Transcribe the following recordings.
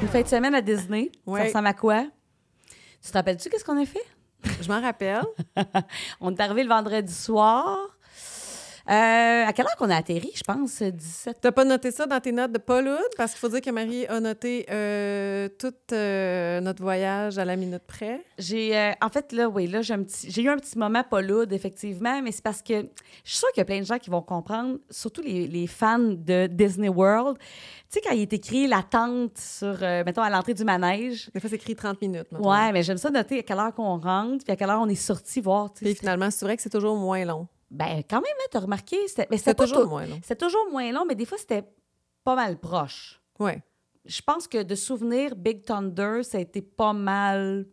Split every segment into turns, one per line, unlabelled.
Une fin de semaine à Disney.
Ouais.
Ça ressemble à quoi? Tu te rappelles-tu qu'est-ce qu'on a fait?
Je m'en rappelle.
On est arrivé le vendredi soir. Euh, à quelle heure qu'on a atterri, je pense? euh, 17.
T'as pas noté ça dans tes notes de Paul Hood? Parce qu'il faut dire que Marie a noté euh, tout euh, notre voyage à la minute près.
J'ai, euh, en fait, là, oui, là, j'ai, un petit- j'ai eu un petit moment pas lourd, effectivement, mais c'est parce que je suis sûre qu'il y a plein de gens qui vont comprendre, surtout les, les fans de Disney World. Tu sais, quand il est écrit la tente sur, euh, mettons, à l'entrée du manège.
Des fois, c'est écrit 30 minutes. mettons.
Ouais, mais j'aime ça noter à quelle heure qu'on rentre, puis à quelle heure on est sorti voir. tu sais.
Puis finalement, c'est vrai que c'est toujours moins long.
Ben, quand même, hein, t'as remarqué. C'était, mais c'était
C'est
pas
toujours
tou-
moins long.
c'était toujours moins long, mais des fois, c'était pas mal proche.
Ouais.
je pense que de souvenir, Big Thunder, ça a été pas mal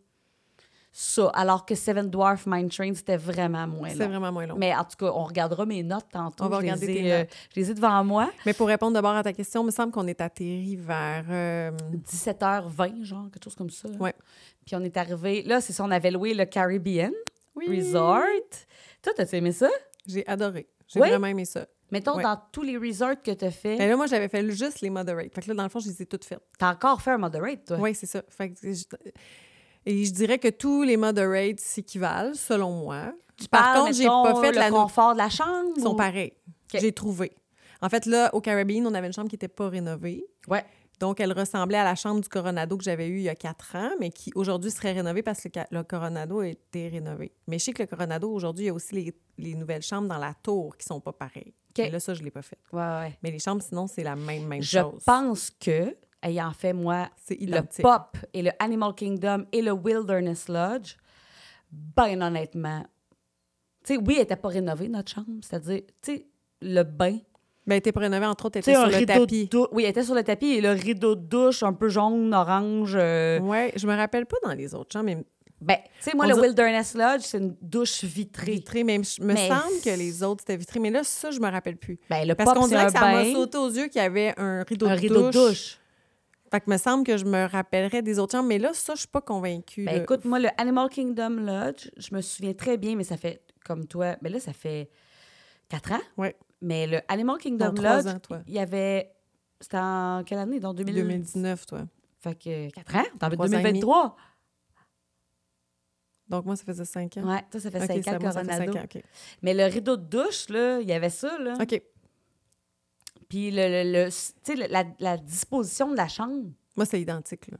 ça. Alors que Seven Dwarf Mine Train, c'était vraiment moins
C'est
long.
vraiment moins long. Mais,
Mais en tout cas, on regardera mes notes tantôt.
On va
Je les
regarder
ai,
tes
euh,
notes.
je les ai devant moi.
pour répondre d'abord à ta question, il me semble qu'on est atterri vers. euh,
17h20, genre, quelque chose comme ça.
Ouais.
Puis on est arrivé. Là, c'est ça, on avait loué le Caribbean Resort. Toi, t'as aimé ça?
J'ai adoré. J'ai
Oui?
vraiment aimé ça.
Mettons,
Ouais.
dans tous les resorts que t'as fait,
Mais là, moi, j'avais fait juste les moderate. Fait que là, dans le fond, je les ai toutes faites.
t'as encore fait un moderate, toi.
Oui, c'est ça. Fait que je- Et je dirais que tous les moderates s'équivalent, selon moi.
Tu
Par
parles,
contre, j'ai
mettons,
pas fait
le
la nou-
confort de la chambre.
Ils sont
ou-
pareils.
OK.
J'ai trouvé. En fait, là, au Caribbean, on avait une chambre qui n'était pas rénovée.
Ouais.
Donc, elle ressemblait à la chambre du Coronado que j'avais eue il y a quatre ans, mais qui aujourd'hui serait rénovée parce que le, ca- le Coronado a été rénové. Mais je sais que le Coronado, aujourd'hui, il y a aussi les, les nouvelles chambres dans la tour qui sont pas pareilles.
OK.
Mais là, ça, je l'ai pas fait.
Ouais, ouais.
Mais les chambres, sinon, c'est la même, même
Je
chose.
pense que, ayant fait, moi,
C'est
le
identique.
Pop et le Animal Kingdom et le Wilderness Lodge, ben honnêtement, tu sais, oui, elle n'était pas rénovée, notre chambre. C'est-à-dire, tu sais, le bain.
Ben, elle était pas rénovée, entre autres, elle
Tu sais,
était sur
un
le
rideau
tapis.
de dou- Oui, elle était sur le tapis et le rideau de douche un peu jaune, orange. euh,
Ouais, je me rappelle pas dans les autres chambres, mais
Ben, tu sais, moi,
Mm. On
le
dirait-
Wilderness Lodge, c'est une douche vitrée.
vitré, même, je- me
Mais-
semble que les autres, c'était vitré. Mais là, ça, je me rappelle plus.
Ben, le
Parce
Pop,
qu'on
c'est
dirait
un
que ça m'a
bain,
sauté aux yeux qu'il y avait un rideau,
un
de,
rideau de
douche.
douche.
Fait que me semble que je me rappellerais des autres chambres, mais là, ça, je suis pas convaincue.
Ben,
là.
écoute, moi, le Animal Kingdom Lodge, je me souviens très bien, mais ça fait comme toi. Ben là, ça fait quatre ans.
Ouais.
Mais le Animal Kingdom
Non, trois
Lodge,
ans, toi.
il y avait. C'était en quelle année? Dans 2000...
2019, toi.
Fait que quatre ans? Dans
Trois ans et demi.
2023.
Donc, moi, ça faisait cinq ans.
Ouais, toi, ça fait
Ok,
cinq
ça,
ans,
moi, ça fait
Coronado.
cinq ans, OK.
Mais le rideau de douche, là, il y avait ça, là.
OK.
Puis, le, le- le- tu sais, le- la, la disposition de la chambre.
Moi, c'est identique, là.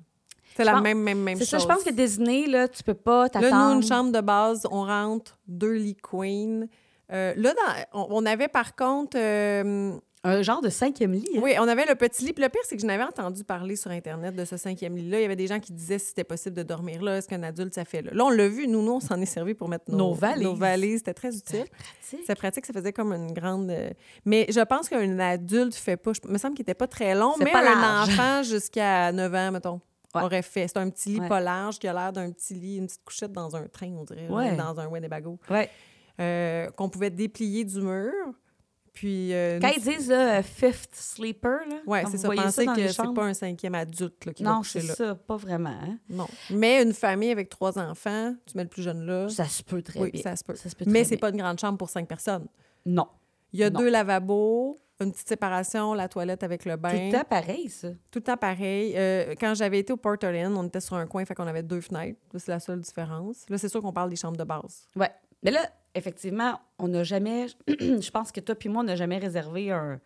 C'est
Je
la
pense-
même, même, même
C'est
chose.
ça, je pense que Disney, là, tu peux pas t'attendre.
Là, nous, une chambre de base, on rentre, deux lits queen. Euh, là, dans- on, on avait par contre... euh,
Un genre de cinquième lit. hein.
Oui, on avait le petit lit. Puis le pire, c'est que je n'avais entendu parler sur Internet de ce cinquième lit-là. Il y avait des gens qui disaient si c'était possible de dormir là, est-ce qu'un adulte, ça fait là. Là, on l'a vu, nous, nous, on s'en est servi pour mettre nos,
Nos valises.
C'était très utile.
Tu sais.
C'est pratique, ça faisait comme une grande. euh, Mais je pense qu'un adulte fait pas. Je... Il me semble qu'il n'était pas très long,
C'est
mais
pas
un
large.
enfant jusqu'à 9 ans, mettons. aurait fait. C'est un petit lit
Ouais.
pas large qui a l'air d'un petit lit, une petite couchette dans un train, on dirait,
Ouais.
ou dans un Winnebago,
Ouais.
euh, qu'on pouvait déplier du mur. Puis euh,
Quand ils disent là, euh, fifth sleeper, là,
Oui,
quand
c'est
vous
ça.
voyez
Penser
dans les
que c'est
chambres.
pas un cinquième adulte là, qui va
Non,
coucher
c'est
là.
ça, pas vraiment. hein.
Non. Mais une famille avec trois enfants, tu mets le plus jeune là.
Ça se peut très
oui,
bien.
ça se peut.
Ça se peut
Mais
très
c'est
bien.
pas une grande chambre pour cinq personnes.
Non.
Il y a
Non.
deux lavabos, une petite séparation, la toilette avec le bain.
Tout le temps pareil, ça.
Tout le temps pareil. Euh, quand j'avais été au Port Orleans, on était sur un coin, fait qu'on avait deux fenêtres. Ça, C'est la seule différence. Là, c'est sûr qu'on parle des chambres de base.
Ouais. Mais là, effectivement, on n'a jamais. je pense que toi puis moi, on n'a jamais réservé un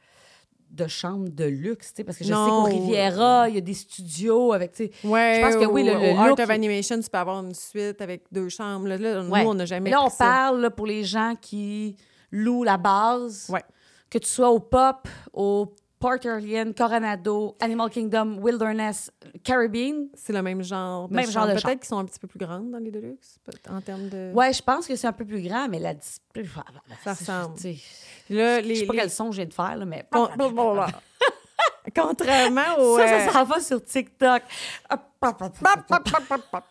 de chambre de luxe, tu sais, parce que je sais
Non.
qu'au Riviera, il y a des studios avec, tu sais.
Ouais,
Je pense que oui, le-
au-
le
au Art
look
of
est-
Animation, tu peux avoir une suite avec deux chambres. Là, là,
Ouais.
nous, on n'a jamais
Mais là, on
pris ça.
parle là, pour les gens qui louent la base.
Ouais.
Que tu sois au Pop, au Port Orleans, Coronado, Animal Kingdom, Wilderness, Caribbean.
C'est le même genre de
Même genre
chambre.
de chambre.
Peut-être qu'ils sont un petit peu plus grandes dans les Deluxe, peut- en termes de...
Ouais, je pense que c'est un peu plus grand, mais la dis-
Ça ressemble.
ben, tu sais,
Là,
Je
les,
sais pas
les-
quel son je viens de faire, là, mais.
Con- blablabla. Contrairement au...
Ça, ça
euh,
s'en va sur TikTok.
pop, pop, pop, pop, pop, pop.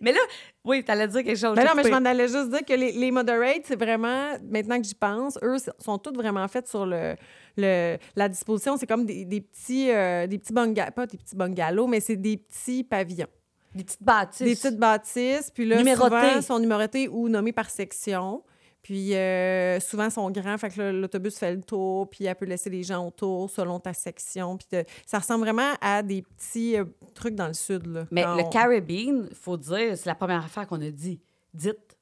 Mais là, oui, t'allais dire quelque chose.
Ben
j'ai
non, mais je
coupé.
m'en allais juste dire que les, les moderates, c'est vraiment, maintenant que j'y pense, eux c- sont toutes vraiment faites sur le, le- la disposition. C'est comme des, des petits, euh, des petits bungalows, pas des petits bungalows, mais c'est des petits pavillons.
Des petites bâtisses.
Des petites bâtisses, puis là,
Numérotées.
souvent, sont numérotées ou nommées par section. Puis euh, souvent, ils sont grands, fait que là, l'autobus fait le tour, puis elle peut laisser les gens autour selon ta section. Puis de- ça ressemble vraiment à des petits euh, trucs dans le sud. Là,
Mais
Quand
le
on-
Caribbean, faut dire, c'est la première affaire qu'on a dit. Dites.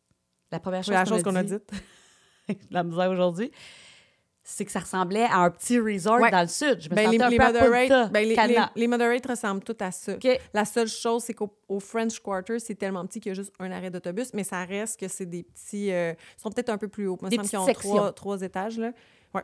La première chose,
la chose qu'on a
dit,
dite.
la misère aujourd'hui, c'est que ça ressemblait à un petit resort
Ouais.
dans le sud. Je me
Ben,
sentais
les,
un
les
peu à Punta
moderate, ben, les,
Cana.
les- les moderate ressemblent tout à ça.
OK.
La seule chose, c'est qu'au au French Quarter, c'est tellement petit qu'il y a juste un arrêt d'autobus, mais ça reste que c'est des petits. euh, ils sont peut-être un peu plus hauts. Il me
Des
semble qu'ils ont
petites
trois,
sections.
trois étages. Là. Ouais.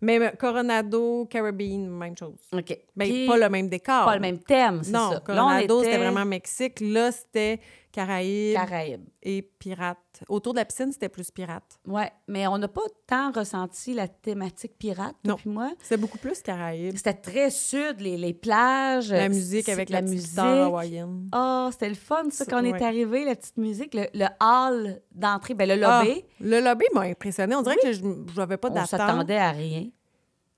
Mais euh, Coronado, Caribbean, même chose.
OK.
Ben,
Puis,
pas le même décor.
pas le même thème, c'est
Non,
ça. Là, on
Coronado, c'était
était
vraiment Mexique. Là, c'était Caraïbes
Caraïbes.
et pirates. Autour de la piscine, c'était plus pirate.
Ouais, mais on n'a pas tant ressenti la thématique pirate,
Non.
toi puis moi.
C'était beaucoup plus Caraïbes.
C'était très sud, les, les plages.
La
euh,
musique
c'est-
avec la,
la
petite
musique.
guitare hawaïenne.
Ah, c'était le fun, ça,
Ça,
quand on
ouais.
est arrivé, la petite musique, le, le hall d'entrée, ben le lobby.
Ah, le lobby m'a impressionné. On dirait que je n'avais pas
on
d'attente.
s'attendait à rien.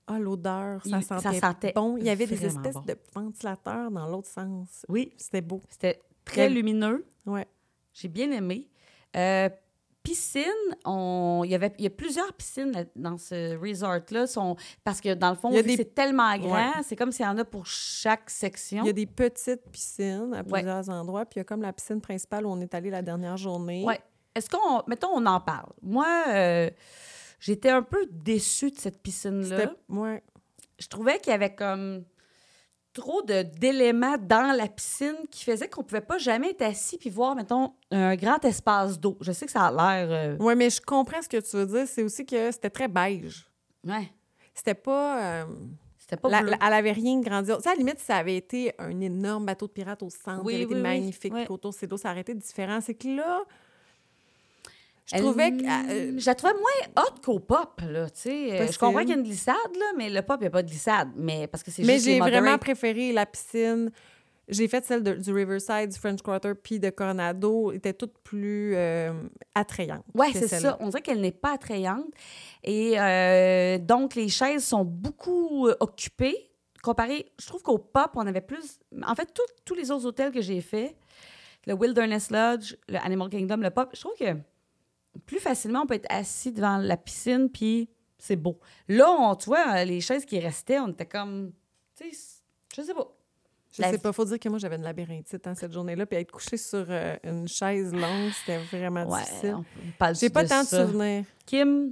Ah, l'odeur, ça
Il-
sentait,
ça sentait
bon. Il y avait des
vraiment
espèces
bon.
de ventilateurs dans l'autre sens.
Oui,
C'était beau.
c'était très
Le-
lumineux.
Ouais.
J'ai bien aimé. Euh, piscine, on... il, y avait... il y a plusieurs piscines là- dans ce resort-là. sont- Parce que dans le fond,
Il y a
vu
des-
que c'est tellement grand, c'est comme s'il y en a pour chaque section.
Il y a des petites piscines à
Ouais.
plusieurs endroits. Puis il y a comme la piscine principale où on est allé la dernière journée.
Ouais. Est-ce qu'on. Mettons, on en parle. Moi, euh, j'étais un peu déçue de cette
C'était-
piscine-là.
ouais.
Je trouvais qu'il y avait comme trop de- d'éléments dans la piscine qui faisaient qu'on pouvait pas jamais être assis puis voir, mettons, un grand espace d'eau. Je sais que ça a l'air. euh,
Ouais, mais je comprends ce que tu veux dire. C'est aussi que c'était très beige.
ouais.
C'était pas. euh,
C'était pas
la-
bleu.
la- elle avait rien de grandiose. Tu sais, à la limite, si ça avait été un énorme bateau de pirates au centre,
Oui,
il avait été
oui, oui.
magnifique,
Ouais.
puis autour de ses dos, ça aurait été différent. C'est que là, je
Elle-
trouvais que. euh,
Je la trouvais moins hot qu'au pop, là, tu sais. Euh, Je
Possible.
comprends qu'il y a une glissade, là, mais le pop, il n'y a pas de glissade. Mais parce que c'est
Mais
juste les
j'ai vraiment
moderate.
préféré la piscine. J'ai fait celle de- du Riverside, du French Quarter, puis de Coronado. Étaient toutes plus euh, attrayantes.
Oui,
que
c'est
celle-
ça. On dirait qu'elle n'est pas attrayante. Et euh, donc, les chaises sont beaucoup euh, occupées. Comparé, je trouve qu'au pop, on avait plus. En fait, tout- tous les autres hôtels que j'ai faits, le Wilderness Lodge, le Animal Kingdom, le pop, je trouve que plus facilement, on peut être assis devant la piscine, puis c'est beau. Là, on, tu vois, les chaises qui restaient, on était comme. Tu sais, je sais pas.
Je
La
sais
vie-
pas, faut dire que moi, j'avais une labyrinthite hein, cette journée-là, puis être couchée sur euh, une chaise longue, c'était vraiment
Ouais,
difficile.
on parle
J'ai pas
de
tant de
ça.
souvenirs
Kim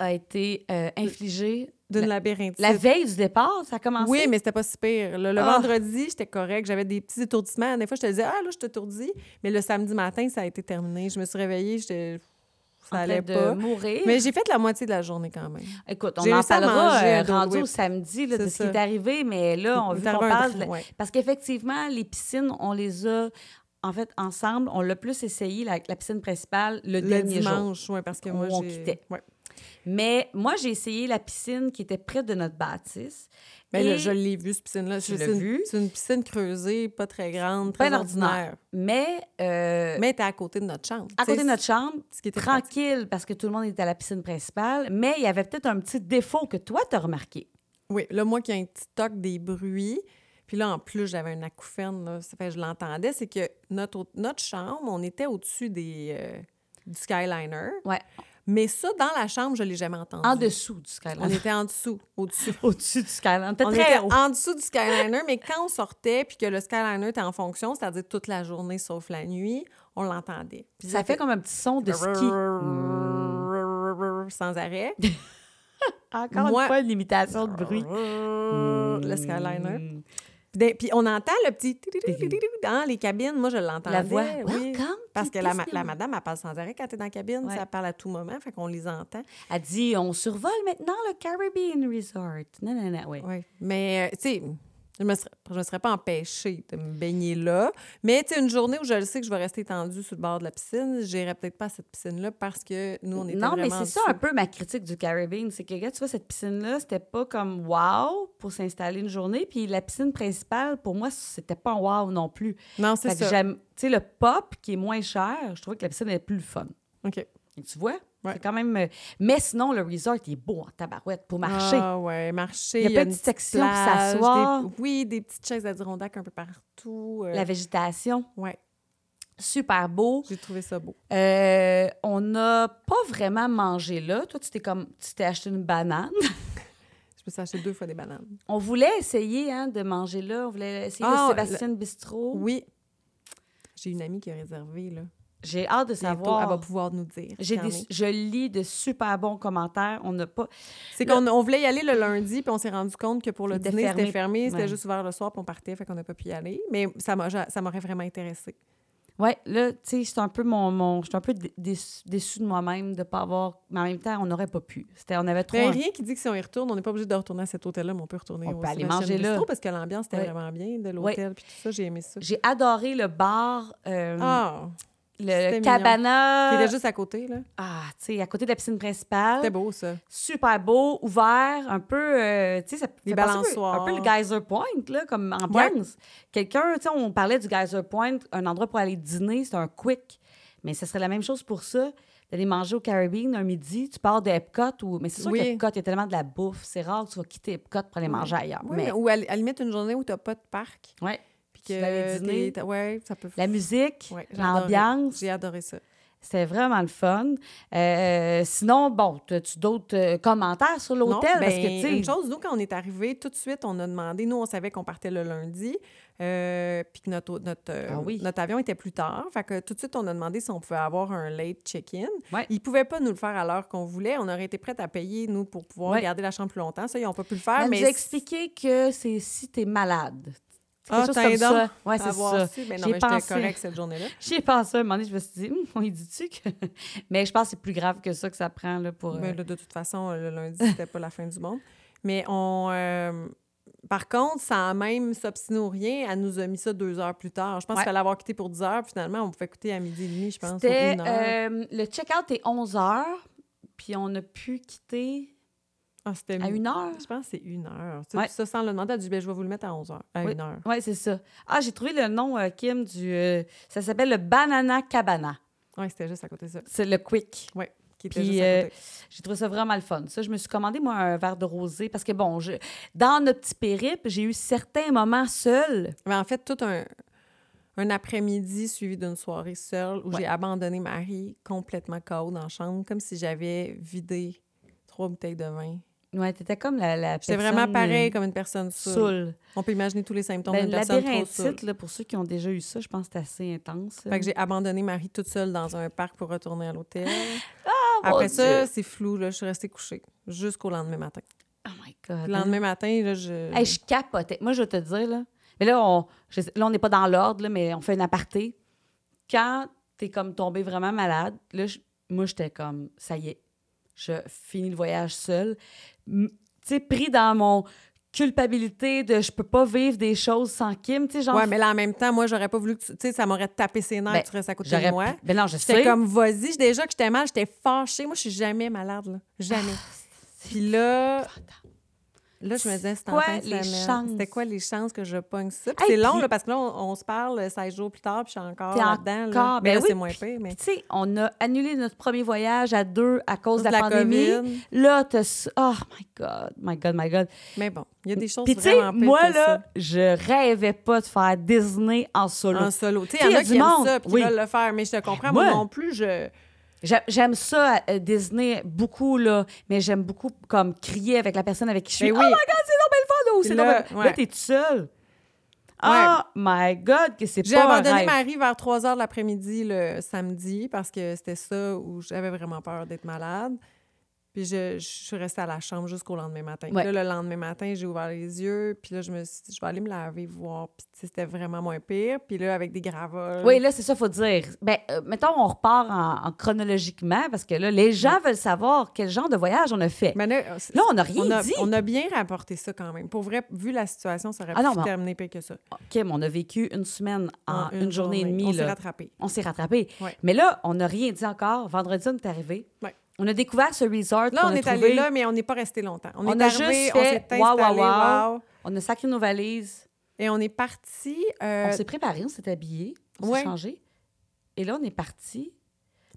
a été euh, infligée
d'une
La-
labyrinthite.
La veille du départ, ça a commencé.
Oui, mais c'était pas si pire. Le, le
Ah.
vendredi, j'étais correcte. J'avais des petits étourdissements. Des fois, je te disais, ah là, je t'étourdis. Mais le samedi matin, ça a été terminé. Je me suis réveillée, j'étais-
en
ça allait
train de
pas.
mourir.
Mais j'ai fait la moitié de la journée quand même.
Écoute, on
j'ai
en
réussi à
parlera
manger
euh,
un Dole
rendu au
Whip.
samedi là, de
C'est
ce qui
ça.
est arrivé, mais là, on
Il
veut
est arrivé
qu'on
un
parle.
train,
de-
ouais.
Parce qu'effectivement, les piscines, on les a, en fait, ensemble, on l'a plus essayé, la, la piscine principale, le,
le
dernier jour.
dimanche, ouais, parce que
où
moi,
on
j'ai-
quittait.
ouais.
Mais moi, j'ai essayé la piscine qui était près de notre bâtisse.
Mais
Et-
Ben là, je l'ai vu, cette piscine-là.
Tu
C'est
l'as
une-
vu?
C'est une piscine creusée, pas très grande, très
Ben
ordinaire.
ordinaire. Mais, euh,
Mais t'es à côté de notre chambre.
à
tu sais,
côté de notre chambre,
ce qui était pratique.
tranquille, parce que tout le monde était à la piscine principale, mais il y avait peut-être un petit défaut que toi, t'as remarqué.
Oui, là, moi qui ai un petit toc des bruits, puis là, en plus, j'avais un acouphène, là, ça fait que je l'entendais, c'est que notre, au- notre chambre, on était au-dessus des, euh, du Skyliner.
Ouais.
Mais ça, dans la chambre, je l'ai jamais entendu.
En dessous du Skyline.
On était en dessous, au-dessus.
au-dessus du Skyline. T'es
On
très
était
haut.
en dessous du Skyliner, mais quand on sortait, puis que le Skyliner était en fonction, c'est-à-dire toute la journée sauf la nuit, on l'entendait. Puis
Ça fait comme un petit son de ski.
Sans arrêt.
Encore
Moi-
une fois, une imitation de bruit. hmm,
Le Skyliner. Puis puis on entend le petit dans les cabines. Moi, je l'entendais.
La voix.
oui.
Welcome
Parce
to
que la, ma- la
Disneyland.
madame, elle parle sans arrêt quand t'es dans la cabine.
Ouais.
Ça parle à tout moment, fait qu'on les entend.
Elle dit on survole maintenant le Caribbean Resort. Non, non, non, oui.
Oui. Mais, euh, tu sais, je me, serais, je me serais pas empêchée de me baigner là. Mais, tu sais, une journée où je le sais que je vais rester tendue sur le bord de la piscine, j'irai peut-être pas à cette piscine-là parce que nous, on était
Non, mais
vraiment
c'est ça
en
un
dessous.
peu ma critique du Caribbean. C'est que, regarde, tu vois, cette piscine-là, c'était pas comme wow pour s'installer une journée. Puis la piscine principale, pour moi, c'était pas un wow non plus.
Non, c'est
Fait que
ça.
j'aime. Tu sais, le pop qui est moins cher, je trouvais que la piscine est plus le fun.
OK.
Et tu vois?
Ouais.
C'est quand même. euh, Mais sinon, le resort, il est beau en tabarouette pour marcher.
Ah ouais, marcher.
Il y a plein
une
de
petite
sections pour
plage, des-
s'asseoir.
Oui, des petites chaises à un peu partout. euh,
La végétation.
Ouais.
Super beau.
J'ai trouvé ça beau.
Euh, on n'a pas vraiment mangé là. Toi, tu t'es comme tu t'es acheté une banane.
Je me suis acheté deux fois des bananes.
On voulait essayer hein, de manger là. On voulait essayer le
Ah,
Sébastien Bistro.
Oui. J'ai une amie qui a réservé, là.
J'ai hâte de
Bientôt,
savoir.
elle va pouvoir nous dire.
J'ai
quand
des-
même.
je lis de super bons commentaires. On n'a pas.
C'est qu'on on voulait y aller le lundi, puis on s'est rendu compte que pour le
C'était
dîner,
fermé.
c'était fermé, c'était
Ouais.
juste ouvert le soir, puis on partait, fait qu'on n'a pas pu y aller. Mais ça m'a- ça m'aurait vraiment intéressé.
Ouais, là, tu sais, c'est un peu mon, mon j'étais un peu dé- déçu- déçue de moi-même de pas avoir. Mais en même temps, on n'aurait pas pu. C'était, on avait trop.
Mais
un-
rien qui dit que si on y retourne, on n'est pas obligé de retourner à cet hôtel-là, mais on peut retourner
On
au
peut aller
Sebastian
manger là.
Bistro parce que l'ambiance était
Ouais.
vraiment bien de l'hôtel, puis tout ça, j'ai aimé ça.
J'ai adoré le bar, euh,
Ah!
le
c'était
cabana.
Qui était juste à côté, là.
Ah, tu sais, à côté de la piscine principale.
C'était beau, ça.
Super beau, ouvert, un peu, euh, tu sais, ça
Les
fait penser un peu-
balançoires.
Un peu le Geyser Point, là, comme ambiance. Quelqu'un, tu sais, on parlait du Geyser Point, un endroit pour aller dîner, c'est un quick. Mais ce serait la même chose pour ça, d'aller manger au Caribbean un midi, tu pars de Epcot, ou... mais c'est sûr
Oui.
qu'Epcot, il y a tellement de la bouffe, c'est rare que tu vas quitter Epcot pour aller manger ailleurs.
Oui,
Ah, mais,
mais- ou à, la limite, une journée où tu n'as pas de parc.
ouais. Tu
Puis que.
vas aller dîner.
t'es- Ouais, ça peut.
La musique,
Ouais, j'ai adoré.
l'ambiance,
J'ai adoré ça.
c'était vraiment le fun. Euh, sinon, bon, as-tu d'autres euh, commentaires sur
Non,
l'hôtel? Parce
ben,
que, tu
une
sais,
chose, nous, quand on est arrivé, tout de suite, on a demandé. Nous, on savait qu'on partait le lundi, euh, puis que notre, notre, euh,
Ah oui.
notre avion était plus tard. Fait que tout de suite, on a demandé si on pouvait avoir un late check-in.
Ouais.
Ils pouvaient pas nous le faire à l'heure qu'on voulait. On aurait été prêts à payer, nous, pour pouvoir
Ouais.
garder la chambre plus longtemps. Ça, ils n'ont pas pu le faire.
Elle
mais
nous a expliqué que c'est si t'es malade.
Ah,
chose
t'as
comme
un
ça.
don
Ouais,
à
c'est
avoir
ça.
su. Ben non,
J'ai
mais j'étais
pensé.
correcte cette journée-là.
J'y ai pensé un moment donné, je me suis dit, Hum, on y dit-tu que. Mais je pense que c'est plus grave que ça que ça prend là, pour. euh,
Mais Ben là, de toute façon, le lundi, c'était pas la fin du monde. Mais on. euh, par contre, sans même s'obstiner ou rien, elle nous a mis ça deux heures plus tard. Je pense
Ouais.
qu'elle allait avoir quitté pour 10 heures. puis Finalement, on pouvait quitter à midi et demi, je pense. ou
C'était.
une heure.
euh, le check-out est 11 h, puis on a pu quitter
Ah, c'était
à 1 heure.
Je pense que c'est une heure. Tu sais,
Ouais.
puis Ça, sans le demander, elle a dit, Ben, je vais vous le mettre à 11 heures. À une heure.
Oui, c'est ça. Ah, j'ai trouvé le nom, euh, Kim, du. euh, ça s'appelle le Banana Cabana.
Oui, c'était juste à côté de ça.
C'est le Quick.
Oui, qui était
Puis, euh,
juste à côté.
J'ai trouvé ça vraiment le fun. Ça, je me suis commandé, moi, un verre de rosé parce que, bon, je- dans notre petit périple, j'ai eu certains moments seuls.
Mais en fait, tout un, un après-midi suivi d'une soirée seule où
Ouais.
j'ai abandonné Marie complètement KO dans la chambre, comme si j'avais vidé trois bouteilles de vin.
Ouais, t'étais comme la, la
J'étais
personne,
vraiment pareil
euh,
comme une personne saoule.
saoule.
On peut imaginer tous les symptômes
Ben,
d'une personne trop saoule.
labyrinthite, là, pour ceux qui ont déjà eu ça, je pense que c'est assez intense.
Fait que j'ai abandonné Marie toute seule dans un parc pour retourner à l'hôtel.
Ah, mon
Après ça,
Dieu!
c'est flou. Là. Je suis restée couchée jusqu'au lendemain matin.
Oh my God.
Le lendemain matin, là, je...
Hey, je capotais. Moi, je vais te dire, là. Mais là, on je sais- là, on n'est pas dans l'ordre, là, mais on fait une aparté. Quand t'es comme tombé vraiment malade, là, je- moi, j'étais comme, ça y est, je finis le voyage seule. M- Tu sais, pris dans mon culpabilité de je peux pas vivre des choses sans Kim, tu sais, genre.
Ouais, mais là, en même temps, moi, j'aurais pas voulu que tu... Tu sais, ça m'aurait tapé ses nerfs
Ben,
que tu restes à côté de
j'aurais.
moi.
Ben non, je sais.
J'étais comme, vas-y, déjà que j'étais mal, j'étais fâchée. Moi, je suis jamais malade, là. Jamais.
Ah,
Puis là, là, je me disais, c'est en
Quoi
fin de
les
semaine.
chances?
C'était quoi les chances que je pogne ça? Puis
Hey,
c'est long,
puis-
là, parce que là, on, on se parle 16 jours plus tard, puis je suis encore
T'es
là-dedans. Là.
encore-
Mais
ben
là,
oui,
c'est moins pire. Mais
Puis, tu sais, on a annulé notre premier voyage à deux à cause de la,
Cause de la
pandémie.
COVID.
Là, t'as... s- Oh my God, my God, my God.
Mais bon, il y a des choses
Puis tu sais,
vraiment pires
moi,
que
là, je rêvais pas de faire Disney en
ça,
solo.
en solo. Tu sais,
Tu
il y en
sais,
a
il
qui aiment
monde,
ça, puis
oui.
qui veulent le faire, mais je te comprends. Moi,
moi-
non plus, je...
J'a- J'aime ça, euh, Disney, beaucoup, là, mais j'aime beaucoup comme crier avec la personne avec qui je suis.
Ben
Oh
oui.
my God, c'est donc belle fun! Oh,
Puis
c'est
là,
donc belle-
ouais.
Là, t'es tout seul. Oh my God, que c'est
J'ai
pas un
abandonné
rêve.
Marie vers 3 heures de l'après-midi le samedi parce que c'était ça où j'avais vraiment peur d'être malade. Puis je, je suis restée à la chambre jusqu'au lendemain matin.
Ouais.
Là, le lendemain matin, j'ai ouvert les yeux, puis là, je me suis dit, je vais aller me laver, voir. Puis tu sais, c'était vraiment moins pire. Puis là, avec des gravoles.
Oui, là, c'est ça, faut dire. Ben, euh, mettons, on repart en, en chronologiquement parce que là, les gens veulent savoir quel genre de voyage on a fait.
Mais là, euh, c'est-
Là, on n'a rien
Ben, on a,
dit.
on a bien rapporté ça quand même. Pour vrai, vu la situation, ça aurait
Ah non,
pu
mais on-
terminer pire que ça.
Kim, on a vécu une semaine en, une, journée, et
On
demie.
s'est
là.
rattrapé.
On s'est rattrapé.
Ouais.
Mais là, on n'a rien dit encore. Vendredi, on est arrivé.
Ouais.
On a découvert ce resort.
Là,
qu'on
on,
a
est allé
trouvé.
là, mais on n'est pas resté longtemps. On,
On
est
a
arrivé,
juste
on
fait
s'est installé,
wow, wow, wow.
wow.
On a sacré nos valises.
Et on est parti. euh,
On s'est préparé, on s'est habillé, on
Ouais.
s'est changé. Et là, on est parti.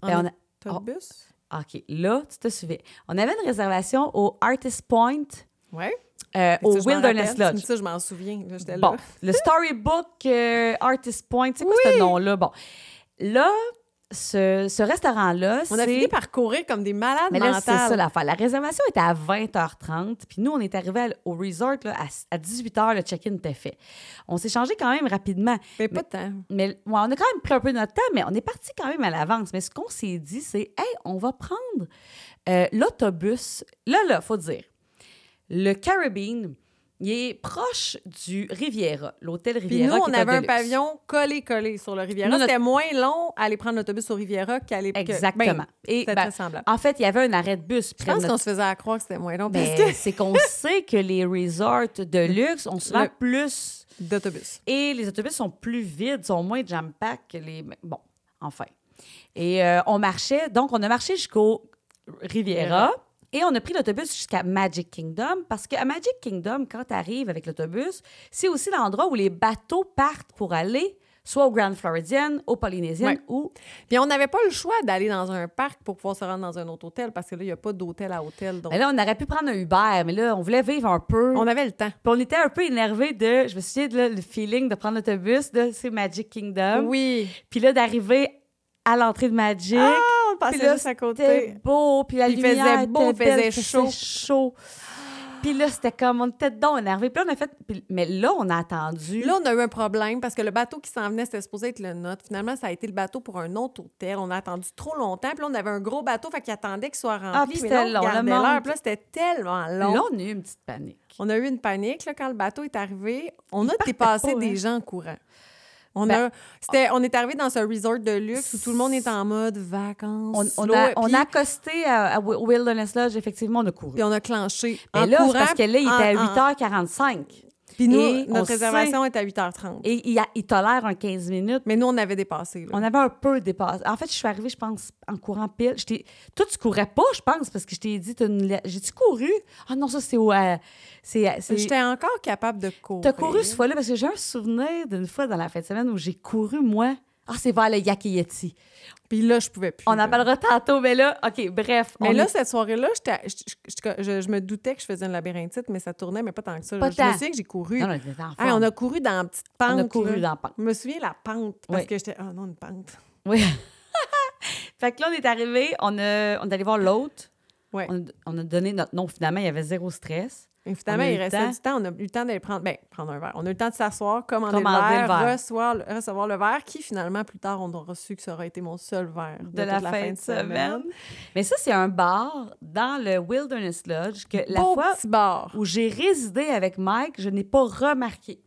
en
Ben, on a-
autobus.
Ah, OK, là, tu te souviens. On avait une réservation au Artist Point,
Oh. Ouais.
euh,
Ça,
au
je m'en
Wilderness
rappelle. Tu me
Lodge.
dis Ça, je m'en souviens. là, J'étais
Bon,
là.
le Storybook euh, Artist Point, c'est quoi ce nom-là? Bon, Là, ce, ce restaurant-là,
On a
c'est-
fini par courir comme des malades
mais là,
mentales.
c'est ça l'affaire. La réservation était à 20h30, puis nous, on est arrivés à- au resort là, à, à 18h, le check-in était fait. On s'est changé quand même rapidement.
Mais pas tant.
Mais ouais, on a quand même pris un peu notre temps, mais on est parti quand même à l'avance. Mais ce qu'on s'est dit, c'est hey, on va prendre euh, l'autobus. Là, là, faut dire, le Caribbean, il est proche du Riviera, l'hôtel
Puis nous,
Riviera.
on
qui est
avait un
Deluxe.
pavillon collé-collé sur le Riviera.
Nous, notre-
C'était moins long à aller prendre l'autobus au Riviera qu'à aller... que- ben,
Exactement. Et
C'était
ben,
très semblable.
en fait, il y avait un arrêt de bus
Je
près de
pense
notre
qu'on se faisait à croire que c'était moins long
Ben,
parce que...
c'est qu'on sait que les resorts de luxe ont souvent
Le-
plus
D'autobus.
et les autobus sont plus vides, sont moins jam pack que les bon, enfin. Et euh, on marchait, donc on a marché jusqu'au Riviera et on a pris l'autobus jusqu'à Magic Kingdom parce qu'à Magic Kingdom quand tu arrives avec l'autobus, c'est aussi l'endroit où les bateaux partent pour aller soit au Grand Floridian, au Polynésien
Ouais.
ou
Puis on n'avait pas le choix d'aller dans un parc pour pouvoir se rendre dans un autre hôtel parce que là, il n'y a pas d'hôtel à hôtel. Donc,
Mais là on aurait pu prendre un Uber, mais là on voulait vivre un peu
on avait le temps.
Puis on était un peu énervés de, je me souviens de là, le feeling de prendre l'autobus de c'est Magic Kingdom.
Oui.
Puis là d'arriver à l'entrée de Magic,
Ah, on
Puis là,
passait juste à
c'était
côté.
beau, puis la
Il
lumière
faisait beau,
était
il faisait
belle,
chaud.
chaud. Puis là c'était comme on était donc énervés. Puis là on a fait, puis- mais là on a attendu.
Là, on a eu un problème parce que le bateau qui s'en venait, c'était supposé être le nôtre. Finalement, ça a été le bateau pour un autre hôtel. On a attendu trop longtemps. Puis là, on avait un gros bateau, fait qu'il attendait qu'il soit rempli.
Ah, puis
mais
c'était
là, on
long, le
regardait
monde.
l'heure. Puis là, c'était tellement long.
Là, on a eu une petite panique.
On a eu une panique là, quand le bateau est arrivé. On
Il
a
partait
dépassé
pas, hein?
des gens courant. On,
Ben,
a, c'était, on est arrivé dans ce resort de luxe où tout le monde est en mode vacances.
On, on
slow,
a,
puis-
on a accosté à, à Wi- Wilderness Lodge, effectivement, on a couru.
Puis on a clenché.
Mais
en
Ben là, c'est
courant,
parce que là, il
en-
était
en-
à 8h45.
Puis nous,
et on
notre
sait-
réservation est à 8h30.
Et il, a- il tolère un 15 minutes.
Mais nous, on avait dépassé. là.
On avait un peu dépassé. En fait, je suis arrivée, je pense, en courant pile. Je t'ai- Toi, tu courais pas, je pense, parce que je t'ai dit, t'as une la- j'ai-tu couru? Ah non, ça, c'est au. euh, c'est, euh, c'est...
J'étais encore capable de courir.
T'as couru cette fois-là, parce que j'ai un souvenir d'une fois dans la fin de semaine où j'ai couru, moi. Ah, c'est vers le Yakiyeti.
Puis là, je pouvais plus.
On
là.
appellera tantôt, mais là, OK, bref.
Mais
on
là,
est-
cette soirée-là, j'étais- je, je- je- je me doutais que je faisais une labyrinthite, mais ça tournait, mais pas tant que ça.
Pas
je
tant.
me souviens que j'ai couru.
Non, non, il était en
Hey,
forme.
on a couru dans la petite
On
pente.
a couru
là.
dans la pente.
Je me souviens la pente, parce
Oui.
que j'étais, ah non, une pente.
Oui. fait que là, on est arrivé, on, a... on est allé voir l'autre.
Ouais.
On, a... on a donné notre nom. Finalement, il y avait zéro stress.
Et finalement,
On a eu
il
le
restait
temps.
du temps. On a eu le temps d'aller prendre, ben, prendre un verre. On a eu le temps de s'asseoir, commander,
Commander
le
le
verre,
verre.
Recevoir, le- recevoir le verre, qui finalement, plus tard, on aura su que ça aurait été mon seul verre de,
de,
toute
la, fin de semaine. Mais ça, c'est un bar dans le Wilderness Lodge que la
Beau
fois
petit bar.
où j'ai résidé avec Mike, je n'ai pas remarqué.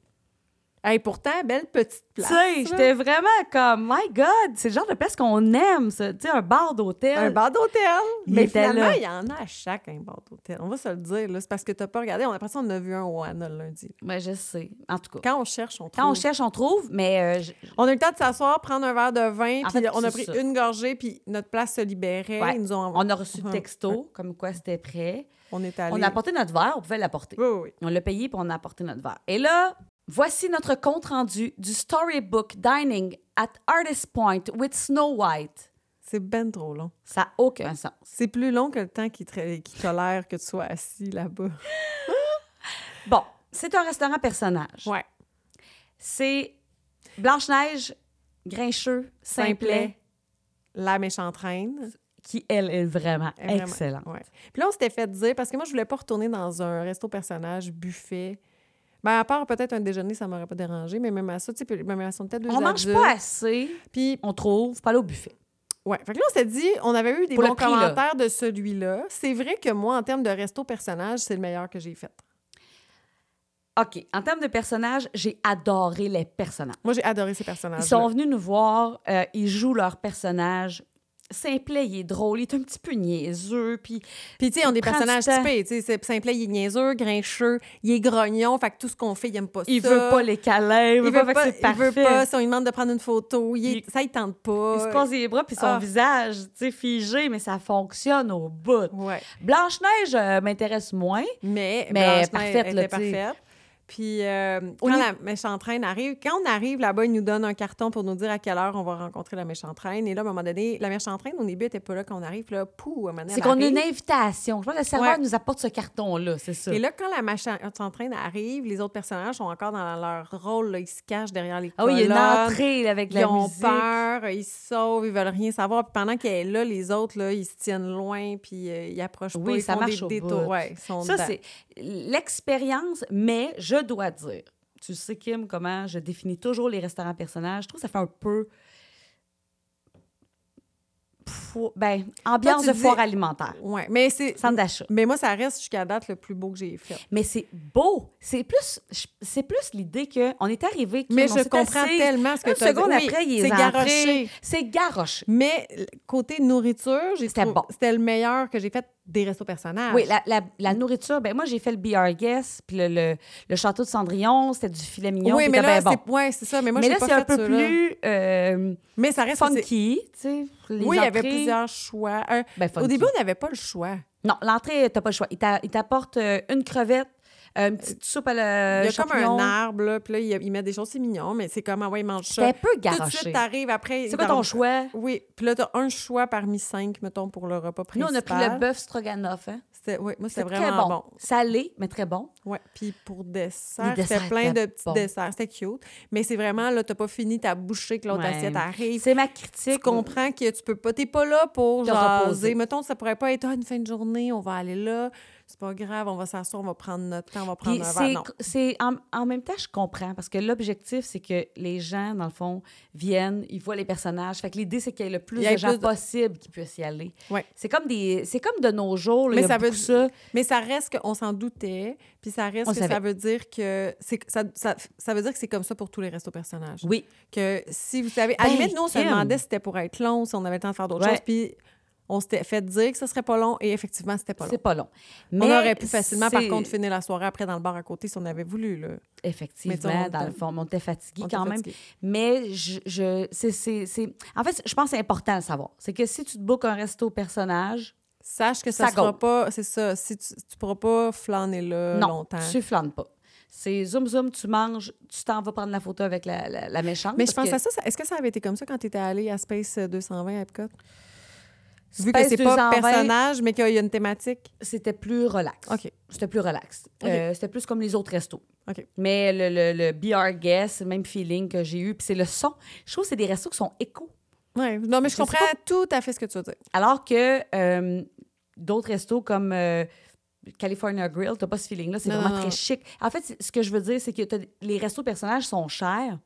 Hey, pourtant, belle petite
Tu
place.
sais,
là.
j'étais vraiment comme, my God, c'est le genre de place qu'on aime, ça. Tu sais, un bar d'hôtel.
Un bar d'hôtel.
Il
Mais
était
finalement,
là.
il y en a à chaque un bar d'hôtel. On va se le dire. là. C'est parce que t'as pas regardé. On a l'impression qu'on a vu un Oana le lundi.
Ouais, Ben, je sais. En tout cas, quand,
Quand on cherche, on trouve.
on cherche, on trouve, mais euh, je-
on a eu le temps de s'asseoir, prendre un verre de vin,
En
puis
fait,
on a
c'est
pris
ça.
une gorgée, puis notre place se libérait.
Ouais.
Ils nous ont envoyé-
on a reçu le texto, comme quoi c'était prêt.
On est allé.
On a apporté notre verre, on pouvait l'apporter.
Oui, oui, oui.
On l'a payé puis on a apporté notre verre. Et là, voici notre compte rendu du Storybook Dining at Artist Point with Snow White.
C'est ben trop long.
Ça n'a aucun sens.
C'est plus long que le temps qui, te- qui tolère que tu sois assis là-bas.
Bon, c'est un restaurant personnage.
Ouais.
C'est Blanche-Neige, Grincheux, Simplet,
Simplet. La méchante reine.
qui, elle, est vraiment
est vraiment-
excellente.
ouais. Puis là, on s'était fait dire, parce que moi, je voulais pas retourner dans un resto personnage, buffet. Ben, à part peut-être un déjeuner, ça m'aurait pas dérangé, mais même à ça, tu sais, puis même à ça, peut-être deux
On mange
adultes.
pas assez,
Puis,
on trouve, pas aller au buffet.
ouais. Fait que là, on s'est dit, on avait eu des
Pour le
bons
prix, là.
commentaires de celui-là. C'est vrai que moi, en termes de resto personnage, c'est le meilleur que j'ai fait.
OK, en termes de personnages, j'ai adoré les personnages.
Moi, j'ai adoré ces personnages.
Ils sont venus nous voir, euh, ils jouent leurs personnages. Simplet, il est drôle, il est un petit peu niaiseux, puis
Puis, tu sais, on des
Prends du
personnages
temps.
typés. Tu sais, c'est- Simplet, il est niaiseux, grincheux, il est grognon. Fait que tout ce qu'on fait, il aime pas
il
ça.
veut pas les câlins, il veut pas, fait que c'est
il veut
parfait.
pas. Si on lui demande de prendre une photo, il est-
Il-
ça, il tente
Il
pas.
se croise les bras, puis son
Ah.
visage, tu sais, figé, mais ça fonctionne au bout.
Ouais.
Blanche-Neige euh, m'intéresse moins.
Mais,
Mais
mais
parfaite,
parfaite,
là,
était
tu sais.
parfaite. Puis euh, quand la méchante reine arrive, quand on arrive là-bas, ils nous donnent un carton pour nous dire à quelle heure on va rencontrer la méchante reine. Et là, à un moment donné, la méchante reine, au début, était pas là quand on arrive. Là, pouh, à un moment donné,
C'est
elle
qu'on a une
arrive.
invitation. Je pense que le serveur
Ouais.
nous apporte ce carton-là, c'est ça.
Et là, quand la méchante reine arrive, les autres personnages sont encore dans leur rôle. là. Ils se cachent derrière les
ah oui, il y a une
colonnes.
entrée là, avec de
Ils
la
ont
musique.
peur, ils se sauvent, ils veulent rien savoir. Puis pendant qu'elle est là, les autres, là, ils se tiennent loin, puis euh, ils approchent
Oui,
pas. Ils
ça
font
marche
des
au
détours.
bout.
Ouais, ils sont
Ça,
dedans.
c'est l'expérience, mais je dois dire, tu sais, Kim, comment je définis toujours les restaurants personnages. Je trouve que ça fait un peu. Fo- Ben, ambiance
tu
de
dis-
foire alimentaire,
Ouais, mais c'est...
centre d'achat.
Mais moi, ça reste jusqu'à date le plus beau que j'ai fait.
Mais c'est beau. C'est plus, je- c'est plus l'idée qu'on est arrivé. Kim,
Mais
on
je
s'est
comprends
assis,
tellement ce que
Une
tu as dit.
seconde
Oui,
après, il est
c'est
entré.
garoché.
C'est garoché.
Mais l- côté nourriture, j'ai
C'était
trouvé-
bon.
C'était le meilleur que j'ai fait des restos personnages.
Oui, la, la- la nourriture, ben moi, j'ai fait le BR Guest, puis le, le- le château de Cendrillon, c'était du filet mignon.
Oui,
puis
mais
c'était
là,
ben bon.
c'est ouais, c'est ça. Mais moi,
mais
j'ai
là,
pas
c'est un
fait
peu
ceux-là.
plus euh,
Mais ça reste que c'est-
funky, tu sais. les
Oui, il y avait
entrées.
plusieurs choix. Euh,
Ben,
au
funky.
début, on n'avait pas le choix.
Non, l'entrée, t'as pas le choix. Il t'a- il t'apporte euh, une crevette, euh, une petite soupe à la
Il y a comme un
champignon.
arbre, là, puis là, il, il met des choses, c'est mignon, mais c'est comme, ah ouais, il mange
C'était
ça.
un peu
Tout de suite,
garoché.
t'arrives après.
C'est quoi ton choix?
Oui, puis là, t'as un choix parmi cinq, mettons, pour le repas
Nous,
principal.
on a pris le bœuf stroganoff. Hein?
C'était- Oui, moi, c'était
C'est très
vraiment
bon.
bon.
Salé, mais très bon.
Ouais. Puis pour dessert,
Les desserts
c'était plein de
étaient
petits
bons.
desserts. C'était cute. Mais c'est vraiment, là, t'as pas fini ta bouchée que l'autre
Ouais.
assiette arrive.
C'est ma
Tu
critique.
comprends que tu peux pas, t'es pas là pour
Te reposer.
jaser. Mettons, ça pourrait pas être ah, une fin de journée, on va aller là, c'est pas grave, on va s'asseoir, on va prendre notre temps, on va
Puis
prendre un verre.
c'est-
Non.
c'est en, en même temps, je comprends parce que l'objectif, c'est que les gens, dans le fond, viennent, ils voient les personnages. Fait que l'idée, c'est qu'il y ait le plus
Il y ait
de gens
plus de-
possible qui puissent y aller.
Ouais.
C'est comme des, c'est comme de nos jours. là,
Mais
il y a
ça veut
beaucoup ça.
Mais ça reste qu'on s'en doutait, puis ça reste
On
que
savait.
ça veut dire que c'est ça, ça, ça veut dire que c'est comme ça pour tous les restos personnages.
Oui,
Que si vous savez, à
Ben,
la limite, nous on se
Kim.
demandait si c'était pour être long, si on avait le temps de faire d'autres
Ouais.
choses, puis on s'était fait dire que ce serait pas long, et effectivement, c'était pas long.
c'est pas long.
on aurait pu facilement, par
c'est-
contre, finir la soirée après dans le bar à côté si on avait voulu. Là. Mais tu sais,
Effectivement,
on-
dans le fond, mais on était fatigué
On était
quand même.
fatigué.
Mais je, je- c'est, c'est- c'est- en fait, je pense que c'est important de le savoir. C'est que si tu te bookes un resto personnage,
Sache que ça,
Ça
sera
gaule.
pas, c'est ça, si tu, tu pourras pas flâner là
non,
Euh, longtemps.
tu flânes pas. C'est zoom zoom, tu manges, tu t'en vas prendre la photo avec la, la, la méchante.
Mais je pense
parce
à ça, ça- Est-ce que ça avait été comme ça quand tu étais allée à Space 220 à Epcot?
que
Vu que
Space
c'est pas
220,
personnage, mais qu'il y a une thématique.
C'était plus relax.
OK.
C'était plus relax.
OK.
Euh, c'était plus comme les autres restos.
OK.
Mais le, le, le BR Guest, le même feeling que j'ai eu. Puis c'est le son. Je trouve que c'est des restos qui sont échos.
Ouais. Non, mais je,
Je sais
comprends tout à fait ce que tu veux dire.
Alors que euh, d'autres restos comme euh, California Grill, t'as pas ce feeling-là. C'est
Non,
vraiment
non,
très
non.
chic. En fait, c'est- ce que je veux dire, c'est que t'as- les restos personnages sont chers,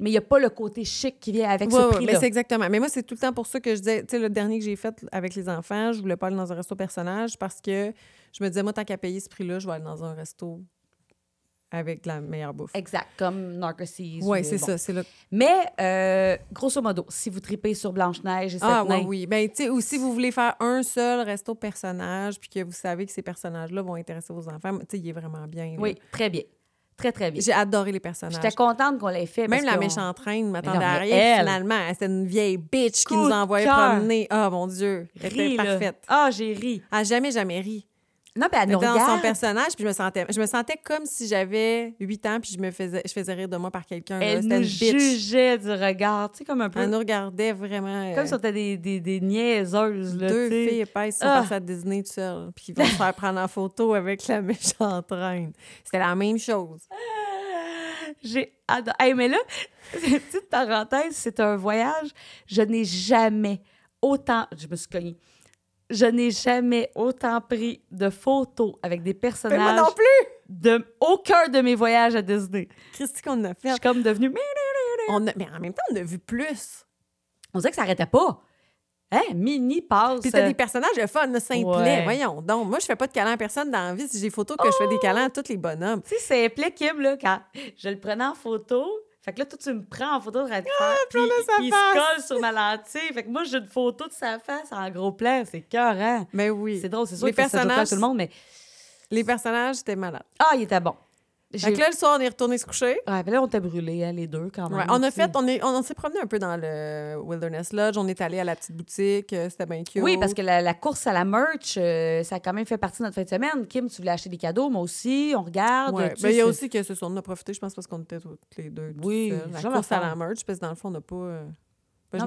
mais il n'y a pas le côté chic qui vient avec
Ouais,
ce
ouais, mais
prix-là.
c'est exactement. Mais moi, c'est tout le temps pour ça que je disais, tu sais, le dernier que j'ai fait avec les enfants, je voulais pas aller dans un resto personnage parce que je me disais, moi, tant qu'à payer ce prix-là, je vais aller dans un resto avec de la meilleure bouffe.
exact, comme Narcissus.
Oui,
ou-
c'est
bon.
ça. C'est le...
Mais euh, grosso modo, si vous tripez sur Blanche-Neige et cette
Ah, ouais, oui. Ben, tu sais, ou si vous voulez faire un seul resto personnage puis que vous savez que ces personnages-là vont intéresser vos enfants, tu sais, il est vraiment bien. là.
oui, très bien. Très, très bien.
J'ai adoré les personnages.
J'étais contente qu'on l'ait fait.
Même
parce
la
qu'on-
méchante reine m'attendait
non,
à
mais
rien. puis
elle-
Finalement, c'était une vieille bitch
Coup
qui nous
de
envoyait
cœur.
promener. Ah, mon Dieu. Elle était
Ris, là.
parfaite.
Ah, j'ai ri.
Elle a jamais, jamais ri.
Non, mais elle
Elle
nous
était dans son
regarde.
personnage, puis je me sentais, je me sentais comme si j'avais 8 ans, puis je me faisais, je faisais rire de moi par quelqu'un. là.
Elle
C'était
nous
une bitch.
jugeait du regard, tu sais, comme un peu...
Elle nous regardait vraiment.
Comme
euh,
si on était des, des, des niaiseuses, là,
deux
tu sais.
filles épaisses qui sont
Ah.
passées à Disney tout seules, puis qui vont se faire prendre en photo avec la méchante reine. C'était la même chose.
J'ai adoré. Hey, mais là, petite parenthèse, c'est un voyage. Je n'ai jamais autant. Je me suis cognée. Je n'ai jamais autant pris de photos avec des
Mais moi
personnages
non plus!
de aucun de mes voyages à Disney.
Christy, qu'on a
Je
fait.
suis comme devenue. Mais
On a- mais en même temps, on a vu plus.
on dirait que ça n'arrêtait pas. Hein? Mini passe. euh,
Puis t'as des personnages de fun, simplet.
Ouais.
Voyons donc. Moi, je fais pas de câlin à personne dans la vie. Si j'ai photo que je fais des
Oh!
câlins à tous les bonhommes.
Tu sais, c'est plaît, Kim, là, quand je le prenais en photo. Fait que là, toi, tu me prends en photo de Radford. puis,
Ah, sa
puis il
face.
se colle sur ma lentille. Fait que moi, j'ai une photo de sa face en gros plan. C'est hein? cœurant.
Mais oui.
C'est drôle, c'est sûr
les
que ça joue pas à
personnages,
tout le monde, mais
Les personnages, c'était malade.
ah, il était bon.
Fait que là, le soir, on est retourné se coucher.
Ouais, ben là, on t'a brûlé, hein, les deux, quand même.
Ouais, on a
tu
fait, on est, on, on s'est promené un peu dans le Wilderness Lodge. On est allé à la petite boutique, euh, c'était bien cute.
Oui, parce que la, la course à la merch, euh, ça a quand même fait partie de notre fin de semaine. Kim, tu voulais acheter des cadeaux, moi aussi, on regarde.
Ouais.
tu
Ben, il y a
sais,
aussi que ce soir, on a profité, je pense, parce qu'on était toutes les deux. tout
Oui,
seuls. la
genre
course à
affaire.
la merch, parce que dans le fond, on n'a pas. euh, ben,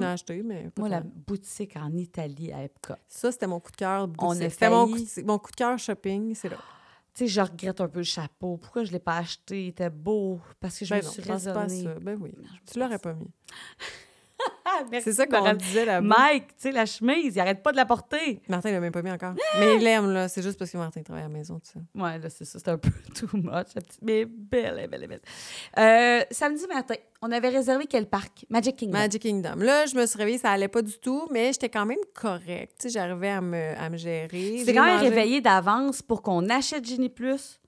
Non,
je l'ai
mais-
acheté, mais. pas
Moi, la
tant.
boutique en Italie à Epcot.
Ça, c'était mon coup de cœur.
On
boutique.
a
C'était mon coup,
failli-
de- mon coup de cœur shopping, c'est là.
Tu sais, je regrette un peu le chapeau. Pourquoi je l'ai pas acheté? Il était beau. Parce que je
ben
me
non,
suis
je pense pas à
raisonnée.
ça. Ben oui.
Non, je pense
Tu l'aurais pas mis.
Ah, merci,
C'est ça qu'on
Martin.
disait là-bas.
Mike, tu sais, la chemise, il arrête pas de la porter.
Martin l'a même pas mis encore. Mais il l'aime, là. C'est juste parce que Martin travaille à la maison, tout ça.
Ouais, là, c'est ça. C'est un peu too much. la petite- Mais belle, elle est belle, elle est belle. Euh, samedi matin, on avait réservé quel parc? Magic Kingdom.
Magic Kingdom. Là, je me suis réveillée, ça allait pas du tout, mais j'étais quand même correcte. Tu sais, j'arrivais à me, à me gérer.
C'est
J'ai
quand même
mangé-
réveillé d'avance pour qu'on achète Genie Plus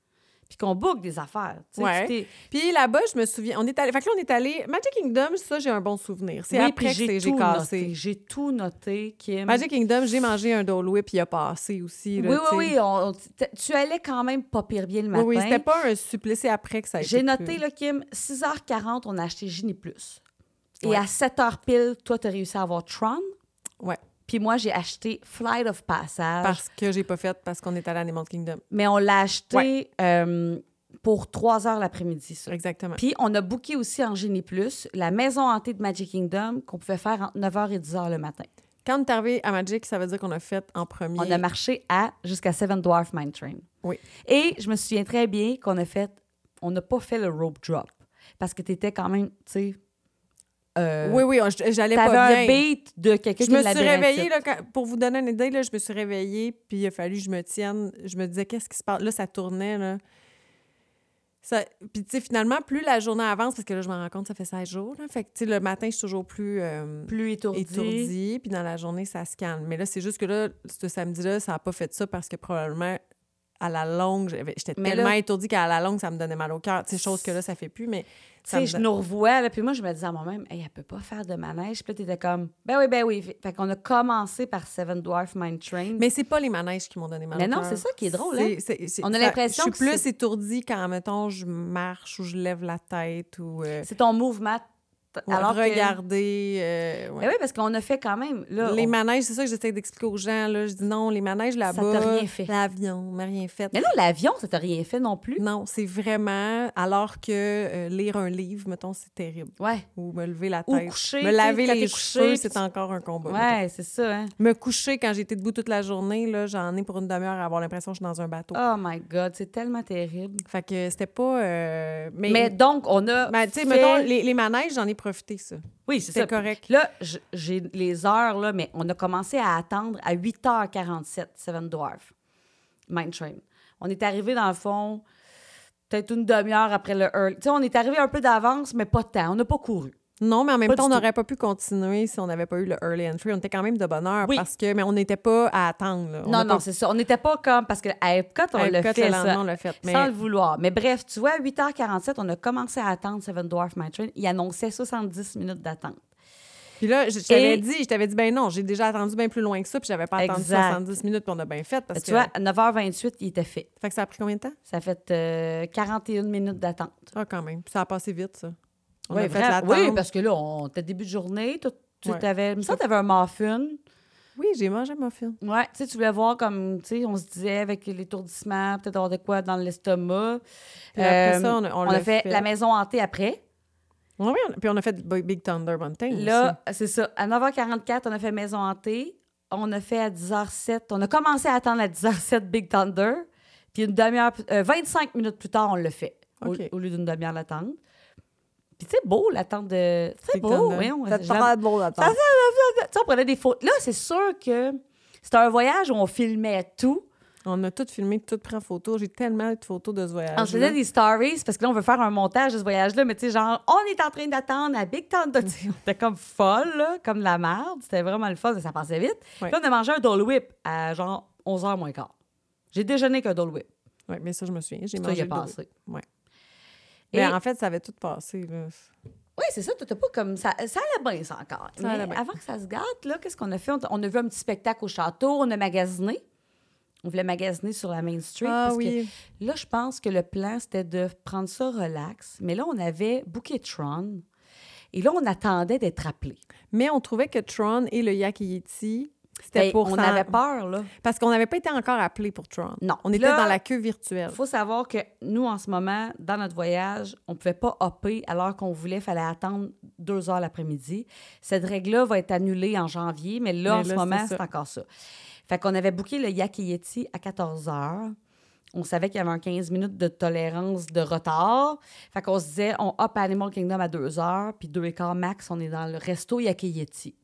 puis qu'on book des affaires. Tu sais,
Ouais.
tu t'es-
Puis là-bas, je me souviens, on est allé. Fait que là, on est allé. Magic Kingdom, ça, j'ai un bon souvenir. C'est
Oui,
après
puis
que c'est- j'ai
tout
cassé.
noté. J'ai tout noté, Kim.
Magic Kingdom, j'ai mangé un Dole Whip, il a passé aussi. là,
oui,
tu
oui,
sais.
oui. on- on- t- tu allais quand même pas pire bien le
Oui,
matin.
oui, c'était pas un supplice, c'est après que ça a été.
J'ai noté,
plus.
là, Kim, 6h40, on a acheté Genie Plus. Et
Ouais.
à 7h pile, toi, t'as réussi à avoir Tron.
Ouais.
Puis moi, j'ai acheté Flight of Passage.
Parce que j'ai pas fait, parce qu'on est allé à Animal Kingdom.
Mais on l'a acheté euh, pour 3h l'après-midi, ça.
Exactement.
Puis on a booké aussi en Genie Plus la maison hantée de Magic Kingdom qu'on pouvait faire entre 9h et 10h le matin.
Quand on est arrivé à Magic, ça veut dire qu'on a fait en premier.
On a marché à jusqu'à Seven Dwarf Mine Train.
Oui.
Et je me souviens très bien qu'on a fait, on n'a pas fait le rope drop parce que t'étais quand même, tu sais, euh,
Oui, oui, on- j- j'allais
t'avais
pas
un
bien.
beat de quelqu'un
Je
qui
me
l'a
suis réveillée, là, quand- pour vous donner une idée, là, je me suis réveillée, puis il a fallu que je me tienne. Je me disais, qu'est-ce qui se passe? Là, ça tournait, là. Ça, puis, tu sais, finalement, plus la journée avance, parce que là, je me rends compte, ça fait 16 jours, là. Fait que, tu sais, le matin, je suis toujours plus, euh,
plus étourdi.
étourdie, puis dans la journée, ça se calme. Mais là, c'est juste que là, ce samedi-là, ça n'a pas fait ça parce que probablement, à la longue, j'avais- j'étais
Mais
tellement
là-
étourdie qu'à la longue, ça me donnait mal au cœur. Tu sais, chose que là, ça fait plus, mais...
Tu
ça me
sais, je
donne-
nous revois, là, puis moi, je me disais à moi-même, hey, elle peut pas faire de manège. Puis là, t'étais comme, ben oui, ben oui. Fait qu'on a commencé par Seven Dwarf Mine Train.
Mais c'est pas les manèges qui m'ont donné mal
Mais
au
non,
cœur.
c'est ça qui est drôle, hein.
C'est- c'est- c'est-
On a
ça-
l'impression
Je
que
suis plus
c'est-
étourdie quand, mettons, je marche ou je lève la tête ou... euh,
C'est ton mouvement. t-
ou
alors que-
regarder... euh, ouais.
Ben oui, parce qu'on a fait quand même. Là,
les
on-
manèges, c'est ça que j'essaie d'expliquer aux gens. Là. Je dis non, les manèges là-bas,
t'a rien fait.
l'avion m'a rien fait.
Mais là, l'avion, ça t'a rien fait non plus.
Non, c'est vraiment alors que euh, lire un livre, mettons, c'est terrible.
Ouais.
Ou me lever la
Ou
tête.
coucher.
me
tu sais,
laver
quand
les
t'es
cheveux,
couché,
c'est
puis
encore un
tu-
combat. mettons.
Ouais, c'est ça, hein.
Me coucher quand j'étais debout toute la journée, là, j'en ai pour une demi-heure à avoir l'impression que je suis dans un bateau.
Oh my God, c'est tellement terrible.
Fait que c'était pas. euh, mais
Mais, donc, on a.
mais, tu sais,
fait-
mettons, les, les manèges, j'en ai profité, ça.
Oui, c'est ça.
C'était correct.
Là, j- j'ai les heures, là, mais on a commencé à attendre à 8h47, Seven Dwarf, Mine Train. On est arrivé, dans le fond, peut-être une demi-heure après le early. Tu sais, on est arrivé un peu d'avance, mais pas tant. On n'a pas couru.
Non, mais en même
Pas
temps, on
du tout.
n'aurait pas pu continuer si on n'avait pas eu le early entry. On était quand même de bonne heure
Oui.
parce que. Mais on n'était pas à attendre, là. On
non,
a
non,
pas-
c'est ça. On n'était pas comme. Parce qu'à Epcot, on
à
l'a
Epcot,
fait,
le
ça.
lendemain, on l'a fait. Mais
Sans le vouloir. Mais bref, tu vois, à 8h47, on a commencé à attendre Seven Dwarf Mine Train. Il annonçait 70 minutes d'attente.
Puis là, je, je t'avais
Et-
dit, je t'avais dit, ben non, j'ai déjà attendu bien plus loin que ça, puis j'avais pas attendu
Exact.
70 minutes, puis on a bien fait. Parce
tu
que...
vois, à 9h28, il était fait.
Fait que ça a pris combien de temps?
Ça a fait euh, 41 minutes d'attente.
Ah, quand même. Puis ça a passé vite, ça. On
Ouais,
a fait
vraiment.
l'attente.
Oui, parce que là, on était début de journée. toi, tu
Ouais.
avais, il me semble que tu avais un muffin.
Oui, j'ai mangé mon film.
Ouais, tu sais, tu voulais voir comme, tu sais, on se disait avec l'étourdissement, peut-être avoir de quoi dans l'estomac.
Puis après
Euh,
ça, on a, on
on
l'a
a fait, la maison hantée après.
Ouais, oui, on a- Puis on a fait Big Big Thunder Mountain.
Là, c'est ça. À 9h44, on a fait Maison Hantée. On a fait à 10h07. On a commencé à attendre à 10h07 Big Thunder. Puis une demi-heure, plus- euh, 25 minutes plus tard, on le fait. au-
OK.
Au, lieu d'une demi-heure d'attente. Puis c'est beau, l'attente de. C'est
aussi.
beau, oui.
on
On,
a
j'aime-
très beau
Ça,
d'attendre.
Tu sais, on prenait des photos. Là, c'est sûr que c'était un voyage où on filmait tout.
On a tout filmé, tout pris en photo. J'ai tellement de photos de ce voyage.
On se faisait des stories parce que là, on veut faire un montage de ce voyage-là, mais tu sais, genre, on est en train d'attendre à Big Thunder. Tu sais, on était comme folle, là, comme de la merde. C'était vraiment le fun, ça passait vite.
Ouais.
Puis on a mangé un Dole Whip à genre 11h moins quart. J'ai déjeuné qu'un Dole Whip.
Oui, mais ça, je me souviens. J'ai
Ça,
mangé.
il a
le dos.
passé.
Ouais.
Et-
Mais en fait, ça avait tout passé. Là.
Oui, c'est ça, t'étais pas comme ça. Ça allait bien, ça encore.
Ça allait
Mais
bien.
avant que ça se gâte, là, qu'est-ce qu'on a fait? On, t- on a vu un petit spectacle au château, on a magasiné. on voulait magasiner sur la Main Street.
Ah
parce
oui.
que là, je pense que le plan, c'était de prendre ça relax. Mais là, on avait booké Tron. Et là, on attendait d'être appelé.
Mais on trouvait que Tron et le Yak Yeti, c'était
Ben,
pour
on
s'en-
avait peur, là.
Parce qu'on n'avait pas été encore appelé pour Tron.
Non.
On était
Là-
dans la queue virtuelle.
Il faut savoir que nous, en ce moment, dans notre voyage, on ne pouvait pas hopper à l'heure qu'on voulait. Il fallait attendre deux heures l'après-midi. Cette règle-là va être annulée en janvier, mais là,
Mais
en
là,
ce
c'est
moment,
ça.
c'est encore ça. Fait qu'on avait booké le Yak et Yeti à 14 heures. On savait qu'il y avait un 15 minutes de tolérance de retard. Fait qu'on se disait, on hop à Animal Kingdom à 2 heures, puis 2 et quart max, on est dans le resto Yak et Yeti.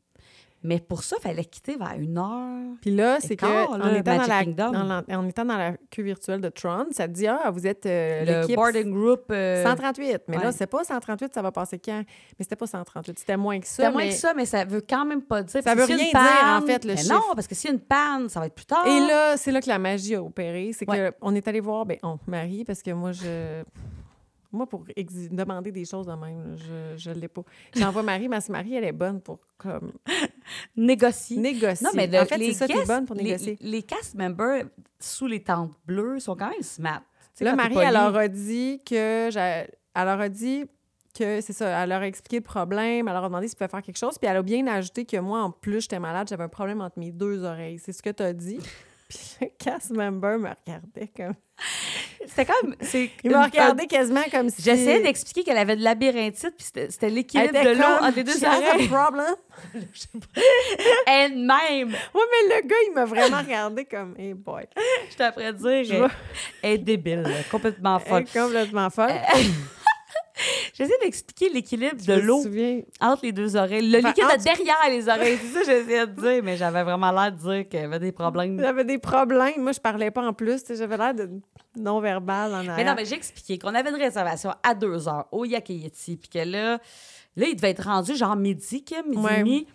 Mais pour ça, il fallait quitter vers une heure.
Puis là, c'est que
Écart,
en,
là,
étant dans
Magic
la,
Kingdom.
dans la- en étant dans la queue virtuelle de Tron, ça te dit Ah, vous êtes euh,
Le
l'équipe
boarding group. euh,
138. Mais
ouais.
là, c'est pas 138, ça va passer quand? Mais c'était pas 138, c'était moins que ça.
C'était moins
mais-
que ça, mais ça veut quand même pas dire.
Ça
Parce
veut
que s'il y a
rien
une
dire,
panne-
en fait, le
Mais
chiffre.
Non, parce que s'il y a une panne, ça va être plus tard.
Et là, c'est là que la magie a opéré. C'est
Ah! Ouais.
qu'on est allé voir, ben, on, Marie, parce que moi, je. Moi, pour exi- demander des choses de même, là, je- je ne l'ai pas. J'envoie Marie, parce que Marie, elle est bonne pour comme,
négocier.
négocier.
Non, mais le-
en fait, c'est
les
ça, t'es
guests-
bonne pour
les-
négocier.
Les, cast members sous les tentes bleues sont quand même smart. Tu sais,
Là,
quand t'es
Marie,
poli.
elle leur a dit que. j'a- Elle leur a dit que c'est ça. Elle leur a expliqué le problème. Elle leur a demandé s'ils pouvaient faire quelque chose. Puis elle a bien ajouté que moi, en plus, j'étais malade. J'avais un problème entre mes deux oreilles. C'est ce que tu as dit. Puis le cast member me regardait comme.
C'était quand même. c'est
Il m'a
une-
regardé quasiment comme si.
J'essayais d'expliquer qu'elle avait de labyrinthite, puis c'était c'était
Elle
l'équilibre
était
de l'eau
comme,
entre les deux
She has a
oreilles.
problem.
Elle-même,
Ouais, mais le gars, il m'a vraiment regardé comme, hey boy.
je t'apprends à dire,
Je
elle,
vois-
elle est débile, complètement
Elle
folle.
est complètement folle.
J'essayais d'expliquer l'équilibre Euh, de
Je me
l'eau
souviens.
entre les deux oreilles. Le
Enfin,
liquide
entre-
derrière les oreilles, c'est ça que j'essayais de dire, mais j'avais vraiment l'air de dire qu'elle avait des problèmes.
J'avais des problèmes. Moi, je parlais pas en plus. tu sais, J'avais l'air de non-verbal en arrière.
Mais non, mais j'ai expliqué qu'on avait une réservation à 2 heures au Yakayeti, puis que là, là, il devait être rendu genre midi, Kim, midi
Ouais.
et demi.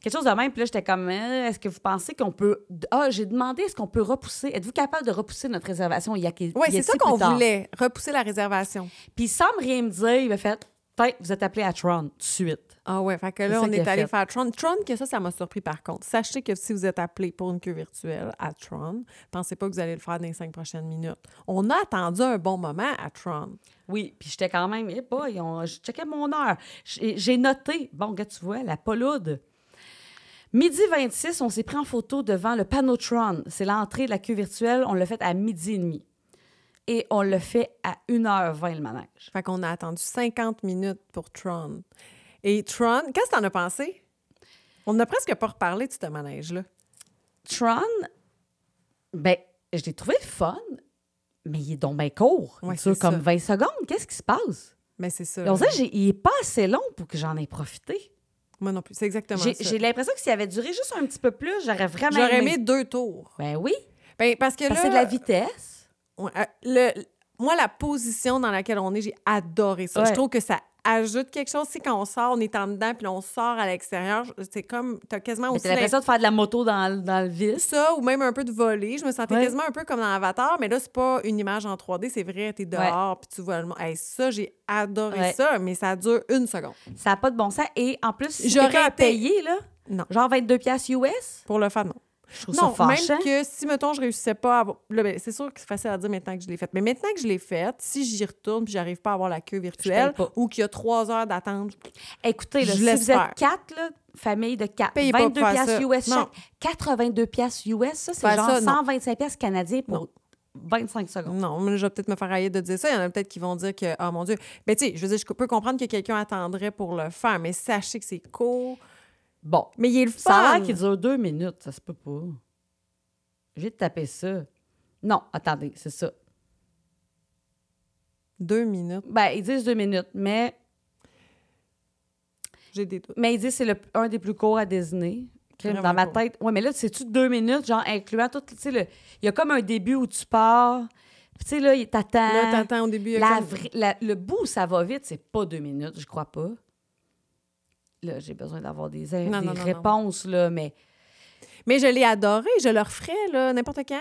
Quelque chose de même. Puis là, j'étais comme, Euh, est-ce que vous pensez qu'on peut. Ah, j'ai demandé, est-ce qu'on peut repousser? Êtes-vous capable de repousser notre réservation au Yakayeti?
Oui, c'est ça qu'on voulait, repousser la réservation.
Puis sans me rien me dire, il m'a fait, peut-être vous êtes appelé à Tron, tout de suite.
Ah ouais, fait que
C'est
là,
ça
on
qu'il
est
a
allé
fait.
faire Tron. Tron, que ça, ça m'a surpris par contre. Sachez que si vous êtes appelé pour une queue virtuelle à Tron, pensez pas que vous allez le faire dans les cinq prochaines minutes. On a attendu un bon moment à Tron.
Oui, puis j'étais quand même, eh boy, on- je checkais mon heure. J'ai j'ai noté, bon, gars, tu vois, la paloude. Midi 26, on s'est pris en photo devant le Panotron. C'est l'entrée de la queue virtuelle. On l'a fait à midi et demi. Et on le fait à 1h20 le manège.
Fait qu'on a attendu 50 minutes pour Tron. Et Tron, qu'est-ce que t'en as pensé? On n'a presque pas reparlé de ce manège-là.
Tron, ben, je l'ai trouvé le fun, mais il est donc bien court.
Ouais,
il dure
c'est
comme
ça. Euh.
20 secondes. Qu'est-ce qui se passe?
Mais c'est ça.
Et On dirait que j'ai- il n'est pas assez long pour que j'en ai profité.
Moi non plus. C'est exactement
J'ai-
ça.
J'ai l'impression que s'il avait duré juste un petit peu plus, j'aurais vraiment
J'aurais aimé deux tours.
Ben oui.
Ben, parce que
Parce que c'est
là.
de la vitesse.
Ouais, euh, le- moi, la position dans laquelle on est, j'ai adoré ça.
Ouais.
Je trouve que ça ajoute quelque chose. Si quand on sort, on est en dedans, puis là, on sort à l'extérieur, je- c'est comme, t'as quasiment
Mais
aussi
t'as l'impression de faire de la moto dans, dans le vice.
ça, ou même un peu de voler. Je me sentais
Ouais.
quasiment un peu comme dans Avatar, mais là, c'est pas une image en 3D, c'est vrai, t'es dehors, puis tu vois le monde. Hey, ça, j'ai adoré
Ouais.
ça, mais ça dure une seconde.
Ça n'a pas de bon sens. Et en plus, si
J'aurais
quelqu'un a
été-
payé, là,
Non.
genre 22 piastres US,
Pour le fan, non.
je trouve
non,
ça fâchant.
même que si, mettons, je réussissais pas à avoir... là, ben, c'est sûr que c'est facile à dire maintenant que je l'ai faite. Mais maintenant que je l'ai faite, si j'y retourne puis j'arrive pas à avoir la queue virtuelle
pas.
ou qu'il y a trois heures d'attente,
Écoutez, là,
Je
si vous
l'espère.
êtes quatre, là, famille de quatre,
Payez pas pour
22
faire
piastres
ça.
US
Non.
chaque, 82 piastres US, ça, c'est
Faire
genre
ça, non. Mm.
125 piastres canadiens pour 25 secondes.
non, mais je vais peut-être me faire haïr de dire ça. Il y en a peut-être qui vont dire que, oh mon Dieu, mais tu sais, je veux dire, je peux comprendre que quelqu'un attendrait pour le faire, mais sachez que c'est court.
Bon,
Mais il est le fun.
ça a l'air qu'il dure deux minutes, ça se peut pas. J'ai tapé ça. Non, attendez, c'est ça.
Deux minutes.
Ben, ils disent deux minutes, mais
J'ai des doutes.
Mais il dit que c'est le- un des plus courts à Disney. Crime,
Vraiment
Dans ma
court.
tête. Ouais, mais là, c'est-tu deux minutes, genre incluant tout. Tu sais, le- il y a comme un début où tu pars. Puis, tu sais, là, il- t'attends.
Là, t'entends au début. il y a
La
comme-
vraie- la- le bout où ça va vite, c'est pas deux minutes, je crois pas. Là, j'ai besoin d'avoir des, des
non, non, non.
réponses, là, mais.
Mais je l'ai adoré. Je le referais, là, n'importe quand.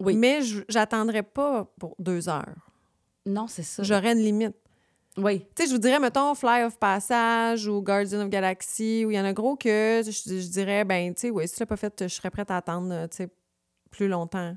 Oui.
Mais je- j'attendrais pas pour deux heures.
Non, c'est ça.
J'aurais une limite.
Oui.
Tu sais, je vous dirais, mettons, Fly of Passage ou Guardian of Galaxy, où il y en a gros que je, je dirais, ben, tu sais, ouais, si tu l'as pas fait, je serais prête à attendre, euh, tu sais, plus longtemps.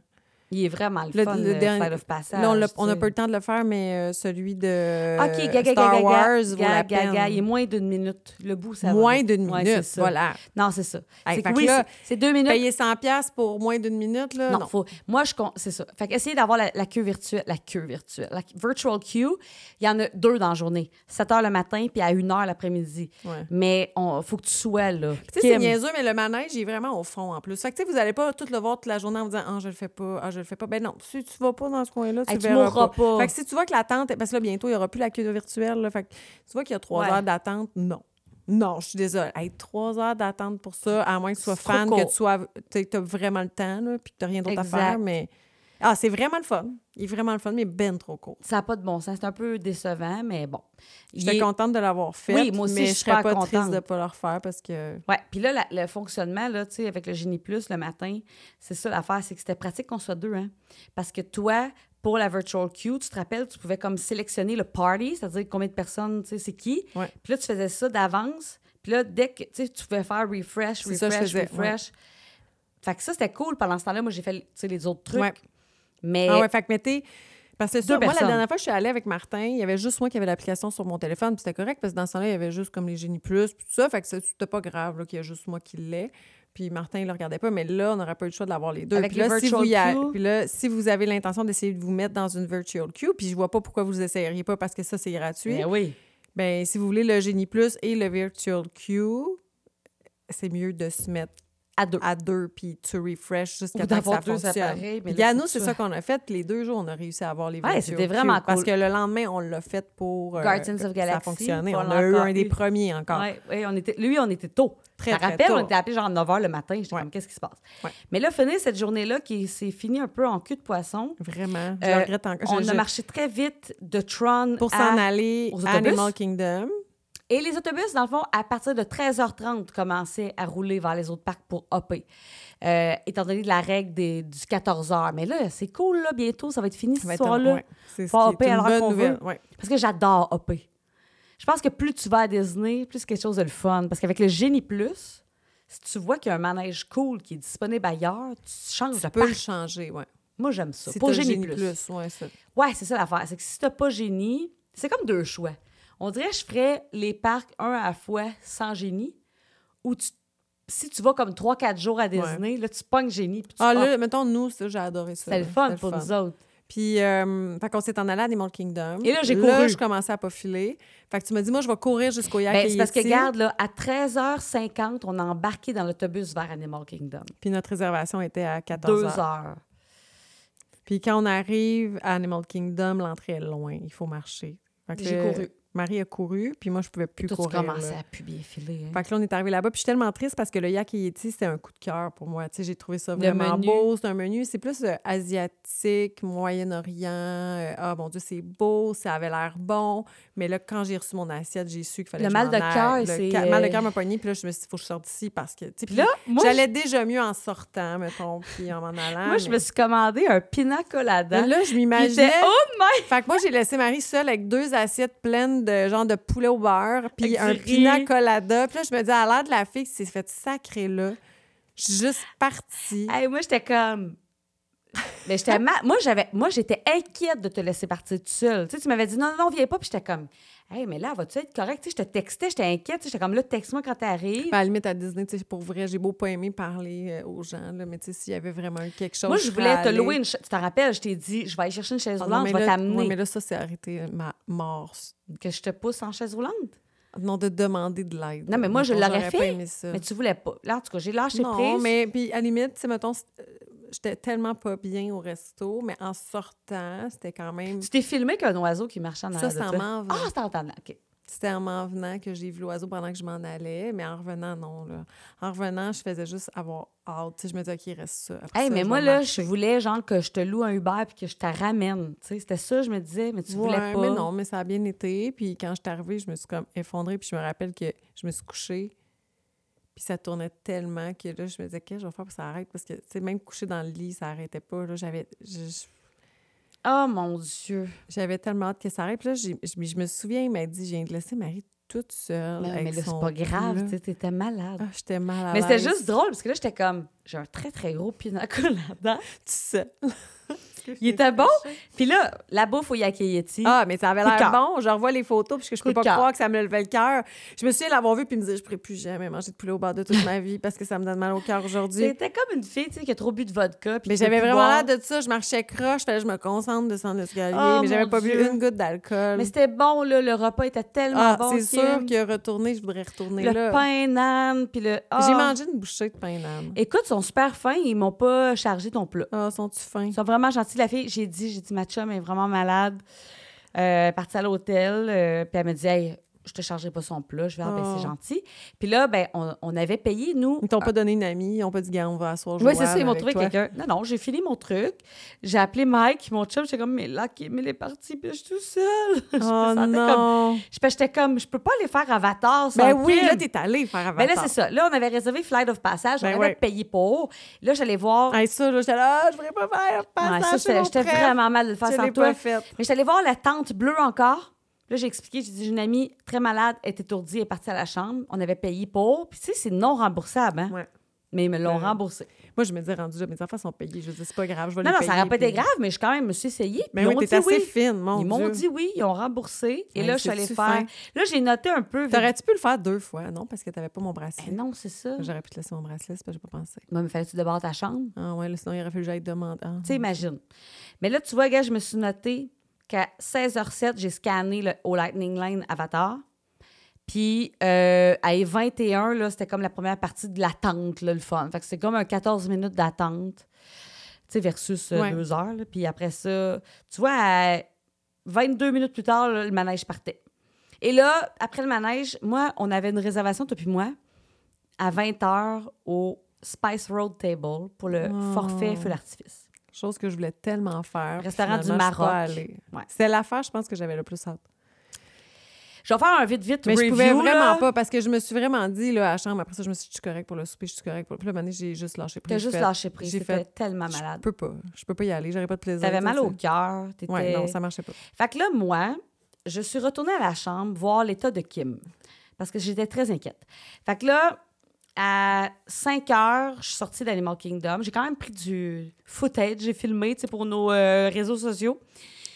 Il est vraiment le,
Le-
fun,
le
le,
dernier-
Flight of Passage.
Là, on l'a-
tu
on n'a
sais.
pas eu le temps de le faire, mais euh, celui de
OK,
euh,
gaga, gaga,
Star
gaga,
Wars vaut
gaga,
la
gaga,
peine.
Il est moins d'une minute. Le bout, ça va.
moins d'une
Ouais,
minute,
c'est ça.
voilà.
Non, c'est ça.
Hey,
c'est que
fait que
oui,
là,
c'est- c'est deux minutes.
Payer 100 pièces pour moins d'une minute, là,
Non,
non.
faut- moi, je. con- C'est ça. Fait qu'essayer d'avoir la, la queue virtuelle. La queue virtuelle. La virtual queue, il y en a deux dans la journée. 7 h le matin, puis à 1 h l'après-midi.
Ouais.
Mais on faut que tu sois là.
Tu sais, c'est
Kim,
niaiseux, mais le manège, il est vraiment au fond en plus. Fait que, tu sais, vous n'allez pas tout le voir toute la journée en vous disant Ah, je le fais pas, ah, je le fais pas. Ben non, si tu vas pas dans ce coin-là, tu,
Hey, tu
verras
mourras pas.
pas. Fait que si tu vois que l'attente, est- parce que là, bientôt, il n'y aura plus la queue virtuelle. là. fait que tu vois qu'il y a trois
Ouais.
heures d'attente, non. Non, je suis désolée. Hey, trois heures d'attente pour ça, à moins que tu sois
C'est trop
fan,
court.
que tu sois, as vraiment le temps, là, puis que tu n'as rien d'autre à
Exact.
faire. Mais ah, c'est vraiment le fun. Il est vraiment le fun, mais ben trop court.
Ça n'a pas de bon sens. C'est un peu décevant, mais bon. Il
J'étais
est-
contente de l'avoir fait,
Oui, moi aussi,
mais
je
je
suis
serais
super
pas triste
contente.
de ne pas le refaire parce que
Ouais. Puis là, la- le fonctionnement, là, tu sais, avec le Génie Plus le matin, c'est ça l'affaire, c'est que c'était pratique qu'on soit deux, hein. Parce que toi, pour la virtual queue, tu te rappelles, tu pouvais comme sélectionner le party, c'est-à-dire combien de personnes, tu sais, c'est qui.
Ouais.
Puis là, tu faisais ça d'avance. Puis là, dès que, tu sais, tu pouvais faire refresh,
C'est
refresh,
ça, je faisais,
refresh. Fait que ça, c'était cool. Pendant ce temps-là, moi, j'ai fait, tu sais, les autres trucs.
Ouais.
Mais
Ah ouais, fait que mettez. Parce que ça,
Deux
moi, la
personnes.
dernière fois, je suis allée avec Martin, il y avait juste moi qui avait l'application sur mon téléphone, puis c'était correct, parce que dans ce temps-là, il y avait juste comme les génies plus, puis tout ça, fait que c'est- c'était pas grave là, qu'il y a juste moi qui l'ai. Puis Martin, il le regardait pas, mais là, on n'aurait pas eu le choix de l'avoir les deux.
Avec
Puis
les
là, si
virtual
vous y a-
queues.
puis là, si vous avez l'intention d'essayer de vous mettre dans une virtual queue, puis je vois pas pourquoi vous essayeriez pas parce que ça, c'est gratuit.
Ben oui.
Ben, si vous voulez le génie plus et le virtual queue, c'est mieux de se mettre
À deux.
à deux, puis tu refresh jusqu'à
Ou
temps que ça
d'avoir deux
fonctionne.
appareils. mais
Puis
là,
à nous,
faut
c'est
que
ça qu'on a fait. puis Les deux jours, on a réussi à avoir les
Ouais,
virtual
c'était vraiment
queues, Parce
cool.
que le lendemain, on l'a fait pour... euh,
Guardians of
Ça a
Galaxy,
fonctionné.
puis
On,
on l'a
a eu
encore
un des
eu.
premiers encore.
Ouais, ouais, on était, lui, on était tôt.
Très,
Je te
très
rappelle,
tôt.
on était appelé genre 9 h le matin. J'étais
Ouais.
comme, qu'est-ce qui se passe?
Ouais.
Mais là, finir cette journée-là qui s'est finie un peu en cul de poisson.
Vraiment. Je
Euh,
le regrette encore. Je-
on a
je-
marché très vite de Tron
Pour
à-
s'en aller
aux
à
autobus.
Animal Kingdom.
Et les autobus, dans le fond, à partir de 13h30, commençaient à rouler vers les autres parcs pour hopper, Euh, étant donné la règle des- du 14h. Mais là, c'est cool, là, bientôt, ça va être fini
Ça
ce
va être un-
soir-là.
ouais, C'est ce
Faut
qui est
hopper
une
alors
bonne
qu'on
nouvelle.
veut.
Ouais.
Parce que j'adore hopper. Je pense que plus tu vas à Disney, plus c'est quelque chose de le fun. Parce qu'avec le Génie Plus, si tu vois qu'il y a un manège cool qui est disponible ailleurs, tu changes de
Tu peux le
parc.
changer, ouais.
Moi, j'aime ça.
Si
Pas
t'as
Génie, plus.
ouais, ça-
Ouais, c'est ça l'affaire. C'est que si t'as pas Génie, c'est comme deux choix. On dirait que je ferais les parcs un à la fois sans Génie ou tu- si tu vas comme 3-4 jours à Disney, là, tu pognes Génie. Puis tu
Ah
hoppes.
là, mettons, nous, ça, j'ai adoré ça.
c'est le
là.
fun
C'était
pour
fun.
nous autres.
Puis, euh, fait qu'on s'est en allé à Animal Kingdom.
Et là, j'ai
Là,
couru.
je commençais à pas filer. Fait que tu m'as dit, moi, je vais courir jusqu'au Yak
Ben, c'est parce que,
Yeti.
regarde, là, à 13h50, on a embarqué dans l'autobus vers Animal Kingdom.
Puis notre réservation était à 14
Deux
heures.
heures.
Puis quand on arrive à Animal Kingdom, l'entrée est loin. Il faut marcher. Fait que
J'ai
là,
couru.
Marie a couru, puis moi, je pouvais plus
Tout
courir.
commençait
là.
à plus bien filer. hein.
Fait que là, on est arrivé là-bas. Puis je suis tellement triste parce que le Yak Yeti, c'était un coup de cœur pour moi. Tu sais, j'ai trouvé ça
Le
vraiment
menu.
beau. C'est un menu, c'est plus euh, asiatique, Moyen-Orient. Euh, ah, mon Dieu, c'est beau, ça avait l'air bon. Mais là, quand j'ai reçu mon assiette, j'ai su qu'il fallait
Le
que
mal
je
de
m'en
cœur,
aille. Le
c'est,
ca- mal de
euh,
cœur m'a pogné. Puis là, je me suis dit, faut que je sorte d'ici parce que... tu sais,
Puis là, moi,
J'allais déjà mieux en sortant, mettons, puis en m'en allant.
je, moi, je me
mais-
suis commandé un pina colada.
Mais là, je
Puis j'étais,
m'imaginais.
oh my!
Fait que moi, j'ai laissé Marie seule avec deux assiettes pleines de genre de poulet au beurre, puis
Avec
un
du
pina
riz.
colada. Puis là, je me dis, à l'air de la fille qui s'est faite sacrée là, je suis juste partie.
Hey, moi, j'étais comme. Mais j'étais ma- moi j'avais moi j'étais inquiète de te laisser partir toute seule. Tu sais, tu m'avais dit non non viens pas puis j'étais comme hey mais là vas-tu être correct Tu sais, je te textais, j'étais inquiète, Tu sais, j'étais comme là texte-moi quand t'arrives.
Ben, à la limite, à Disney, tu sais, pour vrai, j'ai beau pas aimé parler euh, aux gens, là, mais tu sais, s'il y avait vraiment eu quelque chose.
moi je voulais te
serais
louer
allée.
une cha- tu te rappelles, je t'ai dit je vais aller chercher une chaise
Ah non,
roulante,
mais
je vais
là- ouais,
t'amener
mais là, ça, c'est arrêté euh, ma mort.
que je te pousse en chaise roulante.
Non, de demander de l'aide.
Non, mais moi, je
Mettons,
l'aurais
j'aurais
fait.
pas aimé ça.
Mais tu voulais pas. Là en tout cas, j'ai lâché
non,
prise.
mais puis à la limite, tu sais, mettons, c'est- euh, j'étais tellement pas bien au resto, mais en sortant, c'était quand même.
Tu t'es filmé qu'un oiseau qui marchait en
Ça,
arrière de
c'est en
toi.
m'en venant.
Ah, c'est en t'en venant, OK.
C'était en m'en venant que j'ai vu l'oiseau pendant que je m'en allais, mais en revenant, non. Là. En revenant, je faisais juste avoir hâte. Tu sais, je me disais, OK, il reste ça. Après
Hey,
ça,
mais
je
moi,
vais
là,
marcher.
je voulais, genre, que je te loue un Uber puis que je te ramène. Tu sais, c'était ça, je me disais, mais tu voulais
Ouais,
pas.
Mais non, mais ça a bien été. Puis quand je suis arrivée, je me suis comme effondrée. Puis je me rappelle que je me suis couchée. Puis ça tournait tellement que là, je me disais, qu'est-ce que je vais faire pour que ça arrête? Parce que, tu sais, même couché dans le lit, ça arrêtait pas. Là, j'avais. je- je-
Oh mon Dieu.
J'avais tellement hâte que ça arrive. Puis là, j'ai- je, je me souviens, il m'a dit, je viens de laisser Marie toute seule.
Ben Mais,
avec
mais là,
son
c'est pas grave,
plat.
tu sais, t'étais malade.
Ah, j'étais mal à
mais c'était
l'aise.
juste drôle parce que là, j'étais comme, j'ai un très, très gros pina colada.
Toute seule.
Il était bon. Puis là, la bouffe au yakeyeti.
Ah, mais ça avait
Coup de
l'air
cœur.
bon. Je revois les photos parce que je
Coup
peux
de
pas
cœur.
croire que ça me levait le cœur. Je me souviens l'avoir vu puis me dire je pourrais plus jamais manger de poulet au bar de toute ma vie parce que ça me donne mal au cœur aujourd'hui.
C'était comme une fille, tu sais, qui a trop bu de vodka. puis
Mais
qui peut
j'avais
plus
vraiment
boire.
l'air de ça. Je marchais croche, fallait que je me concentre de s'en escalier.
Oh,
mais j'avais
mon
pas
Dieu.
bu une goutte d'alcool.
Mais c'était bon, là. Le repas était tellement
Ah,
bon.
c'est
Kim.
sûr que retourner, je voudrais retourner
Le
là.
pain nan, puis le. ah.
J'ai mangé une bouchée de pain d'âme.
Écoute, ils sont super fins. Ils m'ont pas chargé ton plat.
Ah, sont-tu fins?
Ils sont vraiment gentils. La fille, j'ai dit, j'ai dit, ma chum est vraiment malade. Euh, elle est partie à l'hôtel, euh, puis elle me dit, hey, je te chargerai pas son plat. Je vais, ah, ben,
Oh.
c'est gentil. Puis là, ben, on, on avait payé, nous.
Ils t'ont pas donné une amie, ils n'ont pas dit, gars, on va asseoir.
Oui, Ah. c'est
Joanne
ça, ils m'ont
avec
trouvé
toi.
quelqu'un. Non, non, j'ai fini mon truc. J'ai appelé Mike, mon chum. J'étais comme, mais là, Kim, il est parti, puis là, je suis toute seule. je me
Oh
sentais comme.
non!
je- J'étais comme, je peux pas aller faire Avatar sans
Ben oui,
Kim.
là, t'es allé faire avant.
Ben là, c'est ça. Là, on avait réservé Flight of Passage.
Ben
on
ouais.
avait payé pour. Là, j'allais voir.
Hey, ça, là, j'étais là, ah, je voudrais pas faire
Ouais,
passage
ça, j'étais j'étais vraiment mal de le faire
Je
sans
l'ai
toi.
pas fait.
Mais j'étais allée voir la tente bleue encore. Là, j'ai expliqué, j'ai dit, j'ai une amie très malade, elle est étourdie, elle est partie à la chambre. On avait payé pour. Puis, tu sais, c'est non remboursable, hein?
Ouais.
Mais ils me l'ont
Ben,
remboursé.
Moi, je me dis, rendu là, mes enfants sont payés. Je dis, c'est pas grave, je vais
Non,
les
non,
payer.
ça n'aurait pas été
puis-
grave, mais je quand même me suis essayée.
Mais
Ils
oui,
ont
t'es
dit
assez
oui.
fine, mon
Ils
Dieu.
m'ont dit oui, ils ont remboursé. Et
Hey,
là, je suis allée
c'est-tu
faire.
fin?
Là, j'ai noté un peu.
T'aurais-tu pu le faire deux fois? Non, parce que t'avais pas mon bracelet.
Eh non, c'est ça.
J'aurais pu te laisser mon bracelet, c'est parce que j'ai pas pensé.
Moi, me fallait-tu d'abord ta chambre?
Ah ouais, là, sinon, il aurait fallu que j'aille demander. Ah.
Tu sais, imagine. Mais là, tu vois, gars, je me suis noté qu'à 16h07, j'ai scanné le, au Lightning Line Avatar. Puis euh, à 21, là, c'était comme la première partie de l'attente, là, le fun. Fait que c'est comme un 14 minutes d'attente, tu sais, versus euh,
Ouais.
deux heures. là. Puis après ça, tu vois, à 22 minutes plus tard, là, le manège partait. Et là, après le manège, moi, on avait une réservation, depuis moi, à 20h au Spice Road Table pour le
Oh.
forfait feu d'artifice.
Chose que je voulais tellement faire. puis
Restaurant du
finalement, je suis pas
Maroc.
allée.
Ouais.
C'était l'affaire, je pense, que j'avais le plus hâte.
Je vais faire un vite vite
Mais
review.
je pouvais vraiment
là.
pas parce que je me suis vraiment dit là, à la chambre. Après ça, je me suis dit, je suis correcte pour le souper, je suis correcte pour le. Puis là, un moment donné, j'ai juste lâché prise.
T'as
J'ai
juste
fait,
lâché prise.
J'ai
T'étais
fait.
tellement
Je
Ah, malade.
peux pas. Je peux pas y aller. J'aurais pas de plaisir.
T'avais
tu
mal
sais,
au
c'est-
cœur. t'étais-
Ouais, non, ça marchait pas.
Fait que là, moi, je suis retournée à la chambre voir l'état de Kim parce que j'étais très inquiète. Fait que là, à 5 heures, je suis sortie d'Animal Kingdom. J'ai quand même pris du footage, j'ai filmé tu sais, pour nos euh, réseaux sociaux.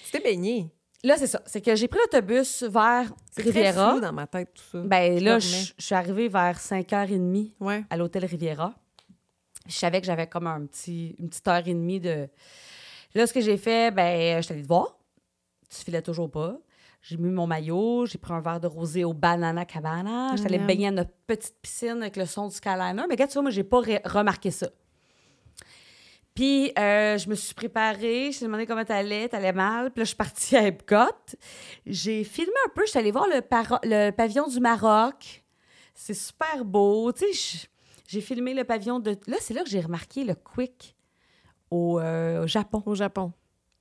C'était baigné.
Là, c'est ça. C'est que j'ai pris l'autobus vers
C'est très
Riviera.
flou dans ma tête tout ça.
Ben là,
Je dormais.
je je suis arrivée vers 5h30
ouais.
à l'hôtel Riviera. Je savais que j'avais comme un petit, une petite heure et demie de. Là, ce que j'ai fait, ben, je suis allée te voir. Tu filais toujours pas. J'ai mis mon maillot, j'ai pris un verre de rosé au Banana Cabana. Je suis allée
Mm.
me baigner à notre petite piscine avec le son du Skyliner. Mais regarde, tu vois, moi, j'ai pas re- remarqué ça. Puis, euh, je me suis préparée. Je t'ai demandé comment t'allais. T'allais mal. Puis là, je suis partie à Epcot. J'ai filmé un peu. Je suis allée voir le, paro- le pavillon du Maroc. C'est super beau. Tu sais, je- j'ai filmé le pavillon de... Là, c'est là que j'ai remarqué le quick au, euh, au Japon.
Au Japon.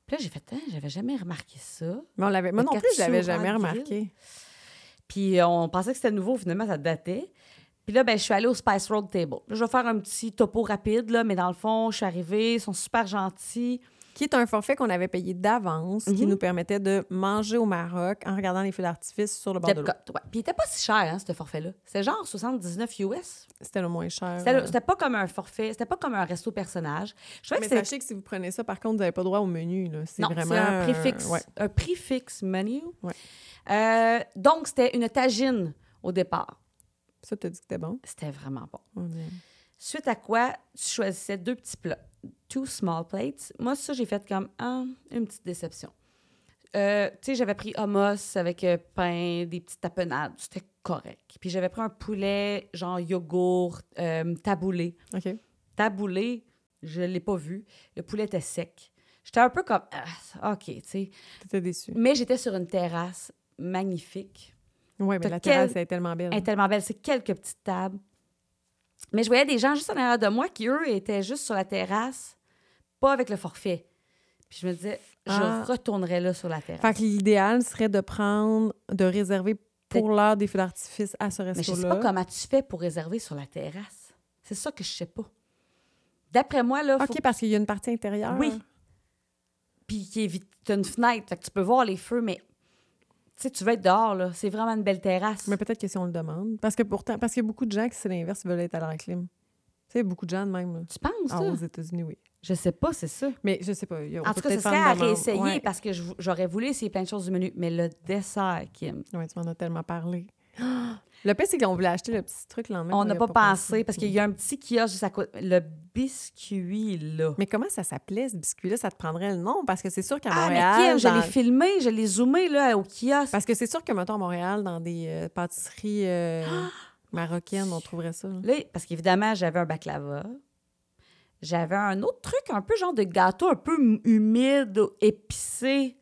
Puis là, j'ai fait, Hein, j'avais jamais remarqué ça.
Mais on l'avait. Moi
Le
non plus, je l'avais
Katsu
jamais
Hot Grill.
remarqué.
Puis euh, on pensait que c'était nouveau, finalement, ça datait. Puis là, ben, je suis allée au Spice Road Table. Là, je vais faire un petit topo rapide, là, mais dans le fond, je suis arrivée, ils sont super gentils.
Qui est un forfait qu'on avait payé d'avance, qui
Mhm.
nous permettait de manger au Maroc en regardant les feux d'artifice sur le bord de l'eau.
D'Epcot, ouais. Puis il était pas si cher, hein, ce forfait-là. C'était genre 79 US.
C'était le moins cher.
C'était
euh.
c'était pas comme un forfait, c'était pas comme un resto personnage. Je trouvais
Mais
que c'était
sachez que si vous prenez ça, par contre, vous n'avez pas droit au menu. là. C'est
Non,
vraiment
c'est un préfixe,
ouais.
un préfixe menu.
Ouais.
Euh, donc, c'était une tagine au départ.
Ça, t'as dit que c'était bon.
C'était vraiment bon.
On est-
Suite à quoi, tu choisissais deux petits plats, two small plates. Moi, ça, j'ai fait comme ah, une petite déception. Euh, tu sais, j'avais pris hummus avec euh, pain, des petites tapenades. C'était correct. Puis j'avais pris un poulet, genre yogourt, euh, taboulé.
OK.
Taboulé, je l'ai pas vu. Le poulet était sec. J'étais un peu comme, ah, OK, tu sais.
T'étais déçue.
Mais j'étais sur une terrasse magnifique.
Oui, mais
T'as
la
quel-
terrasse, elle est tellement belle.
Elle est tellement belle. C'est quelques petites tables. Mais je voyais des gens juste en arrière de moi qui, eux, étaient juste sur la terrasse, pas avec le forfait. Puis je me disais, je
Ah.
retournerai là sur la terrasse.
Fait que l'idéal serait de prendre, de réserver pour l'heure des feux d'artifice à ce
Mais je
resto-là.
sais pas comment tu fais pour réserver sur la terrasse. C'est ça que je sais pas. D'après moi, là, faut...
OK, ben, euh. parce qu'il y a une partie intérieure.
Oui. puis qui évite... t'as une fenêtre, fait que tu peux voir les feux, mais tu sais, tu veux être dehors, là. C'est vraiment une belle terrasse.
Mais peut-être que si on le demande. Parce que pourtant, parce qu'il y a beaucoup de gens qui, c'est l'inverse, ils veulent être à l'air clim. Tu sais, beaucoup de gens de même. là.
Tu penses,
Ah,
là?
aux États-Unis, oui.
Je sais pas, c'est ça.
Mais je sais pas. y a- on
En
peut
tout cas, ce
peut-être
serait
faire
à
une demande.
réessayer
Ouais.
parce que je- j'aurais voulu essayer plein de choses du menu. Mais le dessert, Kim,
Ouais, tu m'en as tellement parlé. Ah! Le pire, c'est qu'on voulait acheter le petit truc le lendemain.
on
n'y
n'a pas
a
pensé parce qu'il y a un petit kiosque juste à côté. Le biscuit, là.
Mais comment ça s'appelait, ce biscuit-là? Ça te prendrait le nom? Parce que c'est sûr qu'à
Ah, mais
Montréal...
Kim, je
dans-
l'ai filmé, je l'ai zoomé là, au kiosque.
Parce que c'est sûr que, mettons, à Montréal, dans des euh, pâtisseries euh, marocaines, on trouverait ça. là.
Là, parce qu'évidemment, j'avais un baklava. J'avais un autre truc, un peu genre de gâteau, un peu m- humide, épicé.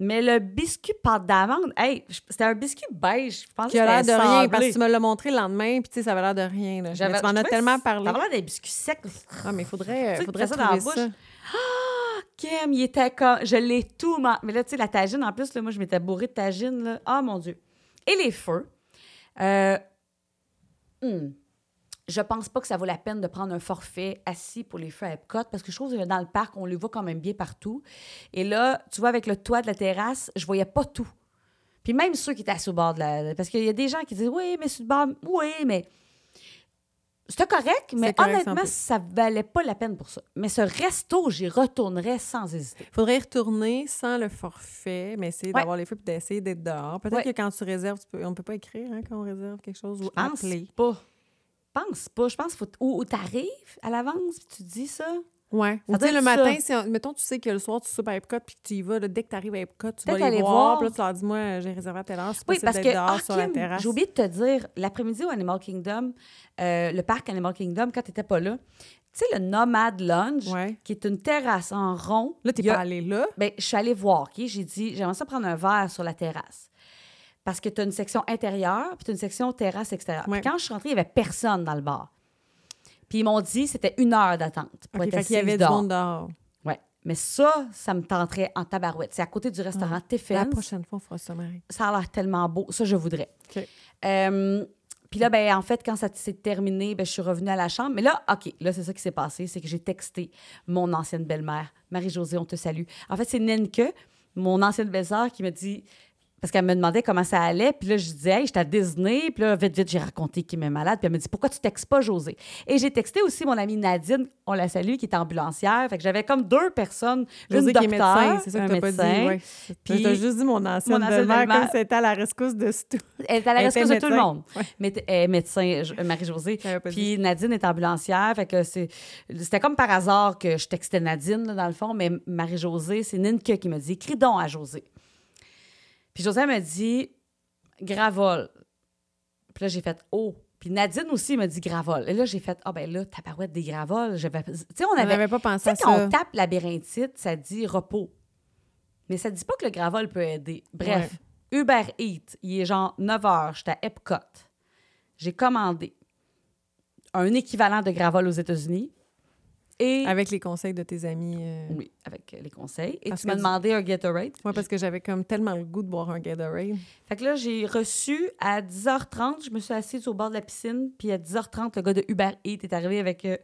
Mais le biscuit pâte d'amande, hey, je- c'était un biscuit beige. Je pense
Qui a l'air
que
de
c'était
rien, parce
sablé.
que tu me l'as montré le lendemain, puis tu sais, ça avait l'air de rien. Là.
J'avais-
Mais tu
je
m'en as
trouvais
tellement
que-
parlé.
Ça avait l'air des biscuits secs.
Ah, mais il faudrait,
Tu sais,
faudrait
tu fais ça dans
trouver
la
ça.
bouche. Kim, il était comme. Je l'ai tout man- Mais là, tu sais, la tagine, en plus, là, moi, je m'étais bourrée de tagine. Là. Ah, mon Dieu. Et les feux. Euh, hmm. Je pense pas que ça vaut la peine de prendre un forfait assis pour les feux à Epcot parce que je trouve que dans le parc, on les voit quand même bien partout. Et là, tu vois, avec le toit de la terrasse, je voyais pas tout. Puis même ceux qui étaient assis au bord de la. Parce qu'il y a des gens qui disent Oui, mais sur le bord, oui, mais. C'était correct, mais
C'est correct,
honnêtement,
sans
ça valait pas la peine pour ça. Mais ce resto, j'y retournerais sans hésiter.
faudrait y retourner sans le forfait, mais essayer
Ouais.
d'avoir les feux puis d'essayer d'être dehors.
Ouais.
Peut-être que quand tu réserves, tu peux- on ne peut pas écrire hein, quand on réserve quelque chose ou
Pense
appeler.
pas. Pense pas. Je pense qu'il faut. Ou, ou t'arrives à l'avance, puis tu dis ça.
Ouais. Ou
Ça
tu sais,
doit
le
être
matin,
ça.
si on- mettons, tu sais que le soir, tu soupes à Epcot puis que tu y vas, là, dès que tu arrives à Epcot, tu vas
Peut-être
les
aller
voir.
voir.
Puis là, tu leur dis, moi, j'ai réservé à telle heure, c'est
Oui,
possible
parce
d'être
que
dehors
ah,
sur la
Kim,
terrasse.
j'ai oublié de te dire, l'après-midi au Animal Kingdom, euh, le parc Animal Kingdom, quand t'étais pas là, tu sais, le Nomad Lounge,
Ouais.
qui est une terrasse en rond.
Là, t'es
il y a-
pas allé là.
Ben, je suis allée voir, OK? J'ai dit, j'aimerais ça prendre un verre sur la terrasse. Parce que tu as une section intérieure, puis tu as une section terrasse extérieure. Puis
Ouais.
Quand je suis rentrée, il n'y avait personne dans le bar. Puis ils m'ont dit c'était une heure d'attente pour
OK,
être
fait qu'il y
assise
avait du
dehors.
monde dehors.
Ouais. Mais ça, ça me tenterait en tabarouette. C'est à côté du restaurant
Ah, La
Tiffin.
prochaine fois, on fera ça, Marie.
Ça a l'air tellement beau. Ça, je voudrais.
OK.
Euh, puis là, ben, en fait, quand ça s'est terminé, ben, je suis revenue à la chambre. Mais là, OK, là, c'est ça qui s'est passé. C'est que j'ai texté mon ancienne belle-mère, Marie-Josée, on te salue. En fait, c'est Nenke, mon ancienne belle-sœur, qui me dit... Parce qu'elle me demandait comment ça allait. Puis là, je disais, hey, j'étais à Disney. Puis là, vite, vite, j'ai raconté qu'il m'est malade. Puis elle me dit, pourquoi tu textes pas, Josée? Et j'ai texté aussi mon amie Nadine, on la salue, qui est ambulancière. Fait que j'avais comme deux personnes,
José
une
qui est
docteur,
médecin, c'est ça
un
que t'as pas dit.
médecin.
Ouais.
Puis-
T'as juste dit mon ancienne
Mon ancienne
belle-mère
belle-mère.
comme c'était à la rescousse de tout.
Elle est à la
Elle était
rescousse de tout le
médecin.
monde.
Ouais.
Mais t- elle est médecin, je- euh, Marie-Josée.
J'avais pas
Puis Nadine est ambulancière. Fait que c'est, c'était comme par hasard que je textais Nadine, là, dans le fond, mais Marie-Josée, c'est Ninke qui me dit Écris donc à Josée. Puis Josée elle me dit Gravol. Puis là, j'ai fait Oh. Puis Nadine aussi m'a dit Gravol. Et là, j'ai fait Ah, ben là, ta parouette des Gravols. J'avais... Tu sais, on
On
avait.
n'avait pas pensé
Tu
à
sais, quand
ça.
on tape labyrinthite, ça dit repos. Mais ça dit pas que le gravol peut aider. Bref, Uber Eats, il est genre 9 h, j'étais à Epcot. J'ai commandé un équivalent de gravol aux États-Unis. Et.
Avec les conseils de tes amis. euh,
Oui, avec les conseils. Et
Parce
tu m'as
que du-
demandé un Gatorade.
Moi, parce que j'avais comme tellement le goût de boire un Gatorade.
Fait que là, j'ai reçu à 10h30, je me suis assise au bord de la piscine, puis à 10h30, le gars de Uber Eats est arrivé avec. euh,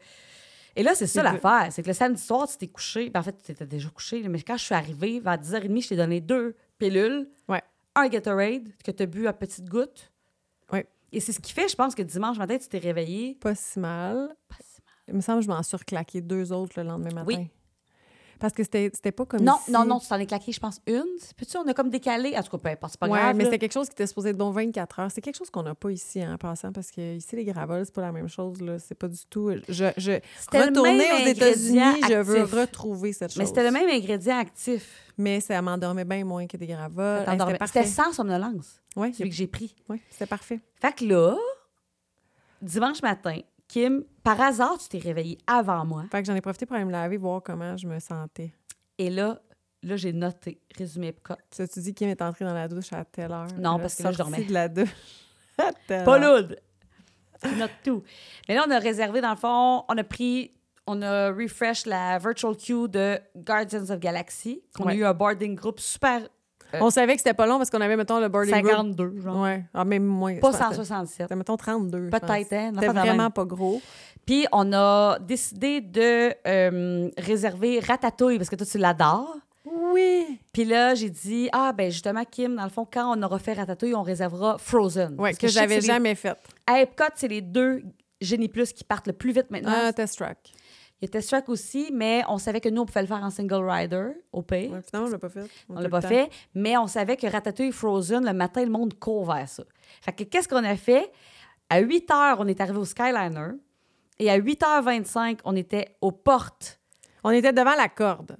Et là, c'est ça
Il peut-
l'affaire. C'est que le samedi soir, tu t'es couché. Ben, en fait, tu étais déjà couché, là, mais quand je suis arrivée, vers 10h30, je t'ai donné deux pilules,
Ouais.
un Gatorade que tu as bu à petites gouttes.
Ouais.
Et c'est ce qui fait, je pense, que dimanche matin, tu t'es réveillée.
Pas si mal.
Pas si
Il me semble que je m'en suis reclaqué deux autres le lendemain matin.
Oui.
Parce que c'était c'était pas comme
mal. Non,
ici.
non, non, tu t'en es claqué, je pense, une. Puis on a comme décalé. En tout cas, peu importe, c'est pas
Ouais,
grave.
mais
là.
c'était quelque chose qui était supposé être bon 24 heures. C'est quelque chose qu'on n'a pas ici hein, en passant parce que ici les gravoles, c'est pas la même chose là, c'est pas du tout je je
C'était le
retourner
même
aux États-Unis,
ingrédient
je veux
actif.
retrouver cette chose.
Mais c'était le même ingrédient actif.
Mais ça m'endormait bien moins que des gravoles. Euh, Hey,
T'endormais.
C'était parfait.
C'était sans somnolence,
Ouais,
celui que j'ai pris.
ouais, c'était parfait.
Fait que là, dimanche matin, Kim, par hasard, tu t'es réveillée avant moi.
Fait que j'en ai profité pour aller me laver voir comment je me sentais.
Et là, là j'ai noté, résumé Epcot.
Tu as-tu dit Kim est entrée dans la douche à telle heure?
Non,
Elle a
parce que là, je
sorti
dormais.
de la douche à telle
Pas
heure.
lourde. euh, Tu notes tout. Mais là, on a réservé, dans le fond, on a pris, on a refresh la virtual queue de Guardians of Galaxy. On a
Ouais.
eu un boarding group super
On savait que c'était pas long parce qu'on avait, mettons, le boarding group
52, genre.
Ouais. Ah, même moins.
Pas
je pense.
167.
C'était, mettons, 32. je pense.
Peut-être, hein? une
C'était
affaire de
vraiment
même.
pas gros.
Puis on a décidé de euh, réserver Ratatouille parce que toi, tu l'adores.
Oui.
Puis là, j'ai dit, ah, ben justement, Kim, dans le fond, quand on aura fait Ratatouille, on réservera Frozen.
Ouais,
Parce
que,
je sais
j'avais
c'est les-
jamais fait.
À Epcot, c'est les deux Génie Plus qui partent le plus vite maintenant.
Un Ah, test track.
Il y a Test Track aussi, mais on savait que nous, on pouvait le faire en single rider, au pays.
Ouais, finalement, on l'a pas fait.
On
a
l'a
eu
pas
le temps.
fait, mais on savait que Ratatouille Frozen, le matin, le monde court vers ça. Fait que qu'est-ce qu'on a fait? À 8 h, on est arrivé au Skyliner. Et à 8h25, on était aux portes.
On était devant la corde.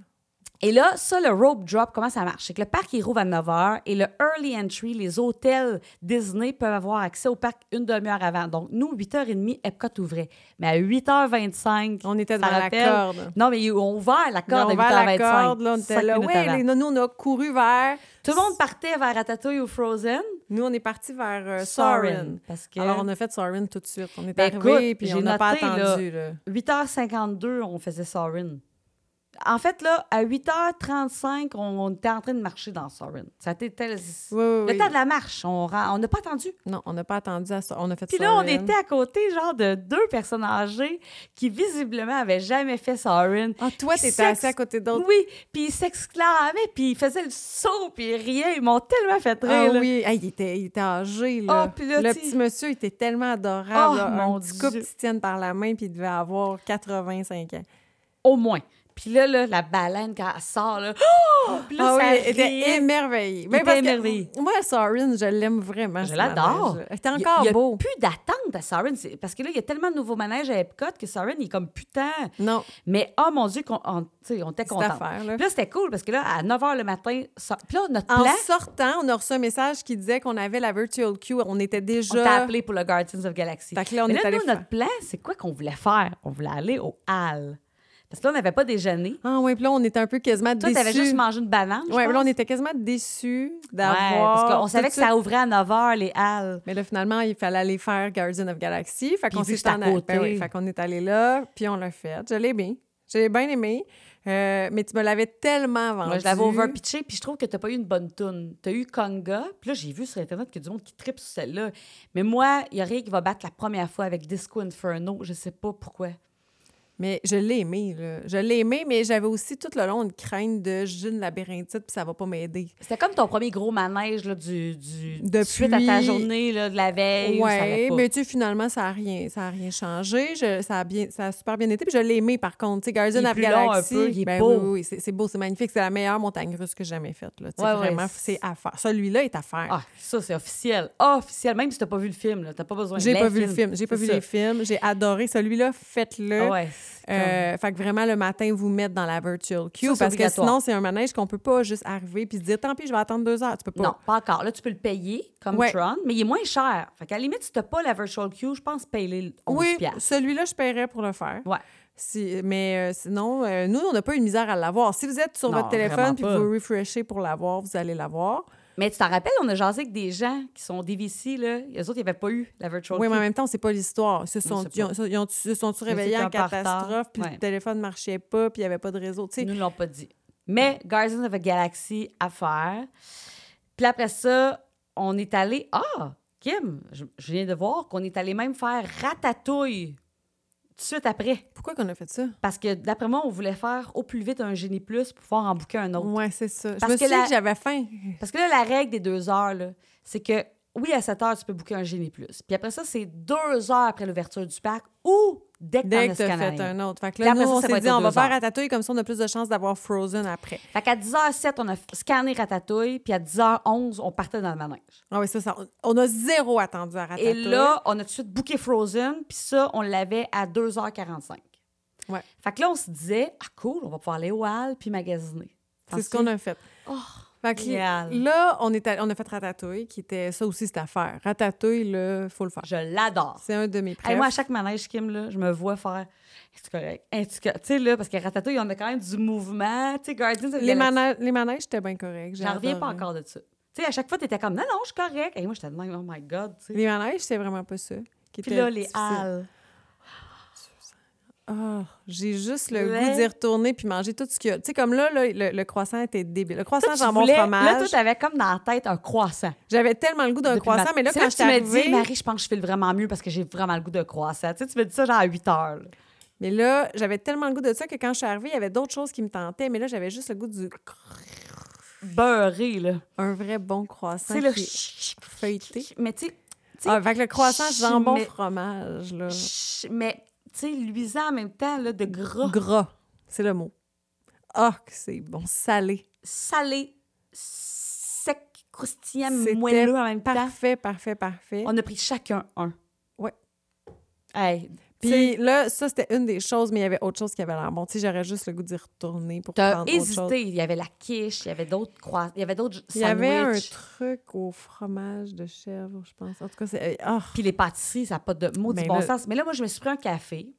Et là, ça, le rope drop, comment ça marche? C'est que le parc, il rouvre à 9 h et le early entry, les hôtels Disney peuvent avoir accès au parc une demi-heure avant. Donc, nous, 8h30, Epcot ouvrait. Mais à 8h25,
On était
ça
devant la
rappelle-
corde.
Non, mais ils ont ouvert la corde
on va
à 8h25.
à la corde, là, on était
cinq
là.
minutes
Ouais,
avant.
les nous, on a couru vers.
Tout le monde partait vers Ratatouille ou Frozen.
Nous, on est parti vers euh,
Soarin.
Soarin.
Parce que
Alors, on a fait Soarin tout de suite. On est
Ben,
arrivé,
écoute,
puis
j'ai
on n'a pas
noté, là.
attendu. là.
8h52, on faisait Soarin. En fait, là, à 8h35, on, on était en train de marcher dans Soarin. Ça a été tel-
Oui, oui,
le
oui.
temps de la marche. On ra- on n'a pas attendu.
Non, on n'a pas attendu à ça. On a fait
Puis là, on
Soarin.
était à côté, genre, de deux personnes âgées qui, visiblement, avaient jamais fait Soarin.
Ah, toi,
Qui
t'étais
s'ex-
assis à côté d'autres.
Oui, puis ils s'exclamaient, puis ils faisaient le saut, puis ils riaient. Ils m'ont tellement fait rire.
Ah
là.
oui, Hey, il, était, il était âgé. Là.
Ah, puis là,
le
tu-
petit monsieur il était tellement adorable.
Ah,
là.
mon
un petit couple
Dieu.
qui se tiennent par la main, puis il devait avoir 85 ans.
Au moins. Puis là, là, la baleine, quand elle sort, là, Oh! Puis là,
ah oui,
ça
il était
riait.
émerveillé. Ben,
était
parce que
émerveillé.
Moi, Sorin, je l'aime vraiment.
Je
ce
l'adore.
manège-là. Il était
Il y a-
encore
il y a
beau.
plus d'attente à Soarin. C'est- Parce que là, il y a tellement de nouveaux manèges à Epcot que Soarin, il est comme putain.
Non,
Mais oh mon Dieu, qu'on- on, tu sais, on était
cette
contents.
affaire. Là.
Puis là, c'était cool parce que là, à 9 h le matin, ça- puis là, notre
En
plan,
sortant, on a reçu un message qui disait qu'on avait la virtual queue. On était
on t'a
déjà.
appelé pour le Guardians of Galaxy.
Fait que là, on
Mais
est
là,
allé
nous,
faire-
notre plan, c'est quoi qu'on voulait faire? On voulait aller au Hall. Parce que là, on n'avait pas déjeuné.
Ah oui, puis là, on était un peu quasiment
Toi,
déçus.
t'avais juste mangé une banane. je
Ouais,
pense.
mais là, on était quasiment déçus d'avoir.
Ouais, parce qu'on
tout
savait que
de
ça ouvrait à 9 h les Halles.
Mais là, finalement, il fallait aller faire Guardian of Galaxy. Fait
Puis
qu'on
vu que
s'est
c'était à
en allé-
côté.
ben oui, fait qu'on est allé là, puis on l'a fait. Je l'ai bien. Je l'ai bien aimé. Euh, mais tu me l'avais tellement vendu.
Moi, je l'avais overpitché, puis je trouve que t'as pas eu une bonne toune. T'as eu Conga, puis là, j'ai vu sur Internet qu'il y a du monde qui tripe sur celle-là. Mais moi, il y a rien qui va battre la première fois avec Disco Inferno. Je sais pas pourquoi.
Mais je l'ai aimé, là. Je l'ai aimé, mais j'avais aussi tout le long une crainte de j'ai une labyrinthite, puis ça va pas m'aider.
C'était comme ton premier gros manège là, du, du
Depuis-
suite à ta journée là, de la veille. où Eh, ça allait
Ouais,
pas.
mais tu sais, finalement, ça a rien, ça a rien changé. Je- ça, a bien, ça a super bien été. Puis je l'ai aimé, par contre. Tu sais, Guardian
Il est
of
plus long un
Galaxy.
peu, il est
ben
beau.
oui, oui, oui, c'est c'est beau, c'est magnifique. C'est la meilleure montagne russe que j'ai jamais faite. là. Tu sais,
Ouais, ouais,
vraiment,
c'est-
c'est à faire. Celui-là est à faire.
Ah, ça, c'est officiel. Officiel, même si t'as pas vu le film, là, t'as pas besoin de
J'ai
les
pas vu le
films.
film. J'ai pas
C'est
vu
ça.
les films. J'ai adoré celui-là. Faites-le.
Ah ouais, c'est comme-
Euh, fait que vraiment, le matin, vous mettre dans la virtual
Ça,
queue
c'est
parce que
obligatoire.
sinon, c'est un manège qu'on peut pas juste arriver puis se dire tant pis, je vais attendre deux heures. Tu peux pas.
Non, pas encore. Là, tu peux le payer comme
Ouais.
Tron, mais il est moins cher. Fait qu'à la limite, si t'as pas la virtual queue, je pense payer 11
Oui,
piastres.
celui-là, je paierais pour le faire.
Ouais.
Si- mais euh, sinon, euh, nous, on n'a pas eu de misère à l'avoir. Si vous êtes sur
Non,
votre
vraiment
téléphone puis que
pas.
vous refreshez pour l'avoir, vous allez l'avoir.
Mais tu t'en rappelles, on a jasé avec des gens qui sont DVC, là. Eux autres, ils n'avaient pas eu la virtual
Oui,
queue.
mais en même temps, c'est pas l'histoire. Ils se
Non,
sont,
c'est
ils ont- ils ont- ils se sont
Mais
réveillés
c'est
en
un par retard.
catastrophe, puis
Ouais.
le téléphone ne marchait pas, puis il n'y avait pas de réseau. Tu sais,
Ils nous l'ont pas dit. Mais Guardians of the Galaxy à faire. Puis après ça, on est allé. Ah, Kim, je, je viens de voir qu'on est allé même faire Ratatouille tout de suite après.
pourquoi qu'on a fait ça?
Parce que d'après moi, on voulait faire au plus vite un génie plus pour pouvoir en bouquer un autre.
Oui, c'est ça.
Parce
je me
que
suis dit
la-
que j'avais faim.
Parce que là, la règle des deux heures, là, c'est que oui, à 7 heures, tu peux bouquer un génie plus. Puis après ça, c'est deux heures après l'ouverture du parc ou dès que t'en
Dès
as
que t'as
scanné.
fait un autre. Fait que
Puis
là,
après
nous,
ça,
on
ça va
s'est
être
dit,
aux
on va
deux
faire
heures.
Ratatouille, comme ça, on a plus de chances d'avoir Frozen après.
Fait qu'à 10h07, on a f- scanné Ratatouille, puis à 10h11, on partait dans le manège.
Ah oui, ça, ça- on a zéro attendu à Ratatouille.
Et là, on a tout de suite booké Frozen, puis ça, on l'avait à 2h45.
Ouais.
Fait que là, on se disait, ah cool, on va pouvoir aller au hall puis magasiner.
c'est ce qu'on a Mm. fait.
Oh,
Fait que
Génial.
là, on, est allé- on a fait Ratatouille, qui était ça aussi, cette affaire. Ratatouille, là, faut le faire.
Je l'adore.
C'est un de mes
Hey,
préfs.
moi, à chaque manège, Kim, là, je me vois faire. Est-ce correct? Est-ce que- Tu sais, là, parce que Ratatouille, on a quand même du mouvement. Tu sais, Guardians of the
les,
Galaxy,
manèges, les manèges, c'était bien correct. j'ai
J'en reviens pas
adoré.
encore de ça. Tu sais, à chaque fois, t'étais comme, non, non, je suis correct. Et moi, j'étais de même, oh my God. tu sais.
Les manèges, c'était vraiment pas ça. qui
Puis
était
là, les
difficile.
halles.
Ah, j'ai juste le
Ouais.
goût d'y retourner puis manger tout ce qu'il y a. Tu sais, comme là, là, le, le croissant était débile. Le croissant
Toi, tu
jambon
voulais-
fromage.
Là, toi, t'avais comme dans la tête un croissant.
J'avais tellement le goût d'un
Depuis
croissant,
le matin.
mais là,
C'est
quand
que
je suis
tu m'as dit,
arrivée...
Marie, je pense que je fais le vraiment mieux parce que j'ai vraiment le goût d'un croissant. Tu sais, tu me dis ça genre à 8 heures. là.
Mais là, j'avais tellement le goût de ça que quand je suis arrivée, il y avait d'autres choses qui me tentaient, mais là, j'avais juste le goût du...
Beurré, là.
Un vrai bon
Tu
croissant
sais,
qui
là.
est feuilleté.
Mais tu sais,
Ah, fait que le croissant
chi-
jambon
mais-
fromage, là.
ch- mais tu sais, luisant en même temps, là, de gras,
Gras, c'est le mot. Ah, que c'est bon, salé.
salé, sec, croustillant,
C'était
moelleux en même temps.
Parfait, parfait, parfait.
On a pris chacun un.
Ouais.
Hey,
Puis là, ça, c'était une des choses, mais il y avait autre chose qui avait l'air bon. Tu sais, j'aurais juste le goût d'y retourner pour
t'as
prendre autre chose.
hésité. Il y avait la quiche, il y avait d'autres croissants, il y avait d'autres
Il y avait un
sandwichs.
truc au fromage de chèvre, je pense. En tout cas, c'est... ah,
Puis les pâtisseries, ça n'a pas de maudit
Mais
bon
là-
sens. Mais là, moi, je me suis pris un café.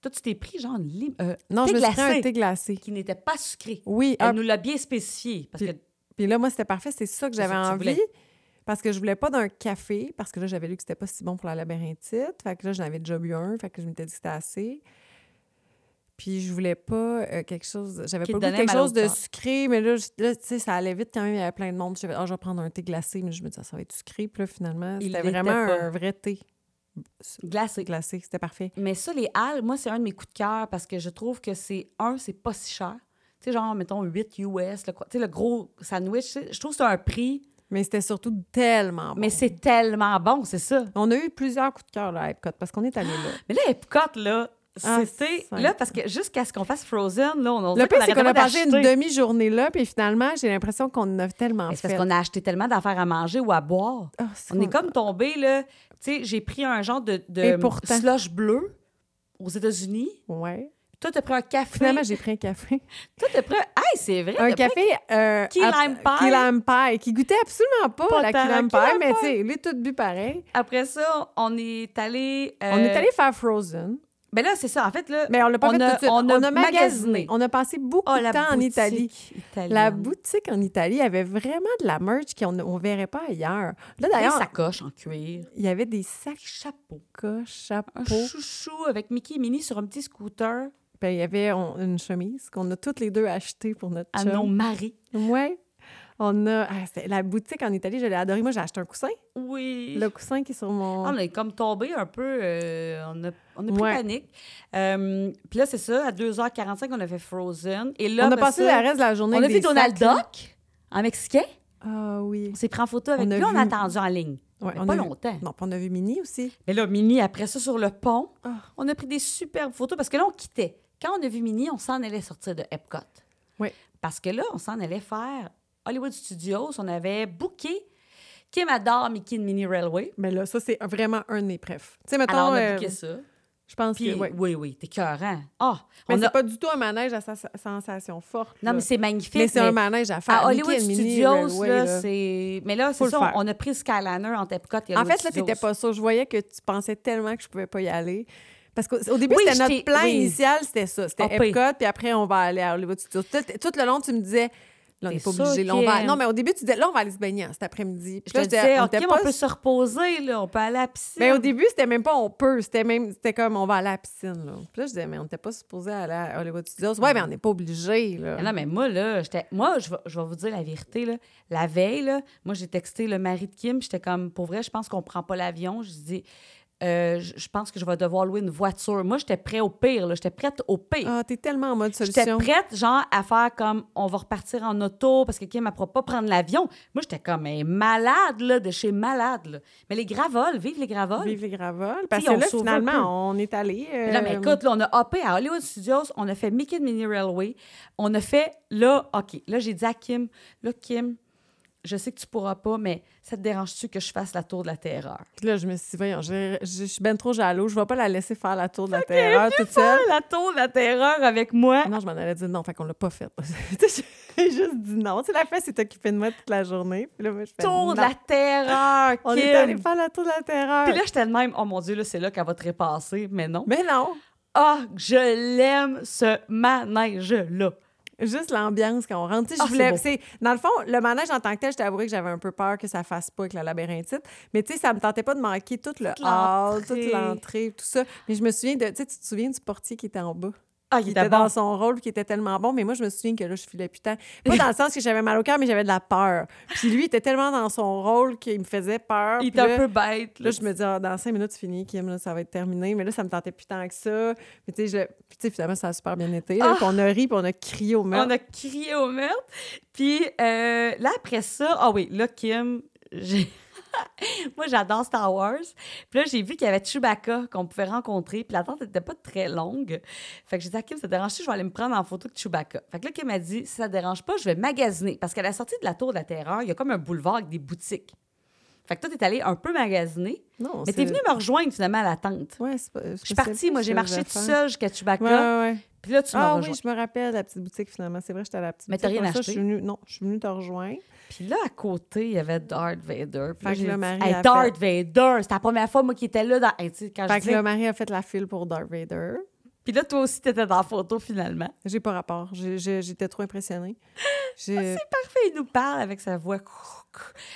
Toi, tu t'es pris genre une lime, euh,
Non,
thé
je me suis pris
glacé
un thé glacé.
qui n'était pas sucré.
Oui,
Elle
ah,
nous l'a bien spécifié. Parce que,
puis là, moi, c'était parfait. C'est ça que
C'est ça
j'avais
que tu
envie.
voulais.
Parce que je voulais pas d'un café, parce que là, j'avais lu que c'était pas si bon pour la labyrinthite. Fait que là, j'en avais déjà bu un, fait que je m'étais dit que c'était assez. Puis je voulais pas euh, quelque chose... J'avais
Qui
pas
te
le goût
donnait
de quelque
mal au
chose de
cœur.
sucré, mais là, je- là, tu sais, ça allait vite quand même. Il y avait plein de monde. Je, ah, je vais prendre un thé glacé, mais je me disais, ah, ça va être sucré. Puis là, finalement,
Il
c'était
l'était
vraiment
pas.
un vrai thé
glacé.
glacé. C'était parfait.
Mais ça, les halles, moi, c'est un de mes coups de cœur parce que je trouve que c'est, un, c'est pas si cher. Tu sais, genre, mettons, 8 US, le, quoi- tu sais, le gros sandwich. tu sais, Je trouve que c'est un prix,
Mais c'était surtout tellement bon.
mais c'est tellement bon, c'est ça.
On a eu plusieurs coups de cœur là, à Epcot, parce qu'on est allé là.
Mais là, Epcot, là,
Ah,
c'était...
c'est-
Là, parce que jusqu'à ce qu'on fasse Frozen, là, on, on
Le
dirait
pire, c'est
arrêtait
qu'on a
pas
passé une
d'acheter.
demi-journée là, puis finalement, j'ai l'impression qu'on en a tellement
Mais C'est
fait.
parce qu'on a acheté tellement d'affaires à manger ou à boire.
Ah, c'est
On est
con-
comme tombé, là. Tu sais, j'ai pris un genre de, de
Et pourtant.
slush bleu aux États-Unis.
Ouais.
Toi, t'as pris un café.
Finalement, j'ai pris un café.
Toi, t'as pris un... Hey, c'est vrai!
un
t'as pris-
café... euh,
Key
à-
lime pie.
Key lime pie, qui goûtait absolument pas,
Pas
la
tant,
key lime
key
pie,
lime
mais
pie.
tu sais, il est tout bu pareil.
Après ça, on est allé... euh,
On est allé faire Frozen,
Ben là, c'est ça. En fait, là...
mais on l'a pas
on
fait
a-
tout de suite.
on a magasiné.
magasiné. On a passé beaucoup
oh,
de
la
temps en
boutique
Italie.
italienne.
La boutique en Italie avait vraiment de la merch qu'on ne verrait pas ailleurs.
Des
Là, d'ailleurs,
sacoches en cuir.
il y avait des sacs
Chapeau.
coches, chapeaux.
Un chouchou avec Mickey et Minnie sur un petit scooter
Ben, il y avait on- une chemise qu'on a toutes les deux achetée pour notre
à nos
chum.
maris.
Ouais. On a ah, c'était- la boutique en Italie, je l'ai adorée. Moi, j'ai acheté un coussin.
Oui.
Le coussin qui est sur mon.
Ah, On est comme tombé un peu. euh, on a, on a pris
Ouais.
panique. Euh, Puis là, c'est ça, à 2h45, on a fait Frozen. Et là,
on a
ben
passé
ça,
le reste de la journée.
On a
avec
vu
des
Donald
sacs, là.
Duck en mexicain.
Ah oui.
On s'est pris en photo avec
On a
lui. On a
vu-
attendu en ligne.
Ouais,
Mais
on
pas
a vu-
longtemps.
Non, puis on a vu Minnie aussi.
Mais là, Mini, après ça, sur le pont,
Ah.
on a pris des superbes photos parce que là, on quittait. Quand on a vu Mini, on s'en allait sortir de Epcot.
Oui.
Parce que là, on s'en allait faire Hollywood Studios. On avait booké Kim adore Mickey and Mini Railway.
Mais Ben, là, ça, c'est vraiment un de mes préfs. Tu sais, mettons,
Alors, on a
euh,
booké ça.
je pense
Puis,
que. ouais.
oui, oui, t'es cœurant. Ah,
Mais
on
c'est
a...
pas du tout un manège à sa- sensation forte.
Non,
là.
mais c'est magnifique.
Mais c'est un
mais
manège à faire.
À
Mickey
Hollywood
and Minnie,
Studios,
Railway,
là,
là.
c'est... Mais là,
Faut
c'est
le
ça,
faire.
on- on a pris Skyliner entre Epcot et
En
Hollywood
fait, là,
Studios.
t'étais pas sûre. Je voyais que tu pensais tellement que je pouvais pas y aller. Parce qu'au début,
Oui,
c'était
j'étais-
notre plan
oui. Ah,
initial, c'était ça. C'était
Hoppé.
Epcot, puis après, on va aller à Hollywood Studios. Tout, tout le long, tu me disais, là, on
T'es
n'est pas
sûre,
obligé. là, on va...
Kim?
Non, mais au début, tu disais, là, on va aller se baigner hein, cet après-midi.
Je
Puis
te
là,
disais, OK,
était
mais on peut se reposer, là, on peut aller à la piscine.
Mais au début, c'était même pas on peut. C'était même, c'était comme, on va aller à la piscine, là. Puis là, je disais, mais on n'était pas supposé aller à Hollywood Studios. Ouais, mais on n'est pas obligé, là.
Mais Non, mais moi, là, j'étais. Moi, je vais, je vais vous dire la vérité, là. La veille, là, moi, j'ai texté le mari de Kim. J'étais comme, pour vrai, je pense qu'on prend pas l'avion. Je dis, euh, je je pense que je vais devoir louer une voiture. Moi, j'étais prêt au pire, là. J'étais prête au pire.
Ah, t'es tellement en mode
J'étais
solution.
prête, genre, à faire comme on va repartir en auto parce que Kim ne pourra pas prendre l'avion. Moi, j'étais comme elle est malade, là, de chez malade. là. Mais les gravoles, vive les gravoles.
Vive les gravoles. Parce
T'sais,
que
on
là,
sauve un
finalement, on est allé.
Mais Là, mais
euh,
écoute, là, on a hoppé à Hollywood Studios, on a fait Mickey and Minnie Railway, on a fait, là, OK, là, j'ai dit à Kim, là, Kim, je sais que tu pourras pas, mais ça te dérange-tu que je fasse la tour de la terreur?
Puis là, je me suis dit, voyons, je, je- je suis ben trop jaloux, je vais pas la laisser faire la tour de la terreur toute seule.
Ah, la tour de la terreur avec moi?
Non, je m'en allais dire non, fait qu'on l'a pas faite. Tu sais, J'ai juste dit non. Tu sais, la fête s'est occupée de moi toute la journée. Puis là, moi, je fais
Tour de
non.
la terreur,
On est allé
Kim!
faire la tour de la terreur.
Puis là, j'étais de même, oh mon Dieu, là, c'est là qu'elle va te repasser, mais non.
Mais non,
Ah, je l'aime, ce manège-là.
juste l'ambiance quand on rentre. Tu sais,
Ah,
je voulais,
c'est
c'est- dans le fond, le manège en tant que tel, je t'avouerai que j'avais un peu peur que ça fasse pas avec la labyrinthite. Mais tu sais, ça me tentait pas de manquer tout le hall, toute
l'entrée.
l'entrée, tout ça. Mais je me souviens de, tu sais, tu te souviens du portier qui était en bas?
Ah,
qui était dans son rôle, qui était tellement bon. Mais moi, je me souviens que là, je filais putain. Pas dans le sens que j'avais mal au cœur, mais j'avais de la peur. Puis lui, il était tellement dans son rôle qu'il me faisait peur.
Il
Puis
était
là,
un peu bête.
Là, je me dis, Ah, dans cinq minutes, c'est fini, Kim, là, ça va être terminé. Mais là, ça me tentait plus tant que ça. Mais tu sais, je- puis, tu sais, finalement, ça a super bien été. là.
Ah!
Puis on a ri, puis on a crié au meurtre.
On a crié au meurtre. Puis euh, là, après ça, ah oui, là, Kim, j'ai- Moi, j'adore Star Wars. Puis là, j'ai vu qu'il y avait Chewbacca qu'on pouvait rencontrer. Puis l'attente n'était pas très longue. Fait que j'ai dit à Kim, ça te dérange-tu? Je vais aller me prendre en photo de Chewbacca. Fait que là, Kim m'a dit, si ça te dérange pas, je vais magasiner. Parce qu'à la sortie de la Tour de la Terreur, il y a comme un boulevard avec des boutiques. Fait que toi, t'es allé un peu magasiner.
Non,
Mais t'es venu me rejoindre finalement à la tente.
Ouais, c'est pas- c'est
Je suis
pas
partie, moi, j'ai
ça,
marché
les
tout
affaires.
seul jusqu'à Chewbacca.
Ouais, ouais, ouais.
Puis là, tu m'as
Ah
rejoint.
oui, je me rappelle, la petite boutique, finalement. C'est vrai, j'étais à la petite
Mais t'as
boutique.
rien
Pour ça, je
acheté.
suis venue- Non, je suis venue te rejoindre.
Puis là, à côté, il y avait Darth Vader. Puis
Fait que
j'ai
là,
dit,
Marie
Hey,
a fait-
Darth Vader! C'était la première fois, moi, qui était là. Dans... Hey, tu sais, quand Ah, je
Fait que
disais-
le mari a fait la file pour Darth Vader.
Puis là, toi aussi, t'étais dans la photo, finalement.
J'ai pas rapport. J'ai- j'ai- J'étais trop impressionnée.
Ah,
J'ai-
Parfait, il nous parle avec sa voix.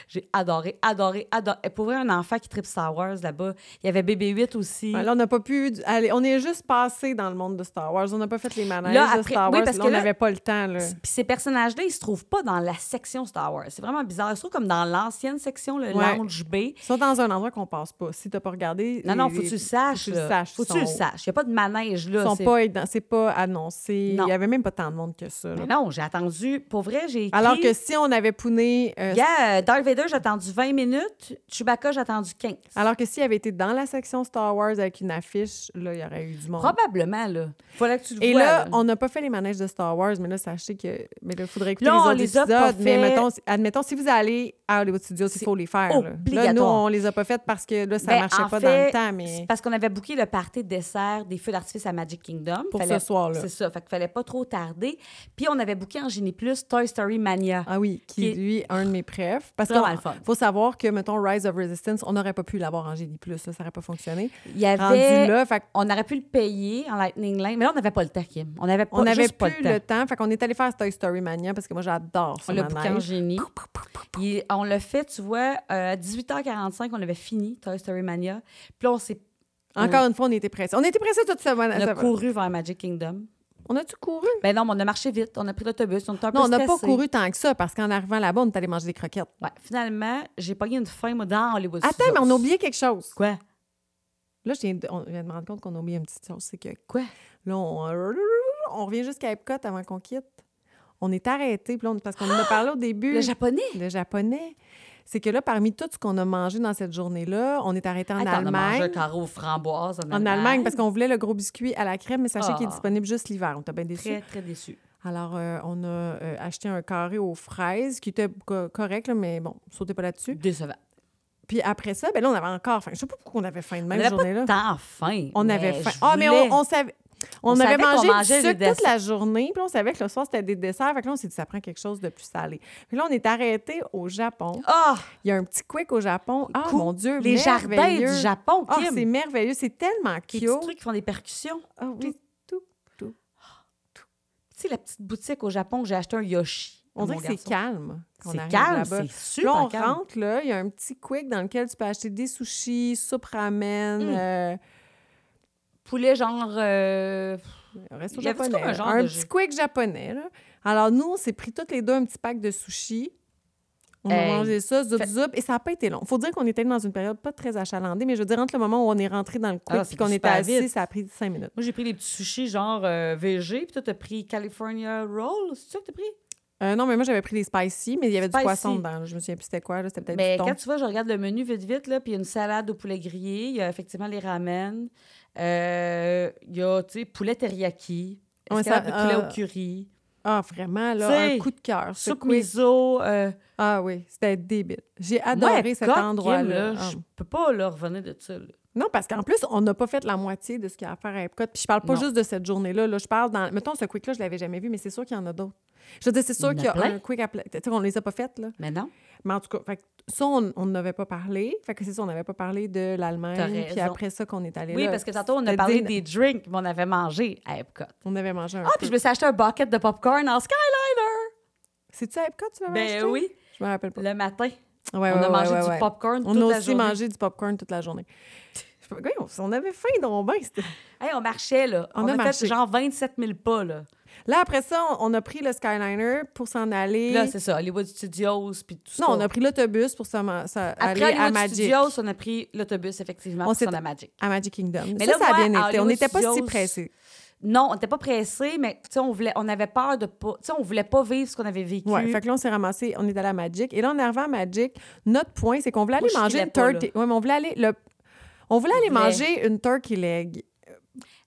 J'ai adoré, adoré, adoré. Et pour vrai, un enfant qui tripe Star Wars, là-bas, il y avait BB-8 aussi.
Ouais, là, on n'a pas pu. Allez, on est juste passé dans le monde de Star Wars. On n'a pas fait les manèges
Là,
de
après-
Star
oui,
Wars.
parce
là,
que
on
là-
n'avait pas le temps. Là.
Puis ces personnages-là, ils se trouvent pas dans la section Star Wars. C'est vraiment bizarre. Ils se trouvent comme dans l'ancienne section, le
Ouais.
lounge B.
Ils sont dans un endroit qu'on passe pas. Si t'as pas regardé.
Non,
les-
non, faut que
les-
tu le saches.
Faut que tu
là.
le saches.
Faut que
Ils
tu le
sont-
saches. Il n'y a pas de manège, là.
Ils sont
C'est-
pas aidants. C'est pas annoncé.
Non.
Il y avait même pas tant de monde que ça. là.
Mais non, j'ai attendu. Pour vrai, j'ai écrit...
Alors que si on avait pouné. euh,
Yeah, euh, Darth Vader, j'ai attendu 20 minutes. Chewbacca, j'ai attendu 15.
alors que s'il avait été dans la section Star Wars avec une affiche, là, il y aurait eu du monde.
Probablement, là. Faudrait que tu le
Et
vois.
là, on n'a pas fait les manèges de Star Wars, mais là, sachez que. Mais là, il faudrait écouter
Là, on
les
les
autres
a pas
épisodes. Mais
fait.
mettons, si- admettons, si vous allez à Hollywood Studios, il
C'est
faut les faire. là. Là. nous,
obligatoire.
on les a pas faites parce que là, ça
Ben,
marchait
en
pas
fait,
dans le temps, mais
c'est parce qu'on avait booké le party de dessert des feux d'artifice à Magic Kingdom.
pour
Fallait-
ce soir-là.
C'est ça. Fait qu'il fallait pas trop tarder. Puis on avait booké en Génie Plus Toy Story Mania.
Ah oui, qui est,
Qui-
lui, un de mes préfs. Parce
Vraiment le fun.
qu'il faut savoir que, mettons, Rise of Resistance, on n'aurait pas pu l'avoir en Génie Plus, là, ça n'aurait pas fonctionné.
Il y avait.
Rendu là, fait
On aurait pu le payer en Lightning Lane, mais là, on n'avait pas le temps, Kim. On n'avait pas,
on n'avait
juste pas
plus le temps. Fait qu'on est allé faire Toy Story Mania parce que moi, j'adore ça.
On l'a
ma
booké en
mère.
génie. Il- on l'a fait, tu vois, euh, à 18h45, on avait fini Toy Story Mania. Puis là, on s'est
Encore une fois, on était pressés. On était pressés toute semaine.
on a couru vers Magic Kingdom.
On a-tu couru?
Ben non, mais on a marché vite, on a pris l'autobus, on était un peu
Non, on n'a pas
stressés.
couru tant que ça parce qu'en arrivant là-bas, on est allé manger des croquettes.
Ouais, finalement, j'ai pogné une faim, moi, dans Hollywood
Attends,
Studios.
mais on a oublié quelque chose.
Quoi?
Là, je viens de, on vient de me rendre compte qu'on a oublié une petite chose. C'est que
Quoi?
là, on, on revient jusqu'à Epcot avant qu'on quitte. On est arrêté puis là, on- parce qu'on en a parlé au début.
Le japonais?
le japonais. C'est que là, parmi tout ce qu'on a mangé dans cette journée-là, on est arrêté en
Attends, on a mangé un
Allemagne.
carreau aux framboises en
En Allemagne, parce qu'on voulait le gros biscuit à la crème, mais sachez qu'il est
Ah.
disponible juste l'hiver. On t'a bien déçu.
Très, très déçu.
Alors, euh, on a euh, acheté un carré aux fraises qui était co- correct, là, mais bon, sautez pas là-dessus.
Décevant.
Puis après ça, ben là, on avait encore faim. Je sais pas pourquoi on avait faim de
On
même
n'avait
cette
pas
journée-là.
tant faim.
On
mais
avait faim.
je
Ah, mais
voulais-
on, on savait. On,
On
avait
savait qu'on
mangé du
mangeait des
sucre toute
desserts.
la journée, puis on savait que le soir, c'était des desserts. Fait que là, on s'est dit, ça prend quelque chose de plus salé. Puis là, on est arrêté au Japon.
Ah!
Il y a un petit quick au Japon. Ah,
Cool.
mon Dieu,
les jardins
merveilleux.
du Japon,
Ah,
Kim.
c'est merveilleux. C'est tellement
les
cute.
petits trucs qui font des percussions.
Ah oui.
Tu sais, la petite boutique au Japon, j'ai acheté un Yoshi. à
On dirait
mon
que
garçon.
c'est calme. quand on
C'est
arrive
calme,
là-bas.
c'est
Là,
super
on
calme.
rentre, là, il y a un petit quick dans lequel tu peux acheter des sushis, soupe ramen,
Mm.
euh,
Poulet genre... euh,
reste au
Il y avait-tu
japonais.
comme un
là.
genre de
petit
jeu?
quick japonais. là. Alors, nous, on s'est pris toutes les deux un petit pack de sushis. On
Hey.
a mangé ça, zoup,
Fait-
zoup, et ça n'a pas été long. faut dire qu'on était dans une période pas très achalandée, mais je veux dire, entre le moment où on est rentré dans le quick
Ah,
et
c'est
qu'on
super
était assis,
vite.
ça a pris cinq minutes.
Moi, j'ai pris des petits sushis genre euh, VG, puis toi, t'as pris California Roll, c'est ça que t'as pris?
Euh, non, mais moi, j'avais pris les spicy, mais il y avait du
Spicy.
poisson dedans. là. Je me souviens plus c'était quoi. là. C'était peut-être
Mais
du thon.
Ben, quand tu vois, je regarde le menu vite, vite, là, puis il y a une salade au poulet grillé, il y a effectivement les ramen, euh, il y a, tu sais, poulet teriyaki,
Ouais,
escalope
ça-
de poulet
euh,
au curry,
Ah, vraiment, là,
T'sais,
un coup de cœur. ce
soupe
quick.
miso. euh,
Ah oui, c'était débile. J'ai
moi,
adoré cet
Epcot, Kim,
endroit-là.
là,
Ah.
Je peux pas là, revenir de ça. là.
Non, parce qu'en plus, on n'a pas fait la moitié de ce qu'il y a à faire à Epcot. Puis je parle pas
Non.
juste de cette journée-là. Là, je parle dans. Mettons, ce quick-là, je l'avais jamais vu, mais c'est sûr qu'il y en a d'autres. Je veux dire, c'est sûr
Il y en
qu'il
a
y a
plein.
un quick à pla- Tu sais, on les a pas faites, là.
Mais non.
Mais en tout cas, fait que ça, on on n'avait pas parlé. Fait que c'est ça, on n'avait pas parlé de
T'as
l'Allemagne. Puis
raison.
après ça, qu'on est allé
Oui,
là.
parce que tantôt, on a
C'était
parlé
digne.
des drinks, mais on avait mangé à Epcot.
On avait mangé un.
Ah, puis je
peu.
me suis acheté un bucket de popcorn en Skyliner.
C'est-tu à Epcot, tu l'avais
Ben
acheté?
oui,
Je me rappelle pas.
le matin.
Ouais,
on
ouais,
a
ouais,
mangé
ouais,
du
ouais.
popcorn
On
toute
a
la
aussi
journée.
mangé du popcorn toute la journée. Je sais pas, voyons, on avait faim, donc ben, c'était-
Hey, on marchait, là.
On
On,
a
a,
marché.
fait genre 27 000 pas, là.
Là, après ça, on- on a pris le Skyliner pour s'en aller.
Là, c'est ça, Hollywood Studios, puis tout ça.
non, on a pris l'autobus pour s'en ma- s'en aller
Après
à
Hollywood
Magic.
Studios, on a pris l'autobus, effectivement,
On
on pour
s'est-
s'en aller à Magic.
À Magic Kingdom.
Mais
ça,
là,
ça a
moi,
bien
à
été. On
Hollywood
n'était pas si
Studios-
pressés.
non, on n'était pas pressé, mais tu sais, on voulait, on avait peur de pas, tu sais, on voulait pas vivre ce qu'on avait vécu.
Ouais, fait que là, on s'est ramassé, on est allé à Magic. Et là, en arrivant à Magic, notre point, c'est qu'on voulait aller
Moi, je
manger
filais
une
pas,
turkey. Ouais, mais on voulait aller, le- on voulait aller
voulait-
manger une turkey leg.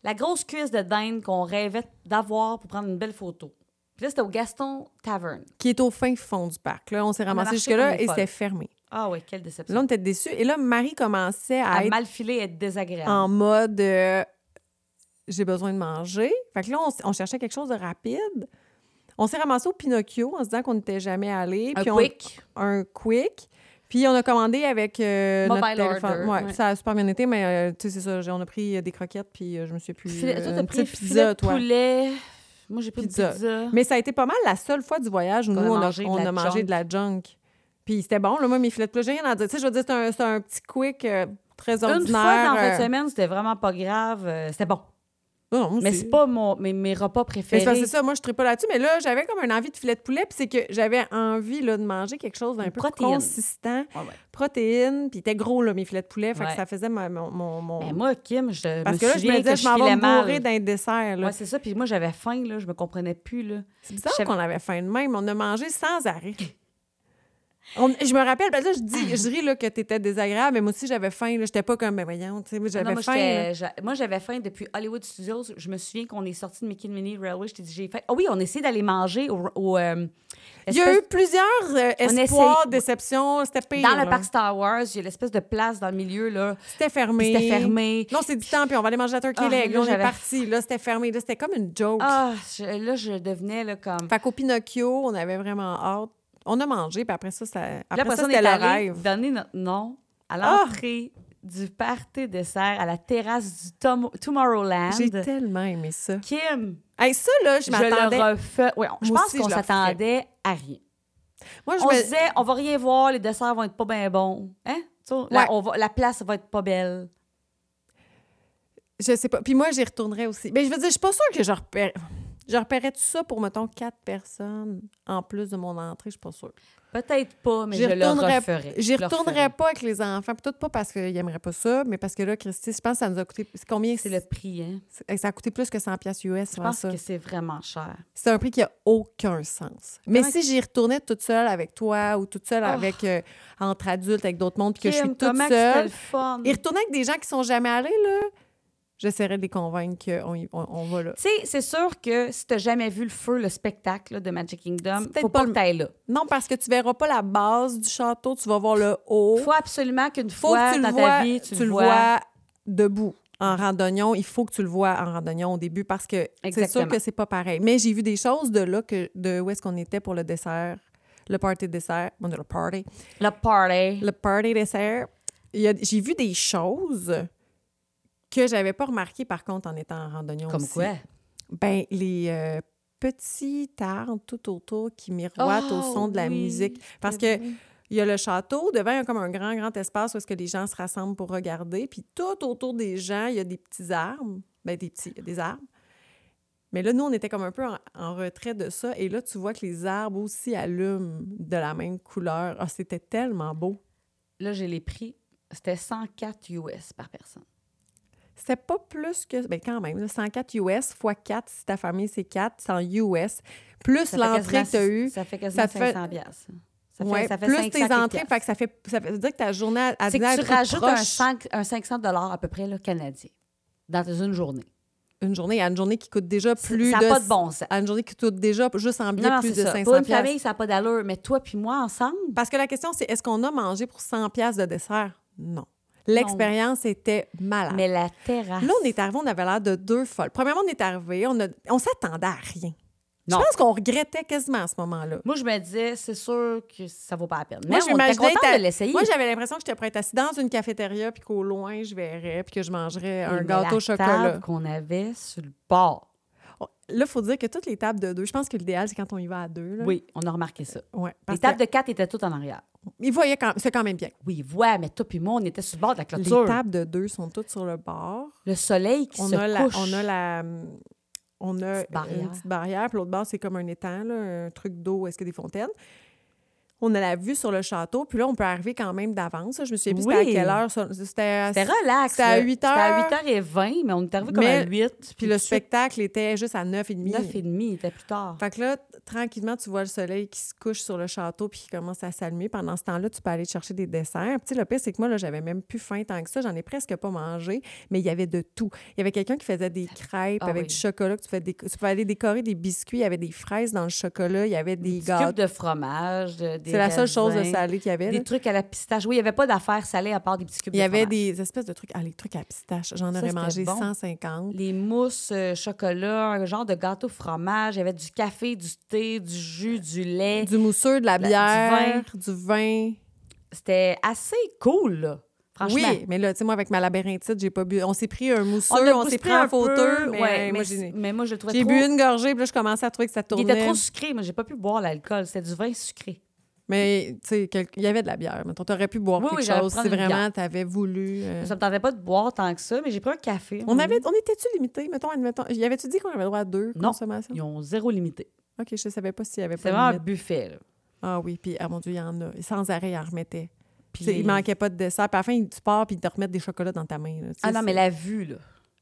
La grosse cuisse de dinde qu'on rêvait d'avoir pour prendre une belle photo. Puis là, c'était au Gaston Tavern.
qui est au fin fond du parc. Là, on s'est ramassé
marché
jusque-là
comme des
et c'était
folles.
fermé.
Ah oui, quelle déception.
Là, on était déçus. Et là, Marie commençait à,
à
être
mal filer et être désagréable.
en mode euh, j'ai besoin de manger. Fait que là, on, s- on cherchait quelque chose de rapide. On s'est ramassé au Pinocchio en se disant qu'on n'était jamais allé.
Un
Puis on-
quick.
un quick. Puis on a commandé avec euh,
Mobile
notre téléphone.
order,
Ouais,
ouais.
Ça a super bien été, mais euh, tu sais, c'est ça. j'ai- On a pris euh, des croquettes, puis euh, je me suis plus.
Filet-
euh,
toi, t'as
une
pris
petite
filet
pizza,
de
toi.
poulet. Moi, j'ai pris
Pizza.
une pizza.
Mais ça a été pas mal la seule fois du voyage où
Qu'on
nous,
a
on a,
mangé de
on
la
a mangé
junk.
de la junk. Puis c'était bon, là, moi, mes filets de poulet, j'ai rien à dire. Tu sais, je veux dire, c'est un, c'est un petit quick euh, très ordinaire.
Une fois dans
euh,
cette semaine, c'était vraiment pas grave. euh, C'était bon.
non, moi,
Mais c'est pas mon, mes, mes repas
Mais c'est
préférés.
parce que c'est ça, moi, je ne pas là-dessus. Mais là, j'avais comme une envie de filet de poulet, puis c'est que j'avais envie là, de manger quelque chose d'un
Une
peu
protéine.
consistant.
Ouais, ouais.
Protéines, puis était gros, là, mes filets de poulet. Fait que
Ouais.
ça faisait ma- mon. mon, mon-
Mais Ben, moi, Kim, je
parce
me
que là, je
souviens
me disais,
que
je
je,
m'en vais
filais
me bourrer
mal.
d'un dessert. là.
Ouais, c'est ça. Puis moi, j'avais faim, là. Je me comprenais plus, là.
C'est bizarre
Je savais-
qu'on avait faim de même. On a mangé sans arrêt. On- je me rappelle, parce que là, je, dis, je ris là, que t'étais désagréable, mais moi aussi, j'avais faim. là. J'étais pas comme, mais voyons, tu sais, moi,
Ah non,
j'avais
moi,
faim.
j'étais-
là.
j'a- moi, j'avais faim depuis Hollywood Studios. Je me souviens qu'on est sorti de Mickey Mini Railway. Je t'ai dit, j'ai faim. Ah oui, on essayait d'aller manger au. au, euh,
Il y a
espèce-
eu plusieurs euh, espoirs,
essayait-
déceptions. C'était pire.
Dans
là.
le parc Star Wars, il y a l'espèce de place dans le milieu, là.
C'était
Puis
fermé.
C'était fermé.
Non, c'est du temps, puis on va aller manger la turkey
Ah,
leg.
là,
Là, on est
j'avais-
parti. Là, c'était fermé. Là, c'était comme une joke.
Ah, je- là, je devenais, là, comme.
Fait qu'au Pinocchio, on avait vraiment hâte. On a mangé, puis après ça, ça...
Puis là,
Après ça,
on est
c'était le
allé
rêve.
donner notre nom à
Ah!
l'entrée du party dessert à la terrasse du Tom- Tomorrowland.
J'ai tellement aimé ça.
Kim,
Hey, ça, là, je
je, le
m'attendais.
refais. Oui, on- je
Moi
pense
aussi,
qu'on
je le referais.
s'attendait à rien.
Moi, je
on
me-
se disait, on va rien voir, les desserts vont être pas bien bons. Hein? Tu sais,
Ouais.
la, on va- la place va être pas belle.
Je sais pas. Puis moi, j'y retournerais aussi. Mais je veux dire, je suis pas sûre que je repère. Je repérais tout ça pour, mettons, quatre personnes en plus de mon entrée, je suis pas sûre.
Peut-être pas, mais
J'y
je le
retournerais-
referais.
J'y
Je le
retournerais
referais.
pas avec les enfants. Peut-être pas parce qu'ils aimeraient pas ça, mais parce que là, Christy, je pense que ça nous a coûté. C'est combien?
C'est le prix, hein?
c'est- Ça a coûté plus que 100$ piastres US,
Je
faire
pense
ça.
que c'est vraiment cher.
C'est un prix qui a aucun sens. Mais
Comment-
si j'y retournais toute seule avec toi ou toute seule
Oh.
avec euh, entre adultes, avec d'autres mondes, puis que je suis
Kim,
toute
comment que c'était
seule.
le fun?
Et retourner avec des gens qui sont jamais allés, là, j'essaierais de les convaincre qu'on y- on- on va là.
Tu sais, c'est sûr que si t'as jamais vu le feu, le spectacle là, de Magic
C'est
Kingdom,
peut-être
faut
pas
pas
le-
que t'ailles là.
Non, parce que tu verras pas la base du château, tu vas voir le haut.
Faut absolument qu'une
Faut
fois
que tu le
dans
vois,
ta vie, tu,
le vois debout. En randonnion, il faut que tu le vois en randonnion au début parce que c'est sûr
Exactement.
que c'est pas pareil. Mais j'ai vu des choses de là que de où est-ce qu'on était pour le dessert, le party dessert, bon, le party,
Le party.
le party dessert. Il y a- J'ai vu des choses que j'avais pas remarquées par contre en étant en randonnion.
Comme
aussi.
quoi?
Ben, les euh, petits tards tout autour qui miroitent au
Ah,
son de la
oui,
musique. Parce que il y a le château, devant, il y a comme un grand, grand espace où est-ce que les gens se rassemblent pour regarder. Puis tout autour des gens, il y a des petits arbres. Ben, des petits, il y a des arbres. Mais là, nous, on était comme un peu en, en retrait de ça. Et là, tu vois que les arbres aussi allument de la même couleur. Ah, c'était tellement beau.
Là, j'ai les prix. C'était 104 US par personne.
C'était pas plus que. Ben, quand même, là, 104 US fois 4, si ta famille, c'est 4, 100 US, plus
Ça fait
l'entrée
quasiment
que tu as
six-
eue.
Ça fait quasiment
ça te fait-
500 piastres. Ça fait,
Ouais,
ça fait
plus
500
tes entrées, fait que
piastres.
ça fait, ça veut dire que ta journée à,
C'est que tu rajoutes un, 5 un 500 dollars à peu près là, canadien dans une journée.
une journée à une journée qui coûte déjà plus
ça
de,
n'a pas de bon sens.
à une journée qui coûte déjà juste en
Non,
billets
non,
plus
c'est
de
ça.
500
Pour une
piastres.
famille, ça n'a pas d'allure, mais toi puis moi ensemble,
Parce que la question c'est est-ce qu'on a mangé pour 100 pièces de dessert Non. L'expérience était malade.
mais la terrasse.
Là, on est arrivé, on avait l'air de deux folles. Premièrement, on est arrivé, on, a- on s'attendait à rien.
Non.
Je pense qu'on regrettait quasiment à ce moment-là.
Moi, je me disais, c'est sûr que ça vaut pas la peine. Mais
Moi,
on était
j'imaginais
content
être à-
de l'essayer.
Moi, j'avais l'impression que j'étais prête à assis dans une cafétéria, puis qu'au loin, je verrais, puis que je mangerais un
Mais
gâteau au
la
chocolat.
table qu'on avait sur le bord.
Là, il faut dire que toutes les tables de deux, je pense que l'idéal, c'est quand on y va à deux. Là.
Oui, on a remarqué ça.
Ouais,
Les
parce
tables de quatre étaient toutes en arrière.
que- ils voyaient quand, c'est quand même bien.
Oui, ouais, mais toi puis moi, on était sur le bord de la
Les
clôture.
tables de deux sont toutes sur le bord.
Le soleil qui
On
se
a, la,
couche.
on a la. On a
Petite barrière.
une petite barrière, puis l'autre bord, c'est comme un étang, là, un truc d'eau, est-ce que des fontaines? on a la vue sur le château, puis là, on peut arriver quand même d'avance. Je me souviens plus
Oui.
c'était à quelle heure. ça- C'était à
C'était relax.
C'était à
là.
8
C'était à
heures.
8h20, mais on est arrivé comme
Mais-
à 8.
Puis le spectacle était juste à 9h30.
9h30, il était plus tard.
Fait que là, t- tranquillement, tu vois le soleil qui se couche sur le château puis qui commence à s'allumer. Pendant ce temps-là, tu peux aller te chercher des desserts. Puis, tu sais, le pire, c'est que moi, là, j'avais même plus faim tant que ça. J'en ai presque pas mangé, mais il y avait de tout. Il y avait quelqu'un qui faisait des crêpes
Ah
avec
oui.
du chocolat. Que tu, fais des... tu pouvais aller décorer des biscuits. Il y avait des fraises dans le chocolat. Il y avait des,
Des
gâteaux.
cubes de fromage, de- des
C'est la seule chose de
raisins,
salé qu'il y avait. là.
Des trucs à la pistache. Oui, il n'y avait pas d'affaires salées à part des petits cubes
Il y
de
avait
fromage.
des espèces de trucs. Ah, les trucs à pistache. J'en
Ça,
aurais
c'était
mangé
bon.
150.
Les mousses, euh, chocolat, un genre de gâteau fromage. Il y avait du café, du thé, du jus, du lait.
Du mousseux, de
La-
la
du
bière, Du vin.
C'était assez cool, là, franchement.
Oui, mais là, tu sais, moi, avec ma labyrinthite, j'ai pas bu. On s'est pris un mousseux,
a
on,
poussé
s'est pris un
peu,
fauteuil, mais,
ouais,
moi,
c'est-
j'ai,
mais moi, je le trouvais
j'ai
trop...
bu une gorgée, puis là, je commençais à trouver que ça
Il
tournait.
était trop sucré, mais j'ai pas pu boire l'alcool. C'était du vin sucré.
Mais, tu sais, quel- il y avait de la bière. Mais t'aurais pu boire
Oui, oui,
quelque
j'aurais pu
chose si
prendre une
vraiment t'avais voulu. euh.
Ça me tentait pas de boire tant que ça, mais j'ai pris un café.
On, avait, on était-tu limité? Mettons, admettons. Y avait-tu dit qu'on avait le droit à deux
Non.
consommations?
Ils ont zéro limité.
OK, je savais pas s'il y avait
C'est
pas
vraiment
de
un
limite.
buffet, là.
Ah oui, puis, ah mon Dieu, il y en a. Sans arrêt, ils en remettaient.
Puis-
Tu sais, Il manquait pas de dessert. Puis à la fin, tu pars, puis ils te remettent des chocolats dans ta main. là. Tu sais,
Ah non, mais
c'est-
la vue, là.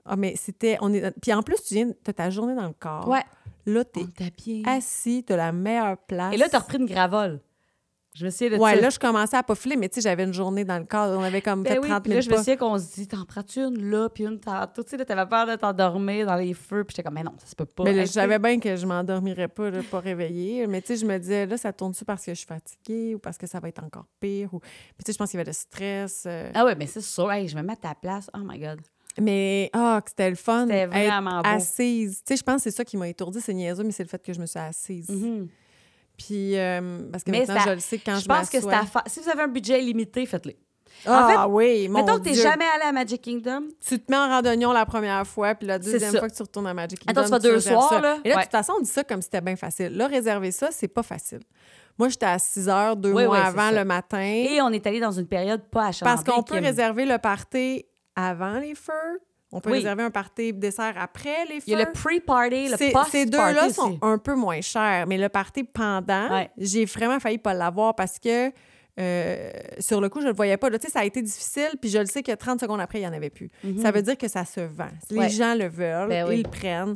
Ah, mais c'était. On est... Puis en plus, tu viens, t'as ta journée dans le corps.
Ouais.
Là,
On
Ah, t'es
était bien.
assis, t'as la meilleure place.
Et là, t'as repris une gravole. Je me souviens de
Ouais,
ça.
là, je commençais à pas filer, mais tu sais, j'avais une journée dans le corps. On avait comme
Ben
fait
oui,
30
puis
000
là, je me
pas.
souviens qu'on se dit, t'en prends-tu une là, puis une tantôt? Tu sais, là, t'avais peur de t'endormir dans les feux, puis j'étais comme, mais non, ça se peut pas.
Mais là,
Hey,
je savais bien que je m'endormirais pas, là, pas réveillée. Mais tu sais, je me disais, là, ça tourne-tu parce que je suis fatiguée ou parce que ça va être encore pire? Ou... Puis tu sais, je pense qu'il y avait le stress. euh,
Ah ouais, mais c'est sûr. Hey, je vais me mettre à ta place. Oh my God.
Mais, ah, que c'était le fun.
C'était
être
vraiment beau.
Assise. Tu sais, je pense que c'est ça qui m'a étourdie, c'est niaiseux, mais c'est le fait que je me suis assise.
Mhm.
Puis, euh, parce que
Mais
maintenant,
ça-
je le sais que quand je,
je pense que c'est
m'assois-
à fa- Si vous avez un budget illimité, faites-le.
Ah oui, mon
Mettons que t'es
Dieu.
jamais allé à Magic Kingdom.
tu te mets en randonnion la première fois, puis la
C'est
deuxième
ça.
fois que tu retournes à Magic Kingdom.
Attends, tu vas deux
réserves
soirs,
ça.
là.
Et là,
Ouais.
de toute façon, on dit ça comme si c'était bien facile. Là, réserver ça, c'est pas facile. Moi, j'étais à 6 heures, deux
Oui,
mois
oui, c'est
avant
ça.
le matin.
Et on est allé dans une période pas à Chambly,
parce qu'on peut
Kim.
réserver le party avant les feux. On peut
Oui.
réserver un party dessert après les feux.
Il y a le pre-party, le
Ces-
post-party.
ces deux-là
aussi.
sont un peu moins chers, mais le party pendant,
Ouais.
j'ai vraiment failli pas l'avoir parce que euh, sur le coup, je le voyais pas. Là, tu sais, ça a été difficile, puis je le sais que 30 secondes après, il y en avait plus. Ça veut dire que ça se vend. Les
Mhm. Ouais.
gens le veulent,
Ben oui.
ils le prennent.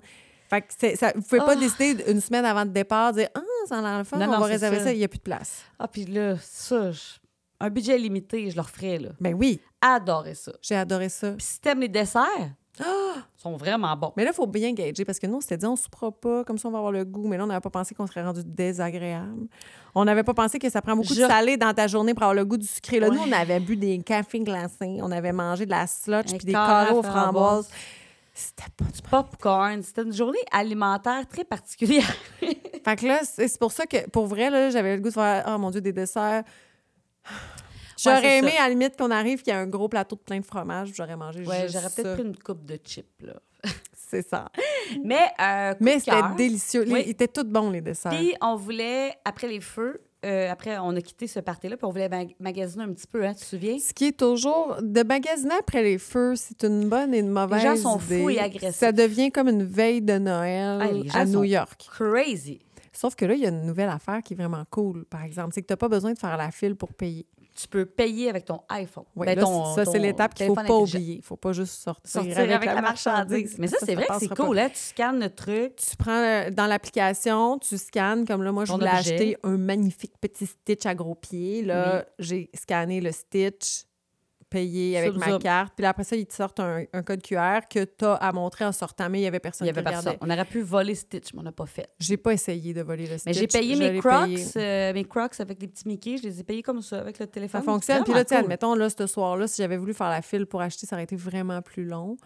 Fait que c'est- ça, vous pouvez pas
Ah.
décider une semaine avant le départ, dire « Ah, ça en a le fun,
Non,
on
non,
va
c'est
réserver
ça.
ça, il n'y a plus de place.
Ah, puis là, ça, je- un budget limité, je leur ferais, là. »
Ben oui,
Adorer ça.
j'ai adoré ça.
Puis si t'aimes les desserts, ils sont vraiment bons.
Mais là, il faut bien gager parce que nous, on s'était dit, on soupera pas, comme ça, on va avoir le goût. Mais là, on n'avait pas pensé qu'on serait rendu désagréable. On n'avait pas pensé que ça prend beaucoup
Je-
de salé dans ta journée pour avoir le goût du sucré. Là, nous,
Ouais.
on avait bu des cafés glacés, on avait mangé de la slotch
Un
puis des
carré
carreaux
à
aux
framboise.
framboises. C'était pas du
Popcorn, c'était une journée alimentaire très particulière.
Fait que là, c'est c'est pour ça que, pour vrai, là, j'avais le goût de faire, oh mon Dieu, des desserts. J'aurais
c'est
aimé, à la limite, qu'on arrive, qu'il y ait un gros plateau de plein de fromage, puis j'aurais mangé
Ouais,
juste
j'aurais peut-être
ça.
pris une coupe de chips, là.
C'est ça.
Mais, euh, coup
Mais
de
c'était
cœur.
délicieux. Les-
Oui.
Ils étaient tous bons, les desserts.
Puis on voulait, après les feux, euh, après on a quitté ce party-là, puis on voulait mag- magasiner un petit peu, hein, tu te souviens?
Ce qui est toujours de magasiner après les feux, c'est une bonne et une mauvaise
gens sont
idée.
fous et agressifs.
Ça devient comme une veille de Noël
Ah, les gens
à New
sont-
York.
Crazy.
Sauf que là, il y a une nouvelle affaire qui est vraiment cool, par exemple, c'est que tu n'as pas besoin de faire la file pour payer.
Tu peux payer avec ton iPhone.
Oui,
Ben,
là,
ton-
ça, c'est
ton
l'étape qu'il ne faut
téléphone
pas
intelligent.
oublier. Il ne faut pas juste sortir,
Sortir avec, la, marchandise. Mais ça, c'est vrai que c'est
passera pas.
cool, hein? Tu scannes le truc.
Tu prends euh, dans l'application, tu scannes, comme là, moi, je
Ton
voulais
objet.
acheter un magnifique petit stitch à gros pieds. Là, j'ai scanné le stitch, payé avec
Zoom,
ma
zoom.
carte. Puis là, après ça, ils te sortent un, un code QR que tu as à montrer en sortant, mais il n'y avait
Il
personne
n'y avait
qui regardait.
personne. On aurait pu voler Stitch, mais on n'a pas fait.
J'ai pas essayé de voler le stitch.
Mais j'ai payé
je
mes
l'ai
Crocs,
payé.
euh, mes Crocs avec des petits Mickey. Je les ai payés comme ça, avec le
Ça
téléphone.
fonctionne.
C'est
Puis là, tu sais,
vraiment cool.
admettons, là, ce soir-là, si j'avais voulu faire la file pour acheter, ça aurait été vraiment plus long.